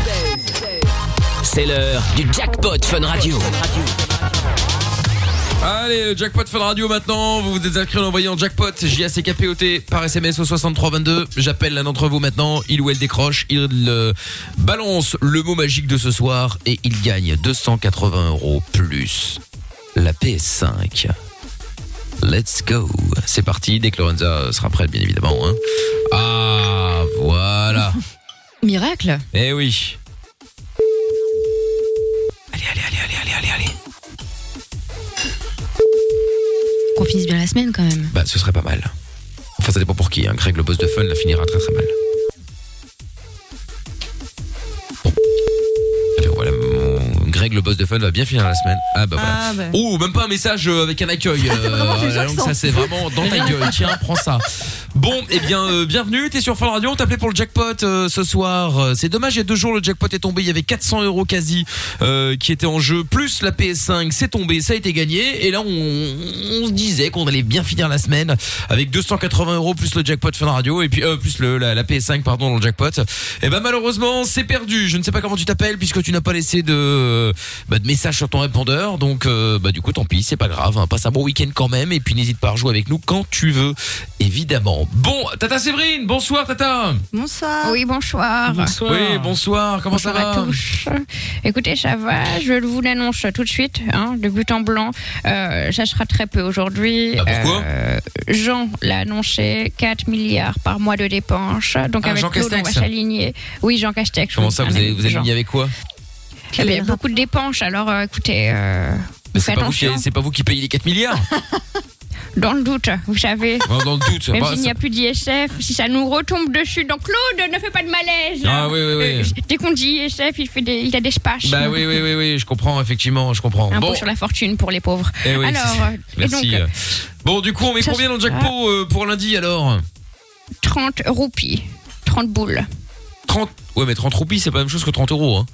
[SPEAKER 1] C'est l'heure du jackpot Fun Radio.
[SPEAKER 2] Allez, le jackpot Fun Radio maintenant. Vous vous êtes inscrit en envoyant jackpot J-A-C-K-P-O-T par SMS au 6322. J'appelle l'un d'entre vous maintenant. Il ou elle décroche. Il euh, balance le mot magique de ce soir et il gagne 280 euros plus la PS5. Let's go. C'est parti. Dès que Lorenza sera prête, bien évidemment. hein. Ah, voilà.
[SPEAKER 5] Miracle.
[SPEAKER 2] Eh oui. Allez, allez, allez, allez, allez, allez, allez.
[SPEAKER 5] finisse bien la semaine quand même.
[SPEAKER 2] Bah, ce serait pas mal. Enfin, ça dépend pour qui. Hein. Craig, le boss de fun, la finira très très mal. Bon. Allez, voilà, mon- Greg, le boss de fun, va bien finir la semaine. Ah bah voilà.
[SPEAKER 11] Ah, ouais.
[SPEAKER 2] Oh, même pas un message euh, avec un accueil.
[SPEAKER 11] vraiment
[SPEAKER 2] euh,
[SPEAKER 11] les gens qui
[SPEAKER 2] donc ça,
[SPEAKER 11] s'en
[SPEAKER 2] c'est
[SPEAKER 11] foutent.
[SPEAKER 2] vraiment dans ta gueule. Tiens, prends ça. Bon, eh bien, euh, bienvenue. T'es sur Fun Radio. On t'appelait pour le jackpot euh, ce soir. Euh, C'est dommage. Il y a deux jours, le jackpot est tombé. Il y avait 400 euros quasi euh, qui étaient en jeu. Plus la PS5, c'est tombé. Ça a été gagné. Et là, on, on se disait qu'on allait bien finir la semaine avec 280 euros plus le jackpot Fun Radio et puis euh, plus le, la, la PS5 pardon dans le jackpot. Et ben malheureusement, c'est perdu. Je ne sais pas comment tu t'appelles puisque tu n'as pas laissé de bah, de message sur ton répondeur. Donc euh, bah du coup, tant pis, c'est pas grave. hein. Passe un bon week-end quand même et puis n'hésite pas à rejouer avec nous quand tu veux, évidemment. Bon, Tata Séverine, bonsoir Tata.
[SPEAKER 5] Bonsoir. Oui, bonsoir.
[SPEAKER 2] Oui, bonsoir. Comment ça
[SPEAKER 5] Bonsoir
[SPEAKER 2] va
[SPEAKER 5] à tous. Écoutez, ça va, je vous l'annonce tout de suite, hein, de but en blanc. Euh, ça sera très peu aujourd'hui.
[SPEAKER 2] pourquoi
[SPEAKER 5] Euh, Jean l'a annoncé, 4 milliards par mois de dépenses. Donc
[SPEAKER 2] Ah,
[SPEAKER 5] avec
[SPEAKER 2] Jean
[SPEAKER 5] Claude, on va
[SPEAKER 2] Castex.
[SPEAKER 5] s'aligner. Oui, Jean Castex.
[SPEAKER 2] Comment
[SPEAKER 5] oui,
[SPEAKER 2] ça
[SPEAKER 5] un
[SPEAKER 2] vous
[SPEAKER 5] ami
[SPEAKER 2] avez
[SPEAKER 5] de
[SPEAKER 2] vous êtes
[SPEAKER 5] Jean.
[SPEAKER 2] mis avec quoi
[SPEAKER 5] Eh bien, beaucoup de dépenses, alors euh, écoutez, euh,
[SPEAKER 2] Mais c'est
[SPEAKER 5] faites
[SPEAKER 2] pas vous qui
[SPEAKER 5] attention.
[SPEAKER 2] c'est pas vous qui payez les 4 milliards
[SPEAKER 5] dans le doute, vous savez.
[SPEAKER 2] Dans dans le doute.
[SPEAKER 5] Même
[SPEAKER 2] bah,
[SPEAKER 5] s'il n'y a plus d'ISF, si ça nous retombe dessus. Donc Claude, ne fais pas de malaise.
[SPEAKER 2] Ah oui, oui, oui.
[SPEAKER 5] Euh, Dès qu'on dit ISF, il, fait des, il a des spasmes.
[SPEAKER 2] Bah oui, oui, oui, oui, je comprends, effectivement, je comprends.
[SPEAKER 5] Impôt
[SPEAKER 2] Bon,
[SPEAKER 5] sur la fortune pour les pauvres.
[SPEAKER 2] Eh oui,
[SPEAKER 5] Alors,
[SPEAKER 2] c'est-
[SPEAKER 5] euh, et
[SPEAKER 2] merci.
[SPEAKER 5] donc, Ah.
[SPEAKER 2] Bon, du coup, on met
[SPEAKER 5] ça,
[SPEAKER 2] combien dans le
[SPEAKER 5] c'est-
[SPEAKER 2] jackpot euh, pour lundi alors
[SPEAKER 5] 30 roupies, 30 boules.
[SPEAKER 2] 30 Ouais, mais 30 roupies, c'est pas la même chose que 30 euros. Hein.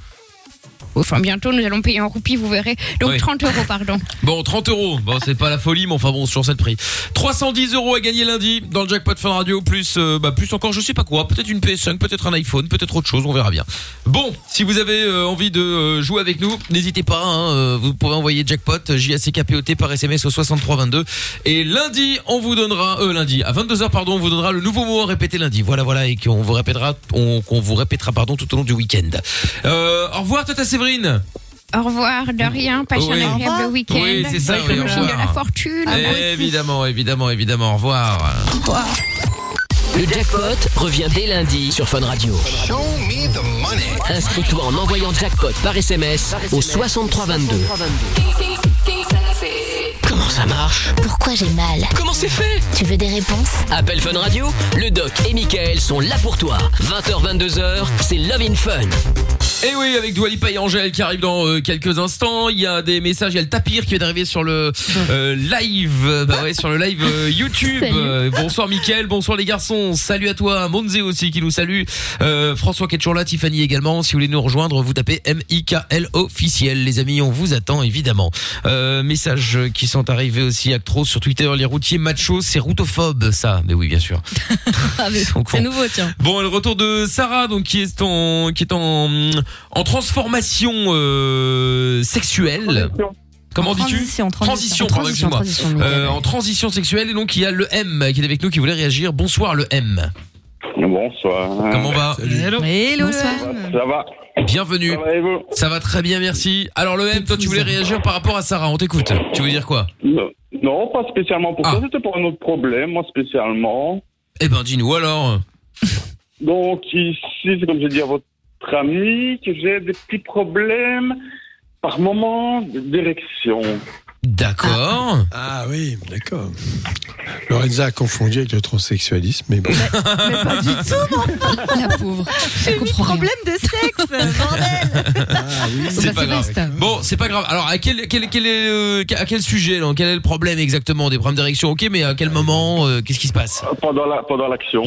[SPEAKER 5] Enfin, bientôt, nous allons payer en roupies, vous verrez. Donc,
[SPEAKER 2] Oui.
[SPEAKER 5] 30 euros, pardon.
[SPEAKER 2] Bon, 30 euros. Bon, c'est pas la folie, mais enfin bon, sur cette prix. 310 euros à gagner lundi dans le jackpot Fun Radio, plus, euh, bah, plus encore, je sais pas quoi. Peut-être une PS5, peut-être un iPhone, peut-être autre chose, on verra bien. Bon, si vous avez euh, envie de euh, jouer avec nous, n'hésitez pas. hein, euh, vous pouvez envoyer jackpot j a c k p o t par SMS au 6322. Et lundi, on vous donnera, euh, lundi à 22 h pardon, on vous donnera le nouveau mot à répéter lundi. Voilà, voilà, et qu'on vous répétera, on, qu'on vous répétera pardon tout au long du week-end. Euh, au revoir, Tata Séverine.
[SPEAKER 5] Au revoir, de rien. Passez
[SPEAKER 2] Oui.
[SPEAKER 5] un
[SPEAKER 2] Au revoir.
[SPEAKER 5] agréable week-end.
[SPEAKER 2] Oui, c'est ça,
[SPEAKER 5] Bonne
[SPEAKER 2] oui, au
[SPEAKER 5] machine de la
[SPEAKER 2] revoir. Ah,
[SPEAKER 5] fortune.
[SPEAKER 2] Eh évidemment, évidemment, évidemment. Au revoir.
[SPEAKER 1] Le jackpot revient dès lundi sur Fun Radio. Inscris-toi en envoyant jackpot par SMS au 6322. Comment ça marche
[SPEAKER 10] Pourquoi j'ai mal
[SPEAKER 1] Comment c'est fait
[SPEAKER 10] Tu veux des réponses
[SPEAKER 1] Appel Fun Radio, le doc et Michael sont là pour toi. 20h 22h, c'est Love in Fun.
[SPEAKER 2] Et Eh oui, avec Doualipa et Angèle qui arrivent dans euh, quelques instants. Il y a des messages. Il y a le tapir qui vient d'arriver sur le euh, live. Bah ouais, sur le live euh, YouTube.
[SPEAKER 11] Salut.
[SPEAKER 2] Euh, bonsoir Mickaël, bonsoir les garçons. Salut à toi, Monze aussi qui nous salue. Euh, François qui est toujours là, Tiffany également. Si vous voulez nous rejoindre, vous tapez M-I-K-L officiel. Les amis, on vous attend évidemment. Euh, messages qui sont arrivés aussi Actros sur Twitter. Les routiers machos, c'est routophobes ça. Mais oui, bien sûr.
[SPEAKER 5] Ah,
[SPEAKER 11] C'est nouveau, tiens.
[SPEAKER 2] Bon, et le retour de Sarah, donc qui est en qui est en en transformation euh, sexuelle. Comment
[SPEAKER 6] En
[SPEAKER 2] dis-tu
[SPEAKER 6] transition, transition.
[SPEAKER 2] transition, pardon,
[SPEAKER 6] Transition, transition,
[SPEAKER 2] excuse-moi.
[SPEAKER 6] oui,
[SPEAKER 2] Euh,
[SPEAKER 6] oui.
[SPEAKER 2] en transition sexuelle et donc il y a le M qui est avec nous qui voulait réagir. Bonsoir le M.
[SPEAKER 9] Bonsoir.
[SPEAKER 2] Comment on va
[SPEAKER 6] Hello,
[SPEAKER 9] Ça va
[SPEAKER 2] Bienvenue. Ça
[SPEAKER 9] va,
[SPEAKER 2] très bien, merci. Alors le M, toi tu voulais réagir par rapport à Sarah, on t'écoute. Tu veux dire quoi
[SPEAKER 9] non, non, pas spécialement pour ça, c'était pour un autre problème, moi spécialement.
[SPEAKER 2] Ah. Eh ben dis-nous alors.
[SPEAKER 9] Donc ici, c'est comme je dis à votre ami que j'ai des petits problèmes par moment de direction.
[SPEAKER 2] D'accord.
[SPEAKER 4] Ah oui, d'accord. Lorenza a confondu avec le transsexualisme, mais bon.
[SPEAKER 6] Pas du tout, La pauvre. J'ai mis problème de sexe, bordel.
[SPEAKER 2] Ah C'est pas grave.
[SPEAKER 6] reste.
[SPEAKER 2] Bon, c'est pas grave. Alors, à quel, quel, quel est, euh, à quel sujet, là quel est le problème exactement Des problèmes d'érection, ok, mais à quel moment euh, Qu'est-ce qui se passe
[SPEAKER 9] Pendant la pendant l'action.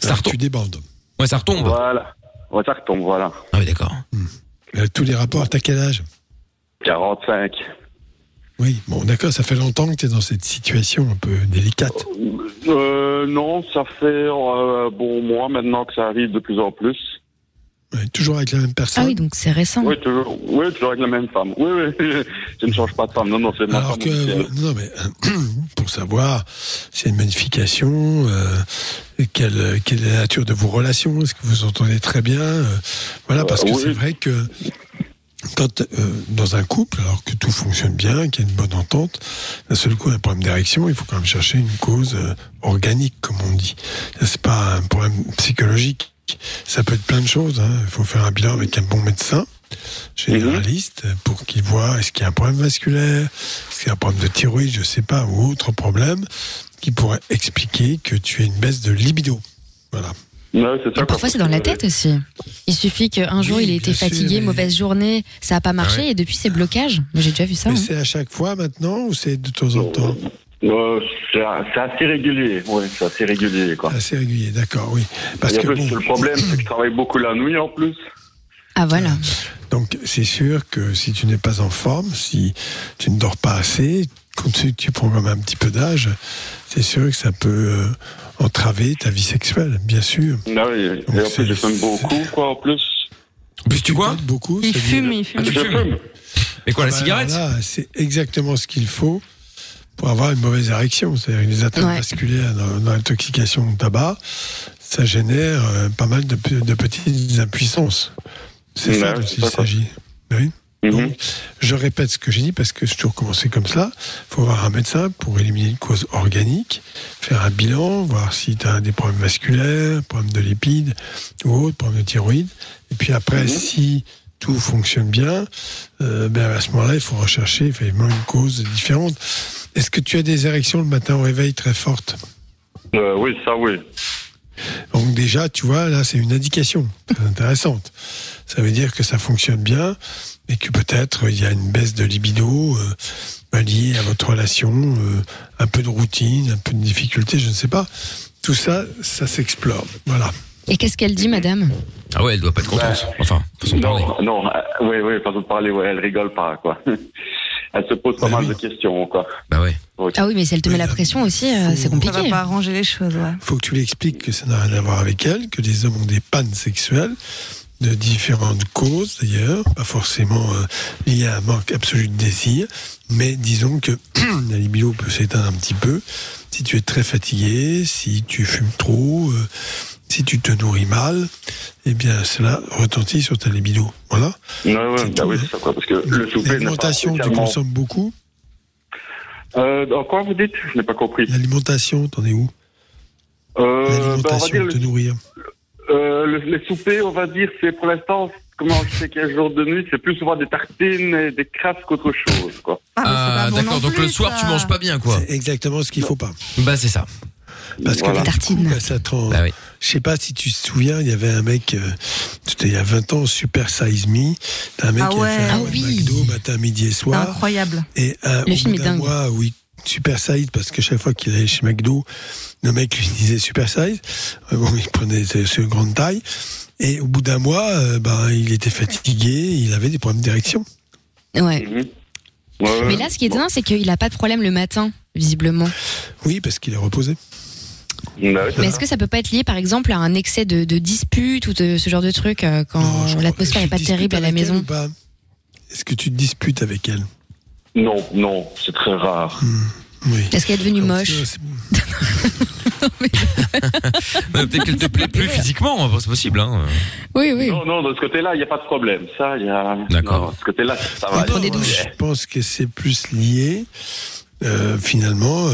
[SPEAKER 2] Ça retombe.
[SPEAKER 4] Tu débordes.
[SPEAKER 2] Ouais, ça retombe.
[SPEAKER 9] Voilà. Ouais, ça retombe, voilà.
[SPEAKER 2] Ah oui, d'accord.
[SPEAKER 4] Euh, Tous les rapports, t'as quel âge
[SPEAKER 9] 45.
[SPEAKER 4] Oui, bon, d'accord, ça fait longtemps que t'es dans cette situation un peu délicate.
[SPEAKER 9] Euh, non, ça fait euh, bon mois maintenant que ça arrive de plus en plus.
[SPEAKER 4] Ouais, toujours avec la même personne.
[SPEAKER 5] Ah oui, donc c'est récent.
[SPEAKER 9] Oui, toujours, oui, toujours avec la même femme. Oui, oui, je ne change pas de femme. Non, non, c'est ma
[SPEAKER 4] Alors
[SPEAKER 9] femme.
[SPEAKER 4] que, euh,
[SPEAKER 9] officielle.
[SPEAKER 4] non, mais pour savoir, c'est une magnification, euh, et quelle, quelle est la nature de vos relations, est-ce que vous entendez très bien euh, Voilà, parce que
[SPEAKER 9] oui.
[SPEAKER 4] c'est vrai que quand, euh, dans un couple, alors que tout fonctionne bien, qu'il y a une bonne entente, d'un seul coup, un problème d'érection, il faut quand même chercher une cause euh, organique, comme on dit. C'est pas un problème psychologique. Ça peut être plein de choses. hein. Il faut faire un bilan avec un bon médecin. généraliste pour qu'il voit est-ce qu'il y a un problème vasculaire, est-ce qu'il y a un problème de thyroïde, je sais pas, ou autre problème qui pourrait expliquer que tu aies une baisse de libido. Voilà.
[SPEAKER 9] Ouais, c'est ça. quoi.
[SPEAKER 5] Parfois, c'est dans la tête aussi. Il suffit qu'un jour, il ait été fatigué, mauvaise journée, ça n'a pas marché, et depuis, c'est blocage. Moi, J'ai déjà vu ça.
[SPEAKER 4] Mais
[SPEAKER 5] hein.
[SPEAKER 4] c'est à chaque fois maintenant ou c'est de temps en temps
[SPEAKER 9] Euh, c'est c'est assez régulier, ouais, c'est assez régulier, quoi.
[SPEAKER 4] Assez régulier, d'accord, oui. Parce
[SPEAKER 9] Et en
[SPEAKER 4] que
[SPEAKER 9] plus,
[SPEAKER 4] bon-
[SPEAKER 9] le problème, c'est que je travaille beaucoup la nuit, en plus.
[SPEAKER 5] Ah voilà.
[SPEAKER 4] Donc c'est sûr que si tu n'es pas en forme, si tu ne dors pas assez, quand tu, tu prends quand même un petit peu d'âge, c'est sûr que ça peut euh, entraver ta vie sexuelle, bien sûr.
[SPEAKER 9] Ah oui, et en plus, je fume beaucoup, quoi, en plus.
[SPEAKER 2] Plus tu
[SPEAKER 4] bois beaucoup.
[SPEAKER 9] Il
[SPEAKER 4] ça veut
[SPEAKER 9] fume,
[SPEAKER 4] dire-
[SPEAKER 9] il fume. Ah, tu Je fumes. fume.
[SPEAKER 2] Mais quoi, la
[SPEAKER 4] bah,
[SPEAKER 2] cigarette
[SPEAKER 4] alors là, C'est exactement ce qu'il faut pour avoir une mauvaise érection. C'est-à-dire les atteintes vasculaires dans, dans l'intoxication au tabac, ça génère euh, pas mal de, pe- de petites impuissances. C'est
[SPEAKER 9] Ouais,
[SPEAKER 4] ça
[SPEAKER 9] c'est
[SPEAKER 4] dont il
[SPEAKER 9] ça, quoi.
[SPEAKER 4] s'agit. Oui. Donc, je répète ce que j'ai dit parce que je suis toujours commencé comme cela. Il faut voir un médecin pour éliminer une cause organique, faire un bilan, voir si tu as des problèmes vasculaires, problèmes de lipides ou autres, problèmes de thyroïde. Et puis après, si tout fonctionne bien, euh, ben à ce moment-là, il faut rechercher effectivement une cause différente. Est-ce que tu as des érections le matin au réveil très fortes
[SPEAKER 9] Euh, oui, ça, oui.
[SPEAKER 4] donc déjà, tu vois, là, c'est une indication très intéressante. Ça veut dire que ça fonctionne bien et que peut-être euh, il y a une baisse de libido euh, liée à votre relation, euh, un peu de routine, un peu de difficulté, je ne sais pas. Tout ça, ça s'explore. Voilà.
[SPEAKER 5] Et qu'est-ce qu'elle dit, madame
[SPEAKER 2] Ah ouais, elle doit pas être contente. Enfin, façon de parler.
[SPEAKER 9] Ben, Non, non, euh, oui, oui, façon de parler, ouais, elle rigole pas, quoi. Elle se pose pas mal de questions, quoi.
[SPEAKER 2] Bah ouais.
[SPEAKER 5] Ah oui, mais si elle te met la pression aussi, euh, c'est compliqué.
[SPEAKER 6] Ça va pas arranger les choses, ouais.
[SPEAKER 4] faut que tu lui expliques que ça n'a rien à voir avec elle, que les hommes ont des pannes sexuelles de différentes causes d'ailleurs, pas forcément euh, liées à un manque absolu de désir, mais disons que la libido peut s'éteindre un petit peu si tu es très fatigué, si tu fumes trop, euh, si tu te nourris mal, eh bien cela retentit sur ta libido. Voilà.
[SPEAKER 9] Ouais, ouais, bah oui, c'est ça, quoi, parce que le souper n'est pas
[SPEAKER 4] hein. L'alimentation, tu
[SPEAKER 9] spécialement-
[SPEAKER 4] consommes beaucoup.
[SPEAKER 9] Euh, dans quoi vous dites Je n'ai pas compris.
[SPEAKER 4] L'alimentation, t'en es où
[SPEAKER 9] Euh, bah, on va
[SPEAKER 4] L'alimentation,
[SPEAKER 9] dire,
[SPEAKER 4] te nourrir.
[SPEAKER 9] euh, le- les soupers, on va dire, c'est pour l'instant, comment je sais quinze jours de nuit, c'est plus souvent des tartines et des crasses qu'autre chose, quoi.
[SPEAKER 2] Ah, d'accord, donc le soir, tu manges pas bien, quoi.
[SPEAKER 4] C'est exactement ce qu'il faut pas.
[SPEAKER 2] Bah, c'est ça. Bah
[SPEAKER 4] Parce
[SPEAKER 2] Voilà.
[SPEAKER 4] que tartine. ça te rend- Je sais pas si tu te souviens, il y avait un mec, euh, c'était il y a 20 ans, Super Size Me. T'as un mec
[SPEAKER 6] Ah
[SPEAKER 4] qui a
[SPEAKER 6] ouais.
[SPEAKER 4] fait un
[SPEAKER 6] Ah oui.
[SPEAKER 4] McDo matin, midi et
[SPEAKER 6] C'est
[SPEAKER 4] soir.
[SPEAKER 6] incroyable.
[SPEAKER 4] Et euh,
[SPEAKER 6] Le
[SPEAKER 4] au
[SPEAKER 6] film
[SPEAKER 4] bout
[SPEAKER 6] est
[SPEAKER 4] d'un
[SPEAKER 6] dingue.
[SPEAKER 4] mois, oui, Super Size, parce que chaque fois qu'il allait chez McDo, le mec lui disait Super Size. Euh, bon, il prenait ce, ce grande taille. Et au bout d'un mois, euh, ben, il était fatigué, il avait des problèmes d'érection.
[SPEAKER 5] Ouais. Mais là, ce qui est étonnant, c'est qu'il a pas de problème le matin, visiblement.
[SPEAKER 4] Oui, parce qu'il est reposé.
[SPEAKER 9] Bah
[SPEAKER 5] Mais est-ce que ça peut pas être lié, par exemple, à un excès de, de dispute ou de ce genre de truc euh, quand l'atmosphère est pas terrible à la maison
[SPEAKER 4] Est-ce que tu te disputes avec elle
[SPEAKER 9] Non, non, c'est très rare.
[SPEAKER 4] Hmm.
[SPEAKER 5] Est-ce qu'elle est devenue moche
[SPEAKER 2] Ouais, Euh, Peut-être qu'elle te plaît plus physiquement, c'est possible, hein.
[SPEAKER 5] Oui, oui.
[SPEAKER 9] Non, non, de ce côté-là, il n'y a pas de problème. Ça, il y a. D'accord. De ce côté-là, ça va.
[SPEAKER 4] Non, Je pense que c'est plus lié, euh, finalement, euh,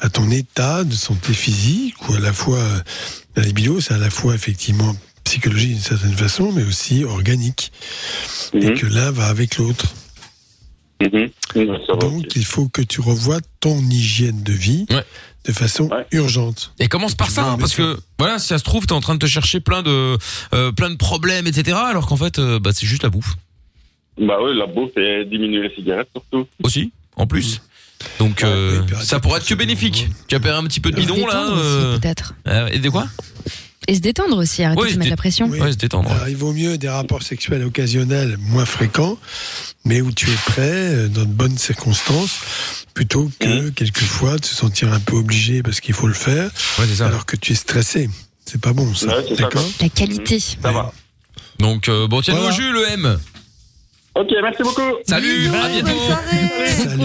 [SPEAKER 4] à ton état de santé physique, ou à la fois, euh, la libido, c'est à la fois effectivement psychologique d'une certaine façon, mais aussi organique. Et que l'un va avec l'autre.
[SPEAKER 9] Mhm. Mhm, ça va.
[SPEAKER 4] Donc, il faut que tu revoies ton hygiène de vie de façon urgente.
[SPEAKER 2] Et commence par ça, hein, parce que voilà, si ça se trouve, t'es en train de te chercher plein de euh, plein de problèmes, etc. Alors qu'en fait, euh, bah, c'est juste la bouffe
[SPEAKER 9] Bah oui, la bouffe et diminuer les cigarettes surtout.
[SPEAKER 2] aussi, en plus. Donc euh, ça pourrait être que bénéfique. Tu as perdu un petit peu de
[SPEAKER 5] Et se
[SPEAKER 2] bidon là.
[SPEAKER 5] détendre aussi,
[SPEAKER 2] euh,
[SPEAKER 5] peut-être.
[SPEAKER 2] euh, et de quoi
[SPEAKER 5] Et se détendre aussi, arrêter de se mettre la pression.
[SPEAKER 2] Ouais, se détendre.
[SPEAKER 4] Alors, il vaut mieux des rapports sexuels occasionnels moins fréquents, mais où tu es prêt, euh, dans de bonnes circonstances, plutôt
[SPEAKER 2] Mmh.
[SPEAKER 4] que quelquefois de se sentir un peu obligé parce qu'il faut le faire, alors que tu es stressé. C'est pas bon, ça.
[SPEAKER 9] Ouais, c'est ça,
[SPEAKER 2] Mmh.
[SPEAKER 4] D'accord
[SPEAKER 9] quoi.
[SPEAKER 5] La qualité.
[SPEAKER 9] Ça va.
[SPEAKER 2] Donc euh, bon, tiens, nous au jus le M.
[SPEAKER 9] Ok, merci beaucoup.
[SPEAKER 2] Salut, à bientôt.
[SPEAKER 9] Salut.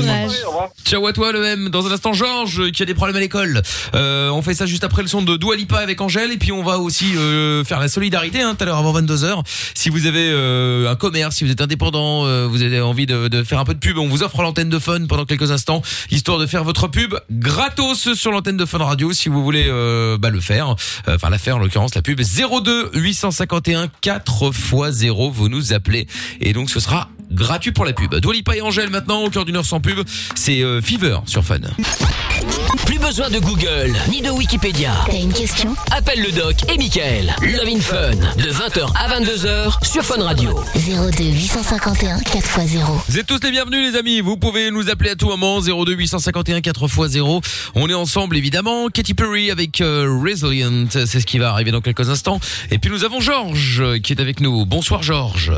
[SPEAKER 2] Ciao à toi le M. Dans un instant Georges qui a des problèmes à l'école. Euh, on fait ça juste après le son de Dua Lipa avec Angèle et puis on va aussi euh, faire la solidarité hein, tout à l'heure avant 22h. Si vous avez euh, un commerce, si vous êtes indépendant, euh, vous avez envie de, de faire un peu de pub, on vous offre l'antenne de Fun pendant quelques instants histoire de faire votre pub gratos sur l'antenne de Fun Radio si vous voulez euh, bah, le faire. Euh, Enfin la faire en l'occurrence la pub 02 851 4 x 0 vous nous appelez et donc ce sera gratuit pour la pub. Dua Lipa et Angèle maintenant au cœur d'une heure sans pub, c'est euh, Fever sur Fun.
[SPEAKER 1] Plus besoin de Google ni de Wikipédia.
[SPEAKER 10] T'as une question
[SPEAKER 1] Appelle le doc et Michael. Love in Fun de 20h à 22h sur Fun Radio.
[SPEAKER 10] 02 851 4x0.
[SPEAKER 2] Vous êtes tous les bienvenus les amis, vous pouvez nous appeler à tout moment 02 851 4x0. On est ensemble évidemment, Katy Perry avec euh, Resilient, c'est ce qui va arriver dans quelques instants. Et puis nous avons Georges euh, qui est avec nous. Bonsoir Georges.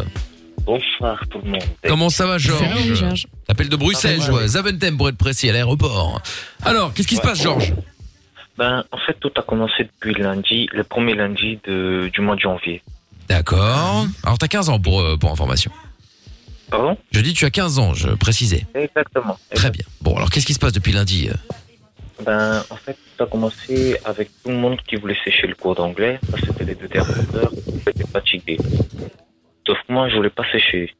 [SPEAKER 12] Bonsoir tout le monde.
[SPEAKER 2] Comment ça va Georges T'appelles de Bruxelles,
[SPEAKER 12] Ah,
[SPEAKER 2] je
[SPEAKER 12] ouais.
[SPEAKER 2] vois, Zaventem pour être précis à l'aéroport. Alors, qu'est-ce qui se
[SPEAKER 12] Ouais.
[SPEAKER 2] passe Georges
[SPEAKER 12] Ben, en fait, tout a commencé depuis lundi, le premier lundi de- du mois de janvier.
[SPEAKER 2] D'accord. Alors t'as 15 ans pour, euh, pour information.
[SPEAKER 12] Pardon
[SPEAKER 2] Je dis tu as 15 ans, je précisais.
[SPEAKER 12] Exactement.
[SPEAKER 2] Très bien. Bon, alors qu'est-ce qui se passe depuis lundi euh
[SPEAKER 12] Ben, en fait, tout a commencé avec tout le monde qui voulait sécher le cours d'anglais. parce que C'était les deux dernières heures, j'étais fatigué. Sauf que moi, je voulais pas sécher.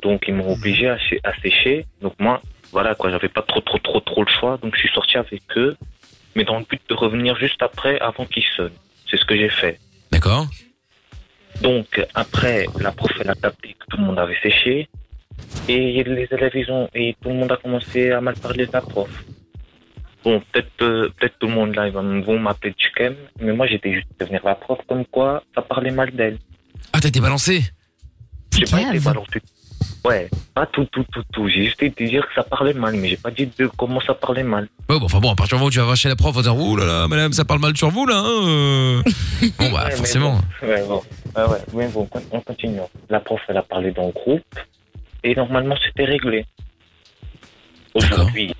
[SPEAKER 12] Donc, ils m'ont obligé à, sé- à sécher. Donc, moi, voilà, quoi, j'avais pas trop, trop, trop, trop le choix. Donc, je suis sorti avec eux, mais dans le but de revenir juste après, avant qu'ils sonnent. C'est ce que j'ai fait.
[SPEAKER 2] D'accord.
[SPEAKER 12] Donc, après, la prof, elle a capté que tout le monde avait séché. Et les élèves, ils ont, et tout le monde a commencé à mal parler de la prof. Bon, peut-être que- peut-être tout le monde là, ils vont vont m'appeler Tchukem, mais moi j'étais juste devenir la prof, comme quoi ça parlait mal d'elle.
[SPEAKER 2] Ah, t'as été balancé
[SPEAKER 12] J'ai pas été balancé. Ouais, pas tout, tout, tout, tout. J'ai juste été dire que ça parlait mal, mais j'ai pas dit de comment ça parlait mal.
[SPEAKER 2] Ouais, bon, enfin bon, à partir du moment où tu vas voir chez la prof, on va dire Ouh là là, madame, ça parle mal sur vous là. hein, euh. bon, bah,
[SPEAKER 12] Ouais, mais
[SPEAKER 2] forcément.
[SPEAKER 12] bon. Ouais, bon. Ouais, ouais. Mais bon, con- on continue. La prof, elle a parlé dans le groupe. Et normalement, c'était réglé. Aujourd'hui,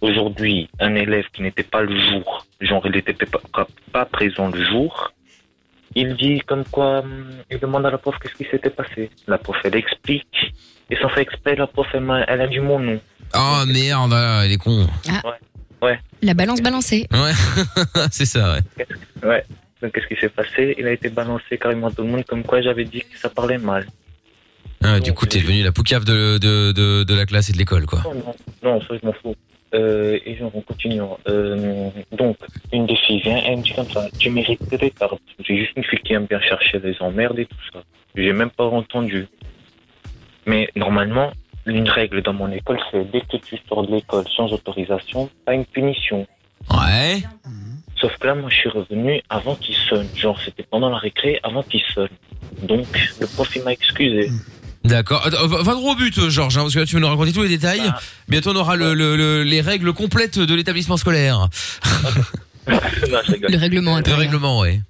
[SPEAKER 12] aujourd'hui, un élève qui n'était pas le jour, genre il n'était pas, pas- pas présent le jour, il dit comme quoi, hum, il demande à la prof qu'est-ce qui s'était passé. La prof, elle explique. Et sans faire exprès, la prof, elle, m'a- elle a dit mon nom.
[SPEAKER 2] Ah, merde, ah, il est con.
[SPEAKER 12] Ouais.
[SPEAKER 5] La balance balancée.
[SPEAKER 2] Ouais, c'est ça, ouais.
[SPEAKER 12] Ouais. Donc, qu'est-ce qui s'est passé Il a été balancé carrément à tout le monde, comme quoi j'avais dit que ça parlait mal.
[SPEAKER 2] Ah, du coup, t'es devenu la poucave de, de, de, de la classe et de l'école, quoi.
[SPEAKER 12] Non, Oh, non, non, ça je m'en fous. Euh, et genre, en continuant. Euh, donc, une des filles vient, elle me dit comme ça Tu mérites que des cartes. J'ai juste une fille qui aime bien chercher des emmerdes et tout ça. J'ai même pas entendu. Mais normalement, une règle dans mon école, c'est dès que tu sors de l'école sans autorisation, t'as une punition. Mmh.
[SPEAKER 2] Ouais.
[SPEAKER 12] Sauf que là, moi, je suis revenu avant qu'il sonne. Genre, c'était pendant la récré, avant qu'il sonne. Donc, le prof, il m'a excusé.
[SPEAKER 2] D'accord. Attends, Va, va droit au but, euh, Georges, hein, parce que là, tu vas nous raconter tous les détails. Bientôt, on aura le, le- le- les règles complètes de l'établissement scolaire.
[SPEAKER 12] Non, je rigole.
[SPEAKER 5] règlement.
[SPEAKER 2] Le règlement, ouais.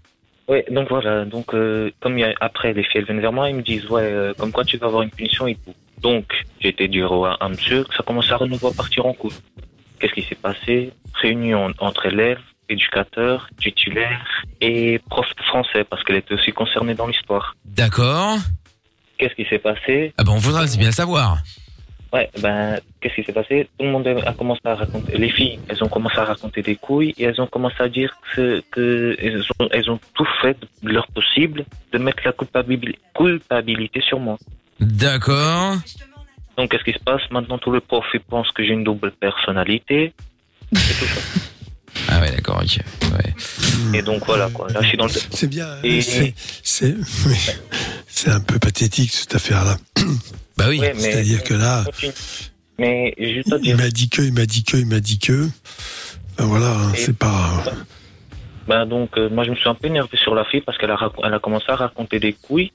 [SPEAKER 12] Ouais, donc voilà, donc euh, comme il y a- après les filles elles viennent vers moi, ils me disent ouais, euh, comme quoi tu vas avoir une punition et tout. Donc j'ai été dur au- à, à monsieur que ça commence à renouveau à partir en couille. Qu'est-ce qui s'est passé Réunion entre élèves, éducateurs, titulaires et prof de français parce qu'elle était aussi concernée dans l'histoire.
[SPEAKER 2] D'accord.
[SPEAKER 12] Qu'est-ce qui s'est passé
[SPEAKER 2] Ah, bah, on voudra c'est bien le savoir.
[SPEAKER 12] Ouais, ben qu'est-ce qui s'est passé Tout le monde a commencé à raconter. Les filles, elles ont commencé à raconter des couilles et elles ont commencé à dire que, que elles, ont, elles ont tout fait de leur possible de mettre la culpabili- culpabilité sur moi.
[SPEAKER 2] D'accord.
[SPEAKER 12] Donc, qu'est-ce qui se passe Maintenant, tout le prof, il pense que j'ai une double personnalité.
[SPEAKER 2] Ah ouais, d'accord, ok.
[SPEAKER 12] Et donc, voilà, quoi. Là, je suis dans le...
[SPEAKER 4] C'est bien.
[SPEAKER 12] Et-
[SPEAKER 4] C'est- C'est oui, c'est un peu pathétique cette affaire-là.
[SPEAKER 2] Bah oui.
[SPEAKER 12] Ouais, mais-
[SPEAKER 4] C'est-à-dire que là,
[SPEAKER 12] Mais juste à
[SPEAKER 4] il
[SPEAKER 12] dire...
[SPEAKER 4] m'a dit que, il m'a dit que, il m'a dit que. Ben voilà, hein, c'est pas.
[SPEAKER 12] Ben donc, euh, moi, je me suis un peu énervé sur la fille parce qu'elle a, raco- elle a commencé à raconter des couilles.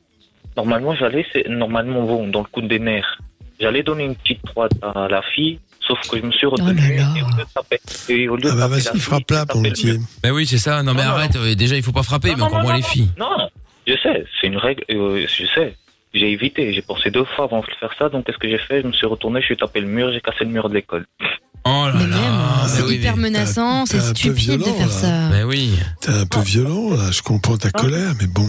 [SPEAKER 12] Normalement, j'allais, c'est- normalement, bon, dans le coup des nerfs, j'allais donner une petite droite à la fille, sauf que je me
[SPEAKER 4] Oh
[SPEAKER 12] suis retenu. et au lieu de taper, et au lieu
[SPEAKER 4] Ah bah,
[SPEAKER 12] de taper la fille, j'ai tapé le mur.
[SPEAKER 2] Bah oui, c'est ça. Non, mais arrête, euh, déjà, il faut pas frapper, mais encore moins les filles.
[SPEAKER 12] Non, je sais, c'est une règle, euh, je sais. J'ai évité, j'ai pensé deux fois avant de faire ça, donc qu'est-ce que j'ai fait Je me suis retourné, je suis tapé le mur, j'ai cassé le mur de l'école.
[SPEAKER 2] Oh là là.
[SPEAKER 5] C'est hyper menaçant, c'est stupide de faire ça.
[SPEAKER 2] Mais oui.
[SPEAKER 4] T'es un peu violent, là. Je comprends ta colère, mais bon.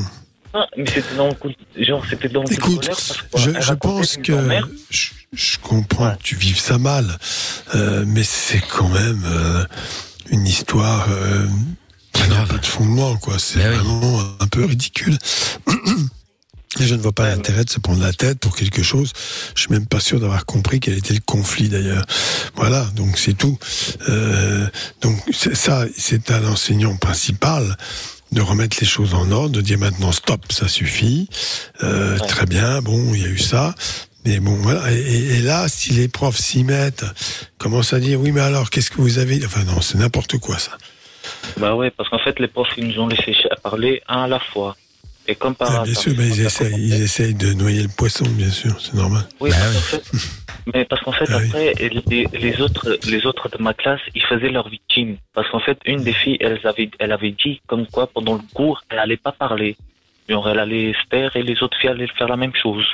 [SPEAKER 12] Ah, mais c'était dans le coup, genre, c'était dans le coup de
[SPEAKER 4] Écoute,
[SPEAKER 12] colère, parce que
[SPEAKER 4] Je,
[SPEAKER 12] elle
[SPEAKER 4] je
[SPEAKER 12] racontait
[SPEAKER 4] pense
[SPEAKER 12] une
[SPEAKER 4] que
[SPEAKER 12] grand-mère.
[SPEAKER 4] je, je comprends que tu vives ça mal, euh, mais c'est quand même euh, une histoire euh, qui n'a pas de fondement, quoi. C'est vraiment un peu ridicule. Et je ne vois pas l'intérêt de se prendre la tête pour quelque chose. Je suis même pas sûr d'avoir compris quel était le conflit d'ailleurs. Voilà, donc c'est tout. Euh, donc c'est ça, c'est à l'enseignant principal de remettre les choses en ordre, de dire maintenant stop, ça suffit. Euh, Très bien, bon, il y a eu ça. Mais bon, voilà. Et, et- et là, si les profs s'y mettent, commencent à dire oui, mais alors, qu'est-ce que vous avez Enfin non, c'est n'importe quoi ça.
[SPEAKER 12] Bah ouais, parce qu'en fait, les profs, ils nous ont laissé ch- parler un à la fois. Et comme par
[SPEAKER 4] Ah, bien
[SPEAKER 12] hasard.
[SPEAKER 4] sûr, mais ils essayent, ils essayent de noyer le poisson, bien sûr, c'est normal.
[SPEAKER 12] Bah Oui, parce qu'en fait- mais parce qu'en fait,
[SPEAKER 4] Ah
[SPEAKER 12] après, les, les autres, les autres de ma classe, ils faisaient leur victime. Parce qu'en fait, une des filles, elle avait, elle avait dit comme quoi, pendant le cours, elle allait pas parler. Genre, elle allait se taire et les autres filles allaient faire la même chose.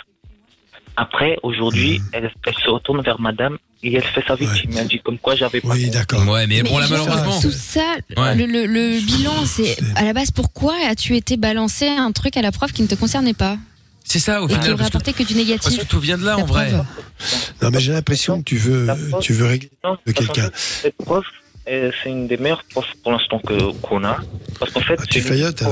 [SPEAKER 12] Après, aujourd'hui,
[SPEAKER 4] Hmm.
[SPEAKER 12] elle, elle se retourne vers madame et elle fait sa victime. Elle dit comme quoi, j'avais pas. Oui,
[SPEAKER 4] d'accord.
[SPEAKER 2] Ouais, mais, bon, là,
[SPEAKER 5] juste
[SPEAKER 2] malheureusement.
[SPEAKER 5] Tout ça,
[SPEAKER 2] Ouais.
[SPEAKER 5] le, le- le bilan, c'est à la base pourquoi as-tu été balancé à un truc à la prof qui ne te concernait pas
[SPEAKER 2] C'est ça, Ah, au
[SPEAKER 5] et qui
[SPEAKER 2] final.
[SPEAKER 5] aurait
[SPEAKER 2] parce que-
[SPEAKER 5] apporté que du négatif.
[SPEAKER 2] Parce que tout vient de là, en vrai.
[SPEAKER 4] Non, mais j'ai l'impression que tu veux, tu veux régler de
[SPEAKER 12] Parce qu'en
[SPEAKER 4] quelqu'un.
[SPEAKER 12] fait, Cette prof, euh, c'est une des meilleures profs pour l'instant que- qu'on a. Parce qu'en fait, tu faillotes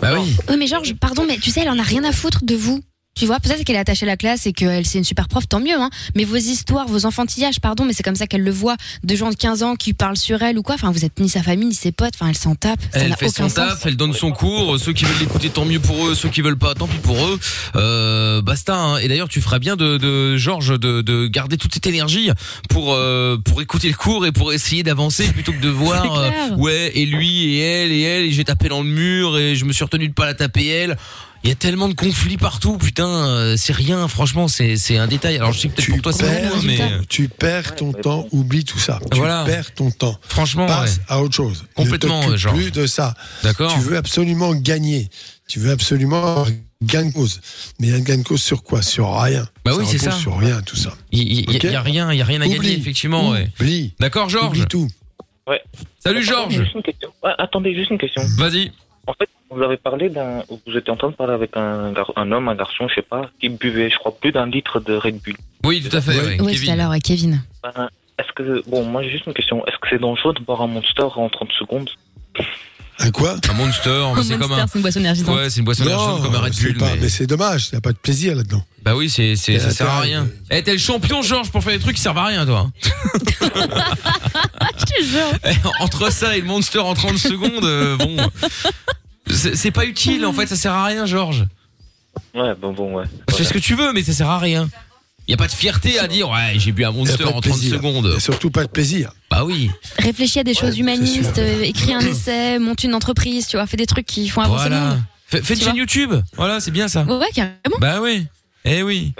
[SPEAKER 2] Bah oui.
[SPEAKER 5] Oui, mais Georges, pardon, mais tu sais, elle en a rien à foutre de vous. Tu vois, peut-être qu'elle est attachée à la classe et qu'elle c'est une super prof, tant mieux. Hein. Mais vos histoires, vos enfantillages, pardon, mais c'est comme ça qu'elle le voit, de gens de 15 ans qui parlent sur elle ou quoi. Enfin, vous êtes ni sa famille ni ses potes. Enfin, elle s'en tape. Ça
[SPEAKER 2] Elle
[SPEAKER 5] n'a
[SPEAKER 2] fait
[SPEAKER 5] aucun
[SPEAKER 2] son
[SPEAKER 5] sens.
[SPEAKER 2] taf, elle donne son cours. Ceux qui veulent l'écouter, tant mieux pour eux. Ceux qui veulent pas, tant pis pour eux. Euh, basta. hein. Et d'ailleurs, tu feras bien de, de Georges de, de garder toute cette énergie pour euh, pour écouter le cours et pour essayer d'avancer plutôt que de voir
[SPEAKER 13] C'est clair.
[SPEAKER 2] euh, ouais et lui et elle et elle et j'ai tapé dans le mur et je me suis retenu de pas la taper elle. Il y a tellement de conflits partout, putain, euh, c'est rien, franchement, c'est c'est un détail. Alors je sais que peut-être pour toi c'est rien,
[SPEAKER 4] perds,
[SPEAKER 2] mais euh,
[SPEAKER 4] tu perds ton temps, oublie tout ça.
[SPEAKER 2] Voilà.
[SPEAKER 4] Tu perds ton temps.
[SPEAKER 2] Franchement,
[SPEAKER 4] passe
[SPEAKER 2] ouais.
[SPEAKER 4] à autre chose.
[SPEAKER 2] Complètement,
[SPEAKER 4] ne t'occupe
[SPEAKER 2] euh, genre.
[SPEAKER 4] plus de ça.
[SPEAKER 2] D'accord.
[SPEAKER 4] Tu veux absolument gagner. Tu veux absolument avoir gain de cause. Mais un gain de cause sur quoi Sur rien.
[SPEAKER 2] Bah oui, c'est
[SPEAKER 4] repose
[SPEAKER 2] ça.
[SPEAKER 4] Sur rien, tout ça.
[SPEAKER 2] Il il- il y, a-
[SPEAKER 4] Ok
[SPEAKER 2] il y a rien, il y a rien à
[SPEAKER 4] Oublie.
[SPEAKER 2] gagner effectivement. ouais.
[SPEAKER 4] Oublie.
[SPEAKER 2] D'accord, Georges.
[SPEAKER 4] Oublie tout.
[SPEAKER 12] Ouais.
[SPEAKER 2] Salut,
[SPEAKER 12] Attendez,
[SPEAKER 2] Georges.
[SPEAKER 12] juste une question. Ouais, attendez, juste une question.
[SPEAKER 2] Vas-y.
[SPEAKER 12] En fait, vous avez parlé d'un. Vous étiez en train de parler avec un, gar- un homme, un garçon, je sais pas, qui buvait, je crois, plus d'un litre de Red Bull. Ben,
[SPEAKER 2] Oui, tout à fait.
[SPEAKER 5] Oui, c'est alors, ouais, Kevin.
[SPEAKER 12] est-ce que. Bon, moi, j'ai juste une question. Est-ce que c'est dangereux de boire un monster en 30 secondes
[SPEAKER 4] Un quoi
[SPEAKER 2] Un monster, mais c'est comme un.
[SPEAKER 5] une boisson énergisante.
[SPEAKER 2] Ouais, c'est une boisson
[SPEAKER 4] Non,
[SPEAKER 2] énergisante comme un Red
[SPEAKER 4] c'est
[SPEAKER 2] Bull.
[SPEAKER 4] pas-
[SPEAKER 2] mais-
[SPEAKER 4] Mais c'est dommage, il n'y a pas de plaisir là-dedans.
[SPEAKER 2] Bah oui, c'est, c'est,
[SPEAKER 4] Mais
[SPEAKER 2] ça sert à
[SPEAKER 4] attends,
[SPEAKER 2] rien. Eh, t'es le champion, Georges, pour faire des trucs qui servent à rien, toi.
[SPEAKER 5] Je te jure.
[SPEAKER 2] Eh, Entre ça et le monster en 30 secondes, euh, bon. C'est, c'est pas utile, en fait, ça sert à rien, Georges.
[SPEAKER 12] Ouais, bon, bon, ouais.
[SPEAKER 2] Tu fais ce que tu veux, mais ça sert à rien. Y a pas de fierté à dire, ouais, j'ai bu un
[SPEAKER 4] Il y a
[SPEAKER 2] monster
[SPEAKER 4] pas de
[SPEAKER 2] en 30
[SPEAKER 4] plaisir.
[SPEAKER 2] secondes.
[SPEAKER 4] Et surtout pas de plaisir.
[SPEAKER 2] Bah oui.
[SPEAKER 5] Réfléchis à des choses humanistes, euh, écris un essai, monte une entreprise, tu vois, fais des trucs qui
[SPEAKER 2] Ah,
[SPEAKER 5] font avancer le
[SPEAKER 2] Voilà.
[SPEAKER 5] monde.
[SPEAKER 2] Fais, fais une
[SPEAKER 5] Tu
[SPEAKER 2] chaîne
[SPEAKER 5] vois
[SPEAKER 2] YouTube. Voilà, c'est bien ça.
[SPEAKER 5] Ouais, ouais, carrément.
[SPEAKER 2] Bah oui. Eh oui.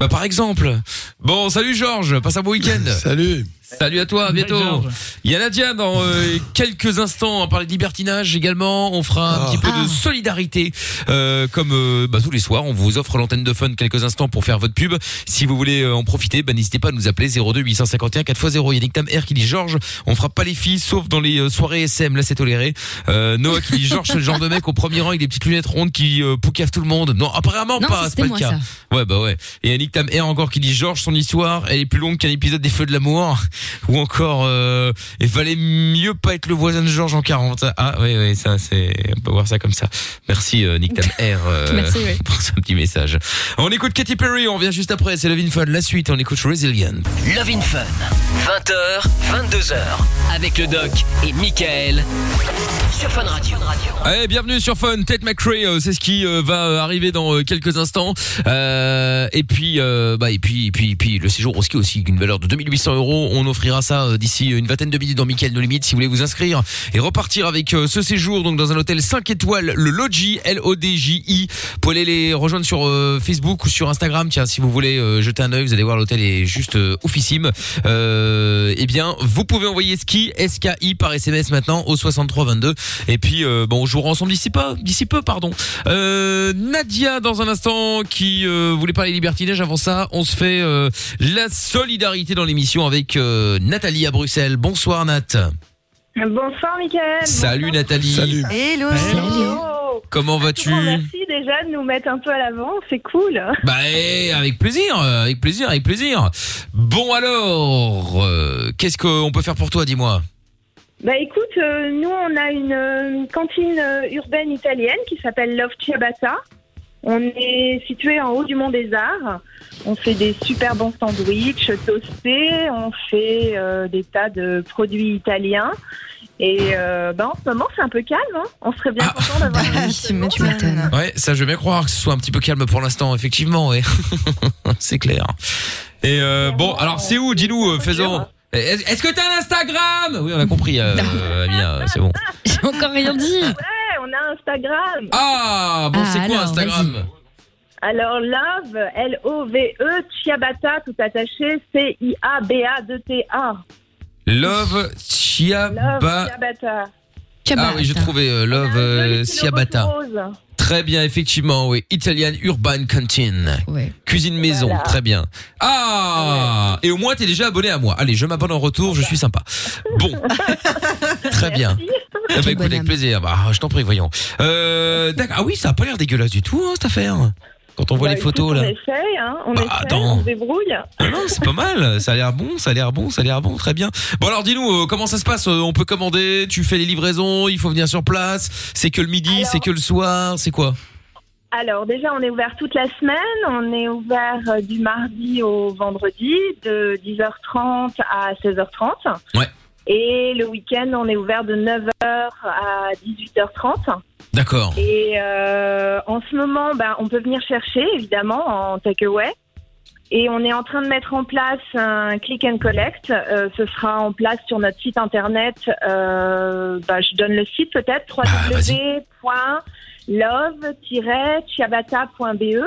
[SPEAKER 2] Bah par exemple. Bon, salut Georges, passe un bon week-end.
[SPEAKER 4] Salut.
[SPEAKER 2] Salut à toi, à bientôt. Il y a Nadia dans euh, quelques instants. On va parler de libertinage également. On fera un petit peu
[SPEAKER 10] Ah.
[SPEAKER 2] de solidarité. Euh, comme euh, bah, tous les soirs, on vous offre l'antenne de fun quelques instants pour faire votre pub. Si vous voulez euh, en profiter, bah, n'hésitez pas à nous appeler 02 851 4x0. Il y a Nick Tam R qui dit Georges, on frappe pas les filles sauf dans les euh, soirées SM. Là, c'est toléré. Euh, Noah qui dit Georges, c'est le genre de mec au premier rang avec des petites lunettes rondes qui euh, poucave tout le monde. Non, apparemment
[SPEAKER 13] Non, ça,
[SPEAKER 2] pas. C'est
[SPEAKER 13] c'était
[SPEAKER 2] pas
[SPEAKER 13] moi,
[SPEAKER 2] le cas.
[SPEAKER 13] ça.
[SPEAKER 2] Ouais, bah ouais. Et Yannick Tam R encore qui dit Georges, son histoire, elle est plus longue qu'un épisode des Feux de l'amour. Ou encore, euh, il valait mieux pas être le voisin de Georges en 40. Ah, ouais, ouais, ça, c'est, on peut voir ça comme ça. Merci, euh, Nick Tam R. euh,
[SPEAKER 13] Merci, ouais.
[SPEAKER 2] Pour ce petit message. On écoute Katy Perry, on revient juste après, c'est Love in Fun. La suite, on écoute Resilient.
[SPEAKER 1] Love in Fun, 20h, 22h, avec le doc et Michael sur Fun Radio.
[SPEAKER 2] Allez, bienvenue sur Fun, Ted McRae, euh, c'est ce qui euh, va euh, arriver dans euh, quelques instants. Euh, et puis, euh, bah, et puis, et puis, et puis, le séjour au ski aussi d'une valeur de 2800 euros. On offrira ça euh, d'ici une vingtaine de minutes dans Michael No Limite. Si vous voulez vous inscrire et repartir avec euh, ce séjour, donc dans un hôtel 5 étoiles, le Lodji, L-O-D-J-I. Vous pouvez aller les rejoindre sur euh, Facebook ou sur Instagram. Tiens, si vous voulez euh, jeter un œil, vous allez voir l'hôtel est juste euh, oufissime. Euh, eh bien, vous pouvez envoyer ski, SKI par SMS maintenant au 6322. Et puis, euh, bon, on jouera ensemble d'ici pas, d'ici peu, pardon. Euh, Nadia, dans un instant, qui euh, voulait parler libertinage. Avant ça, on se fait euh, la solidarité dans l'émission avec euh, Nathalie à Bruxelles. Bonsoir, Nat.
[SPEAKER 14] Bonsoir, Michael.
[SPEAKER 1] Bah,
[SPEAKER 2] Salut, Nathalie.
[SPEAKER 14] Hello.
[SPEAKER 2] Comment vas-tu
[SPEAKER 13] Merci Oh, déjà de nous mettre un peu à l'avant, c'est cool.
[SPEAKER 2] Bah, eh, avec plaisir, euh, avec plaisir, avec plaisir. Bon alors, euh, qu'est-ce qu'on peut faire pour toi, dis-moi
[SPEAKER 13] Bah écoute, euh, nous on a une, euh, une cantine euh, urbaine italienne qui s'appelle Love Ciabatta. On est situé en haut du Mont des Arts. On fait des super bons sandwichs toastés, on fait euh, des tas de produits italiens. Et euh, bah, en ce moment, c'est un peu calme. hein. On serait
[SPEAKER 1] Ah.
[SPEAKER 13] bien content d'avoir.
[SPEAKER 6] tu m'étonnes.
[SPEAKER 2] Ouais, ça je veux bien croire que ce soit un petit peu calme pour l'instant, effectivement, ouais. c'est clair. Et euh, bon, alors c'est où Dis-nous, euh, faisons. Est-ce est-ce que t'as un Instagram Oui, on a compris, euh, euh, Amina, euh, c'est bon.
[SPEAKER 5] J'ai encore rien dit.
[SPEAKER 13] Ouais, on a Instagram.
[SPEAKER 2] Ah, bon, c'est quoi Instagram
[SPEAKER 13] Alors, love, L-O-V-E, E, Ciabatta, tout attaché, C-I-A-B-A-D-T-A.
[SPEAKER 2] Love
[SPEAKER 13] Love,
[SPEAKER 2] Chiaba.
[SPEAKER 13] Ciabatta.
[SPEAKER 2] Ah oui, j'ai trouvé euh, Love euh, Ciabatta.
[SPEAKER 13] Rose.
[SPEAKER 2] Très bien, effectivement, oui. Italian Urban Canteen. Cuisine maison,
[SPEAKER 13] Voilà.
[SPEAKER 2] très bien. Ah Et au moins, t'es déjà abonné à moi. Allez, je m'abonne en retour, je suis sympa. Bon. très bien. Eh ben, écoute, avec plaisir. Bah, je t'en prie, voyons. Euh, d'accord. ah oui, ça a pas l'air dégueulasse du tout, hein, cette affaire. Quand on voit
[SPEAKER 13] Bah,
[SPEAKER 2] les
[SPEAKER 13] écoute,
[SPEAKER 2] photos, là. Bah,
[SPEAKER 13] On essaye, hein, on essaye,
[SPEAKER 2] attends.
[SPEAKER 13] on se débrouille.
[SPEAKER 2] Ah non, c'est pas mal. Ça a l'air bon, ça a l'air bon, ça a l'air bon. Très bien. Bon alors, dis-nous euh, comment ça se passe. Euh, On peut commander. Tu fais les livraisons. Il faut venir sur place. C'est que le midi, c'est que le soir. C'est quoi
[SPEAKER 13] Alors déjà, on est ouvert toute la semaine. On est ouvert euh, du mardi au vendredi, de 10h30 à 16h30.
[SPEAKER 2] Ouais.
[SPEAKER 13] Et le week-end, on est ouvert de 9h à 18h30.
[SPEAKER 2] D'accord.
[SPEAKER 13] Et euh, en ce moment, ben, on peut venir chercher, évidemment, en takeaway. Et on est en train de mettre en place un click and collect. Euh, ce sera en place sur notre site internet. Euh, ben, je donne le site peut-être
[SPEAKER 2] Ah,
[SPEAKER 13] www.love-ciabatta.be.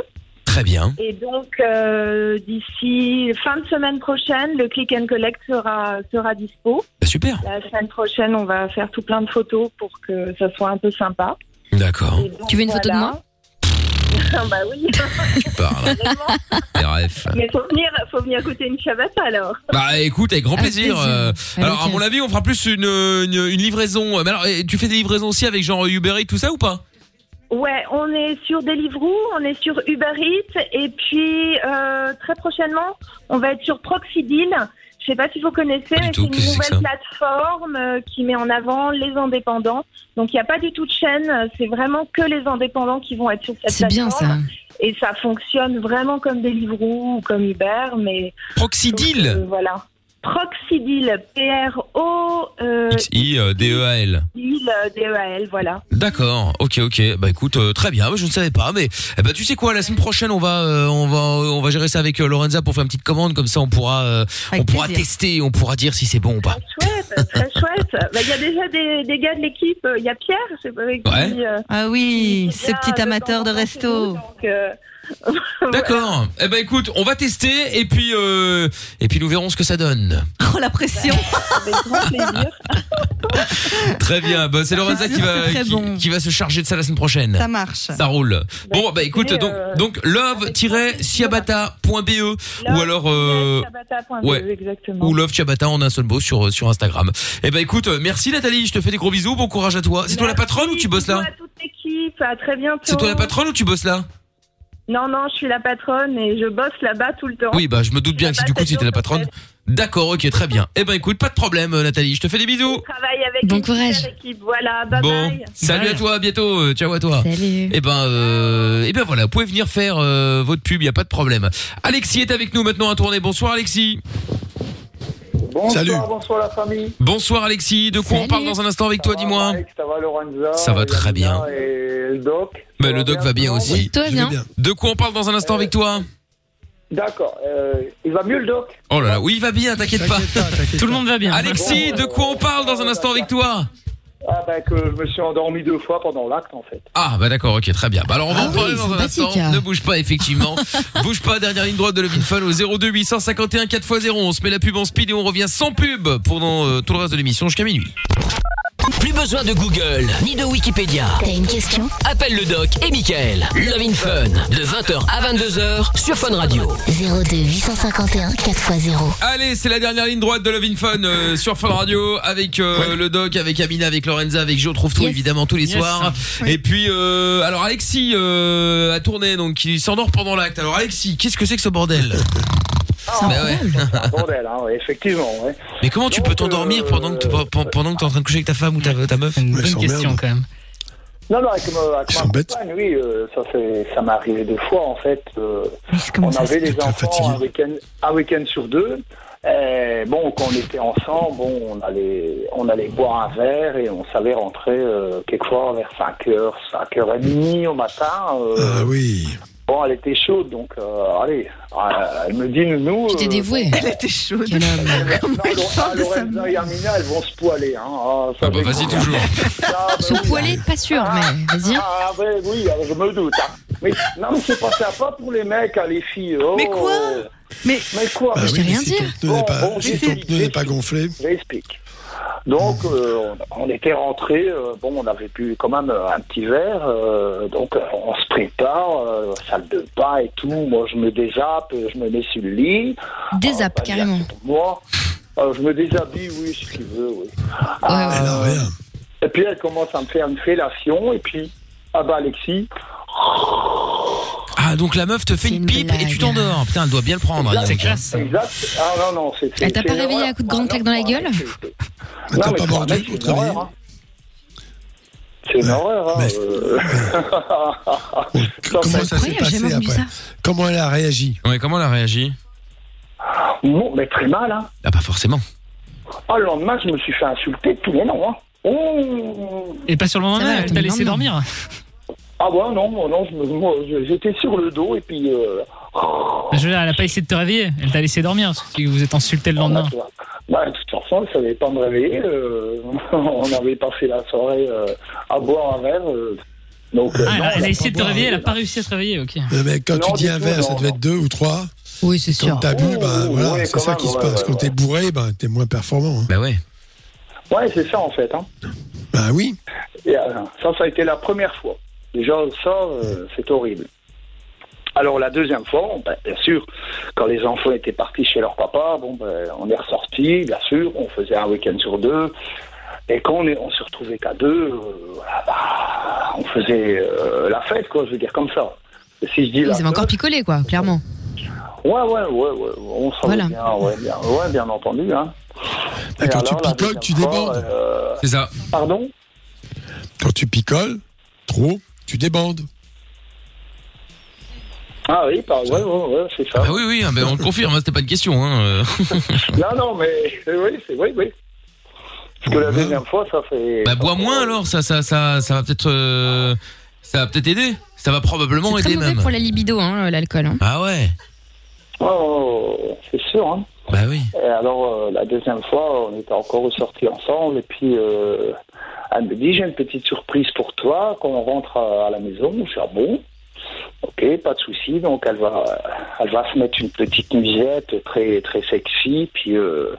[SPEAKER 2] Très bien.
[SPEAKER 13] Et donc, euh, d'ici fin de semaine prochaine, le click and collect sera, sera dispo.
[SPEAKER 2] Bah, super.
[SPEAKER 13] La semaine prochaine, on va faire tout plein de photos pour que ça soit un peu sympa.
[SPEAKER 2] D'accord.
[SPEAKER 13] Tu veux une photo de moi Bah oui.
[SPEAKER 2] Tu parles.
[SPEAKER 13] Vraiment.
[SPEAKER 2] RF.
[SPEAKER 13] Mais faut venir, faut venir goûter une ciabatta alors.
[SPEAKER 2] Bah écoute, avec grand
[SPEAKER 13] Avec
[SPEAKER 2] plaisir.
[SPEAKER 13] plaisir.
[SPEAKER 2] Euh,
[SPEAKER 13] Avec
[SPEAKER 2] alors à mon avis, on fera plus une, une, une livraison. Mais alors, eh, tu fais des livraisons aussi avec genre Uber Eats tout ça ou pas
[SPEAKER 13] Ouais, on est sur Deliveroo, on est sur Uber Eats et puis euh, très prochainement, on va être sur Proxidil. Je sais pas si vous connaissez, mais c'est une
[SPEAKER 2] qu'est-ce que c'est que
[SPEAKER 13] nouvelle plateforme euh, qui met en avant les indépendants. Donc il n'y a pas du tout de chaîne, euh, c'est vraiment que les indépendants qui vont être sur cette
[SPEAKER 5] C'est bien,
[SPEAKER 13] plateforme.
[SPEAKER 5] ça.
[SPEAKER 13] Et ça fonctionne vraiment comme Deliveroo ou comme Uber, mais
[SPEAKER 2] Proxidil
[SPEAKER 13] Donc, euh, Voilà. Proxidil, P-R-O. euh,
[SPEAKER 2] I euh, D E A L.
[SPEAKER 13] Deal, euh, DEAL, voilà.
[SPEAKER 2] D'accord, ok, ok. Bah écoute, euh, très bien. Je ne savais pas, mais eh ben, tu sais quoi, la semaine prochaine, on va, euh, on va, on va gérer ça avec euh, Lorenza pour faire une petite commande, comme ça, on pourra, euh, on
[SPEAKER 13] Avec
[SPEAKER 2] pourra
[SPEAKER 13] plaisir.
[SPEAKER 2] tester, on pourra dire si c'est bon ou pas.
[SPEAKER 13] Chouette, très chouette. Bah, Il y a déjà des, des gars de l'équipe. euh, Il y a Pierre, c'est euh,
[SPEAKER 6] Ah oui, ce petit amateur de resto.
[SPEAKER 13] euh,
[SPEAKER 2] D'accord. Eh ben écoute, on va tester et puis, euh, et puis nous verrons ce que ça donne.
[SPEAKER 6] Oh la pression.
[SPEAKER 2] Très bien. Bah, c'est Lorenza qui va,
[SPEAKER 6] C'est très
[SPEAKER 2] qui,
[SPEAKER 6] bon.
[SPEAKER 2] qui va se charger de ça la semaine prochaine.
[SPEAKER 6] Ça marche.
[SPEAKER 2] Ça roule. Bon, bah écoute,
[SPEAKER 6] écoutez,
[SPEAKER 2] donc,
[SPEAKER 6] euh,
[SPEAKER 2] donc love-ciabatta.be E ou alors. euh,
[SPEAKER 13] Ciabatta.be,
[SPEAKER 2] ouais.
[SPEAKER 13] exactement.
[SPEAKER 2] Ou love ciabatta en un seul mot sur, euh, sur Instagram. Eh ben écoute, euh, merci Nathalie, je te fais des gros bisous, bon courage à toi. C'est toi la patronne ou tu bosses là
[SPEAKER 13] à toute l'équipe, à très bientôt.
[SPEAKER 2] C'est toi la patronne ou tu bosses là
[SPEAKER 13] Non, non, je suis la patronne et je bosse là-bas tout le temps.
[SPEAKER 2] Oui, bah je me doute bien que si du coup c'était la patronne. D'accord, ok, très bien. Eh ben écoute, pas de problème euh, Nathalie, je te fais des bisous.
[SPEAKER 13] Je travaille avec bon courage. équipe. Voilà, bye
[SPEAKER 2] Bon,
[SPEAKER 13] bye.
[SPEAKER 2] salut à toi, à bientôt, euh, ciao à toi.
[SPEAKER 5] Salut.
[SPEAKER 2] Et ben, euh, et ben voilà, vous pouvez venir faire euh, votre pub, y a pas de problème. Alexis est avec nous maintenant à tourner. Bonsoir Alexis.
[SPEAKER 14] Bonsoir,
[SPEAKER 2] Salut.
[SPEAKER 14] bonsoir la famille.
[SPEAKER 2] Bonsoir Alexis, de quoi on parle dans un instant avec toi, dis-moi.
[SPEAKER 14] Mike, ça va Lorenza
[SPEAKER 2] Ça va
[SPEAKER 14] et
[SPEAKER 2] très bien.
[SPEAKER 14] Amina Et le doc.
[SPEAKER 2] Bah, le doc va bien
[SPEAKER 14] tout le monde
[SPEAKER 2] aussi.
[SPEAKER 14] Tout va bien.
[SPEAKER 2] De quoi on parle dans un instant avec toi
[SPEAKER 14] D'accord. euh, il va mieux le doc
[SPEAKER 2] Oh là là, oui, il va bien, t'inquiète pas. Tout le monde va bien. Alexis, de quoi on parle dans un instant avec toi
[SPEAKER 14] Ah bah que je me suis endormi deux fois pendant l'acte en fait.
[SPEAKER 2] Ah bah d'accord, ok, très bien. Bah alors on va
[SPEAKER 14] Ah
[SPEAKER 2] en
[SPEAKER 14] oui,
[SPEAKER 2] parler dans un
[SPEAKER 14] sympathique. hein.
[SPEAKER 2] instant. Ne bouge pas effectivement. bouge pas, dernière ligne droite de Love in Fun au 02 851 4x0. On se met la pub en speed et on revient sans pub pendant euh, tout le reste de l'émission jusqu'à minuit.
[SPEAKER 1] Plus besoin de Google ni de Wikipédia.
[SPEAKER 10] T'as une question
[SPEAKER 1] Appelle le doc et Michael. Love in Fun de 20h à 22h sur Fun Radio.
[SPEAKER 10] 02 851 4x0.
[SPEAKER 2] Allez, c'est la dernière ligne droite de Love in Fun euh, sur Fun Radio avec euh, le doc, avec Amina, avec Lorenza, avec Jo trouve tout évidemment tous les
[SPEAKER 8] Yes.
[SPEAKER 2] soirs.
[SPEAKER 8] Oui.
[SPEAKER 2] Et puis euh, alors Alexis euh, a tourné donc il s'endort pendant l'acte. Alors Alexis, qu'est-ce que c'est que ce bordel
[SPEAKER 14] Ah,
[SPEAKER 2] Bah ouais.
[SPEAKER 14] un bordel, hein, ouais, effectivement. ouais. euh,
[SPEAKER 2] Mais comment tu peux t'endormir pendant que tu pendant que t'es en train de coucher avec ta femme ou ta, ta meuf Une
[SPEAKER 14] bonne question,
[SPEAKER 2] quand même.
[SPEAKER 14] Non, non, avec ma, avec ma compagne, oui, euh, ça, fait- ça m'est arrivé deux fois en fait. euh, on
[SPEAKER 15] ça se
[SPEAKER 14] avait
[SPEAKER 15] fait
[SPEAKER 14] des
[SPEAKER 15] pas
[SPEAKER 14] enfants un week-end, un week-end sur deux. Et bon, quand on était ensemble, bon, on allait, on allait boire un verre et on savait rentrer euh, quelquefois vers 5h, 5h30 au matin. ah
[SPEAKER 4] oui.
[SPEAKER 14] Bon, elle était chaude, donc euh, allez, euh, elle me dit, nous.
[SPEAKER 5] Tu t'es
[SPEAKER 14] euh,
[SPEAKER 5] dévoué.
[SPEAKER 6] Elle était chaude.
[SPEAKER 14] non, Lorenza et Amina, ah, elles vont se poiler. Hein. Ah, ça
[SPEAKER 2] bah,
[SPEAKER 14] va
[SPEAKER 2] vas-y, toujours.
[SPEAKER 5] Se poiler, pas sûr, mais vas-y.
[SPEAKER 14] Ah ouais, oui, alors je me doute. hein. Mais, non, mais c'est pas sympa pour les mecs, hein, les filles. mais quoi
[SPEAKER 6] mais,
[SPEAKER 14] quoi
[SPEAKER 4] Bah oui, mais si ton pneu n'est pas-
[SPEAKER 14] bon,
[SPEAKER 4] si ton
[SPEAKER 14] j'explique,
[SPEAKER 4] pneu n'est pas gonflé,
[SPEAKER 14] J'explique. Donc, euh, on on était rentrés, euh, bon, on avait bu quand même euh, un petit verre, euh, donc euh, on se prépare, euh, salle de bain et tout. Moi, je me désappe, euh, je me mets sur le lit.
[SPEAKER 5] Des apps, carrément.
[SPEAKER 14] Moi, euh, je me déshabille, oui, si tu veux, oui. Euh, Et puis elle commence à me faire une fellation, et puis, ah bah Alexis,
[SPEAKER 2] Ah donc la meuf te fait une pipe et tu t'endors. Putain, elle doit bien le prendre. hein, dis donc.
[SPEAKER 14] Exact. Ah non, non, c'est.
[SPEAKER 5] Elle t'a
[SPEAKER 14] c'est
[SPEAKER 5] pas
[SPEAKER 14] une Ah,
[SPEAKER 5] réveillé
[SPEAKER 14] horreur.
[SPEAKER 5] à coups de grande claque dans la gueule
[SPEAKER 14] Non,
[SPEAKER 4] Ah
[SPEAKER 14] mais pas mordu pour travailler
[SPEAKER 4] hein.
[SPEAKER 14] C'est une horreur, hein. euh.
[SPEAKER 4] comment ça s'est
[SPEAKER 14] incroyable, j'ai
[SPEAKER 4] passé
[SPEAKER 14] jamais
[SPEAKER 4] après
[SPEAKER 14] entendu
[SPEAKER 4] Comment elle a réagi
[SPEAKER 2] Ouais, comment elle a réagi
[SPEAKER 14] Bon, mais très mal, hein.
[SPEAKER 2] Ah pas forcément.
[SPEAKER 14] Ah, le lendemain, je me suis fait insulter de tous les noms, hein. Oh
[SPEAKER 8] Et pas sur le moment,
[SPEAKER 14] Ça va,
[SPEAKER 8] elle
[SPEAKER 14] attends,
[SPEAKER 8] t'a laissé
[SPEAKER 14] non,
[SPEAKER 8] dormir.
[SPEAKER 14] Ah ouais, non, non, non, je me- moi, je- j'étais sur le dos, et puis. euh,
[SPEAKER 8] Je veux dire, elle a pas essayé de te réveiller, elle t'a laissé dormir. parce que vous êtes insulté le lendemain.
[SPEAKER 14] Bah, de toute façon, elle ne savait pas me réveiller. euh, on avait passé la soirée euh, à boire un verre. euh, donc, euh,
[SPEAKER 8] Ah, elle
[SPEAKER 14] non,
[SPEAKER 8] a- elle a
[SPEAKER 14] pas
[SPEAKER 8] essayé de te
[SPEAKER 14] boire.
[SPEAKER 8] réveiller, elle a pas réussi à te réveiller, ok.
[SPEAKER 4] Non, Euh, mais quand tu
[SPEAKER 14] Non,
[SPEAKER 4] dis
[SPEAKER 14] du
[SPEAKER 4] un
[SPEAKER 14] tout,
[SPEAKER 4] verre, ça
[SPEAKER 14] non,
[SPEAKER 4] devait être deux ou trois.
[SPEAKER 5] Oui, c'est
[SPEAKER 4] Quand t'as bu, bah, voilà,
[SPEAKER 14] ouais,
[SPEAKER 4] c'est
[SPEAKER 14] quand
[SPEAKER 4] ça
[SPEAKER 14] même,
[SPEAKER 4] qui se
[SPEAKER 14] ouais,
[SPEAKER 4] passe.
[SPEAKER 14] ouais,
[SPEAKER 4] quand t'es bourré, bah, t'es moins performant.
[SPEAKER 2] Bah ouais.
[SPEAKER 14] Ouais, c'est ça en fait. Hein.
[SPEAKER 4] Bah oui.
[SPEAKER 14] Et, euh, ça, ça a été la première fois. Déjà, ça, euh, c'est horrible. Alors la deuxième fois, ben, bien sûr, quand les enfants étaient partis chez leur papa, bon, ben, on est ressortis, bien sûr, on faisait un week-end sur deux. Et quand on, est, on se retrouvait qu'à deux, euh, voilà, bah, on faisait euh, la fête, quoi, je veux dire comme ça. Et si je dis
[SPEAKER 5] Ils
[SPEAKER 14] la
[SPEAKER 5] avaient encore picolé, quoi, clairement.
[SPEAKER 14] Ouais, ouais, ouais, ouais, on s'en
[SPEAKER 5] Voilà.
[SPEAKER 14] bien, ouais, bien, ouais, bien entendu. Hein. Et
[SPEAKER 4] quand tu
[SPEAKER 14] alors, la
[SPEAKER 4] picoles, tu
[SPEAKER 14] deuxième fois,
[SPEAKER 4] débordes.
[SPEAKER 14] euh,
[SPEAKER 2] C'est ça.
[SPEAKER 14] Pardon
[SPEAKER 4] Quand tu picoles, trop, tu débandes.
[SPEAKER 14] Ah oui, par... ouais, ouais, ouais, c'est ça.
[SPEAKER 2] Ah oui oui, ah, ben, on le confirme, hein, c'était pas de question. Hein. euh.
[SPEAKER 14] non, non, mais euh, oui, c'est oui, oui. Parce que la deuxième fois, ça fait.
[SPEAKER 2] Bah bois moins alors, ça ça ça ça va peut-être euh, ça va peut-être aider. Ça va probablement
[SPEAKER 5] C'est très
[SPEAKER 2] aider
[SPEAKER 5] mauvais
[SPEAKER 2] même.
[SPEAKER 5] pour la libido, hein, l'alcool. hein.
[SPEAKER 2] Ah ouais.
[SPEAKER 14] Oh, c'est sûr, hein.
[SPEAKER 2] Bah oui.
[SPEAKER 14] Et alors, euh, la deuxième fois, on était encore sortis ensemble, et puis euh, elle me dit J'ai une petite surprise pour toi quand on rentre à, à la maison. Je suis ah bon Ok, pas de souci. Donc, elle va, elle va se mettre une petite musette très, très sexy, puis. euh,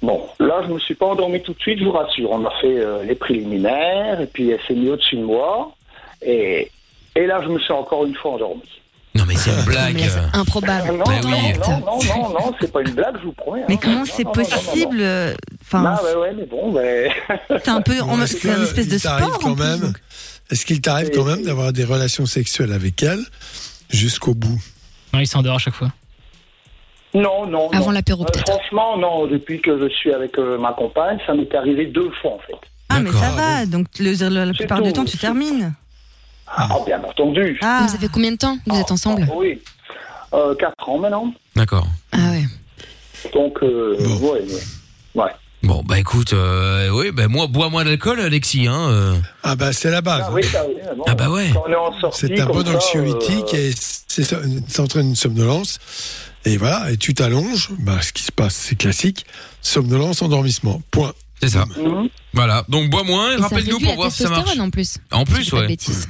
[SPEAKER 14] Bon, là, je me suis pas endormi tout de suite, je vous rassure. On a fait euh, les préliminaires, et puis elle s'est mise au-dessus de moi. Et, et là, je me suis encore une fois endormi.
[SPEAKER 2] Non mais c'est une blague.
[SPEAKER 5] Improbable.
[SPEAKER 4] Ah
[SPEAKER 14] Non, non,
[SPEAKER 5] Ah.
[SPEAKER 14] non, non, non, non, c'est pas une blague, je vous promets.
[SPEAKER 6] Mais
[SPEAKER 14] hein.
[SPEAKER 6] comment
[SPEAKER 14] Non,
[SPEAKER 6] c'est
[SPEAKER 14] non, non, non, non, non.
[SPEAKER 6] possible euh, Enfin,
[SPEAKER 14] Ah ouais, ouais, mais bon, ben.
[SPEAKER 6] c'est un peu, on-
[SPEAKER 4] Est-ce
[SPEAKER 6] c'est un
[SPEAKER 4] que
[SPEAKER 6] espèce de
[SPEAKER 4] il t'arrive
[SPEAKER 6] sport. en
[SPEAKER 4] quand
[SPEAKER 6] plus,
[SPEAKER 4] même-
[SPEAKER 6] donc.
[SPEAKER 4] Est-ce qu'il t'arrive quand même d'avoir des relations sexuelles avec elle jusqu'au bout
[SPEAKER 8] Non, il s'endort à chaque fois.
[SPEAKER 14] Non, non.
[SPEAKER 5] Avant
[SPEAKER 14] non.
[SPEAKER 5] l'apéro,
[SPEAKER 14] Euh, Franchement, non, depuis que je suis avec euh, ma compagne, ça m'est arrivé deux fois, en fait.
[SPEAKER 6] Ah, mais ça va, donc le- le- la plupart du temps, tu termines.
[SPEAKER 14] Ah, bien entendu.
[SPEAKER 5] Ah. Vous avez combien de temps que Vous êtes ensemble
[SPEAKER 14] oh, Oui. Euh, quatre ans maintenant.
[SPEAKER 2] D'accord.
[SPEAKER 5] Ah ouais.
[SPEAKER 14] Donc, euh, ouais, ouais. Ouais.
[SPEAKER 2] Bon bah écoute, euh, oui bah moi bois moins d'alcool Alexis hein. euh.
[SPEAKER 4] Ah bah c'est la base.
[SPEAKER 14] Ah oui, ça, oui, bon,
[SPEAKER 2] Ah bah ouais.
[SPEAKER 14] Quand on est en sortie,
[SPEAKER 4] C'est un
[SPEAKER 14] comme
[SPEAKER 4] bon
[SPEAKER 14] ça,
[SPEAKER 4] anxiolytique
[SPEAKER 14] euh,
[SPEAKER 4] et c'est ça ça entraîne une somnolence. Et voilà, et tu t'allonges, bah, ce qui se passe, c'est classique. Somnolence, endormissement. Point. Mmh.
[SPEAKER 2] C'est ça. Voilà, donc bois moins,
[SPEAKER 5] Et ça
[SPEAKER 2] rappelle-nous
[SPEAKER 5] réduit
[SPEAKER 2] pour
[SPEAKER 5] la
[SPEAKER 2] voir si ça marche.
[SPEAKER 5] testostérone, en plus.
[SPEAKER 2] En
[SPEAKER 5] Si je dis
[SPEAKER 2] plus
[SPEAKER 5] pas de
[SPEAKER 2] ouais.
[SPEAKER 5] bêtises.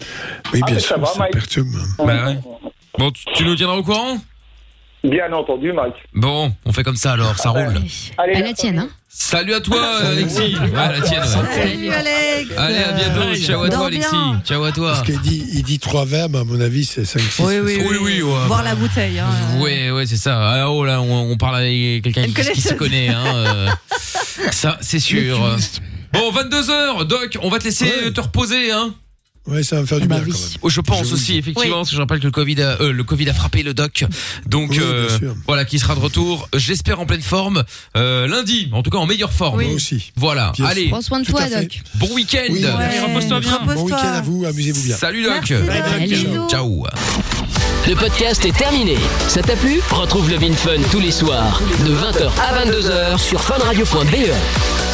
[SPEAKER 4] Oui,
[SPEAKER 14] Ah,
[SPEAKER 4] bien
[SPEAKER 14] mais Ah, ça
[SPEAKER 4] sûr,
[SPEAKER 14] va,
[SPEAKER 4] ça
[SPEAKER 14] Mike.
[SPEAKER 4] perturbe.
[SPEAKER 2] Bah ouais. Bon, tu- tu nous tiendras au courant
[SPEAKER 14] Bien entendu, Mike.
[SPEAKER 2] Bon, on fait comme ça alors, ça roule.
[SPEAKER 5] à la tienne, hein
[SPEAKER 2] Salut à toi, Alexis. Ouais, à la tienne. ouais.
[SPEAKER 6] Salut Alex
[SPEAKER 2] Allez, à bientôt. Ciao à toi,
[SPEAKER 6] Dors bien.
[SPEAKER 2] Alexis. Ciao à toi.
[SPEAKER 4] Parce qu'il dit, il dit trois verbes, à mon avis, c'est 5, 6.
[SPEAKER 6] Oui, oui, oui.
[SPEAKER 2] bah,
[SPEAKER 6] Voir la bouteille. Hein.
[SPEAKER 2] Ouais, ouais, c'est ça. Ah, oh là, on, on parle avec quelqu'un qui,
[SPEAKER 6] Une
[SPEAKER 2] qui se
[SPEAKER 6] connaisseuse.
[SPEAKER 2] connaît. Hein, euh, ça, c'est sûr. Bon, 22h, Doc, on va te laisser te reposer. Hein.
[SPEAKER 4] Ouais, ça va me
[SPEAKER 6] Ah
[SPEAKER 4] faire du
[SPEAKER 6] bah
[SPEAKER 4] bien quand même.
[SPEAKER 2] Oh, je pense aussi, effectivement, parce que je rappelle que le Covid a, euh, le Covid a frappé le doc. Donc, euh, voilà, qui sera de retour, j'espère en pleine forme, euh, lundi, en tout cas en meilleure forme.
[SPEAKER 4] Oui. Moi aussi.
[SPEAKER 2] Voilà,
[SPEAKER 4] Bien sûr.
[SPEAKER 2] allez.
[SPEAKER 4] Prends soin de Tout toi, à fait. Doc.
[SPEAKER 2] Bon week-end.
[SPEAKER 4] Oui, Ouais. merci. Repose-toi bien. Bon week-end à vous, amusez-vous bien.
[SPEAKER 2] Salut, Doc.
[SPEAKER 4] Merci, Doc. Bye, Doc. Bisous.
[SPEAKER 2] Ciao.
[SPEAKER 1] Le podcast est terminé. Ça t'a E. plu Retrouve le Vin Fun tous les soirs de 20h à 22h sur funradio.be.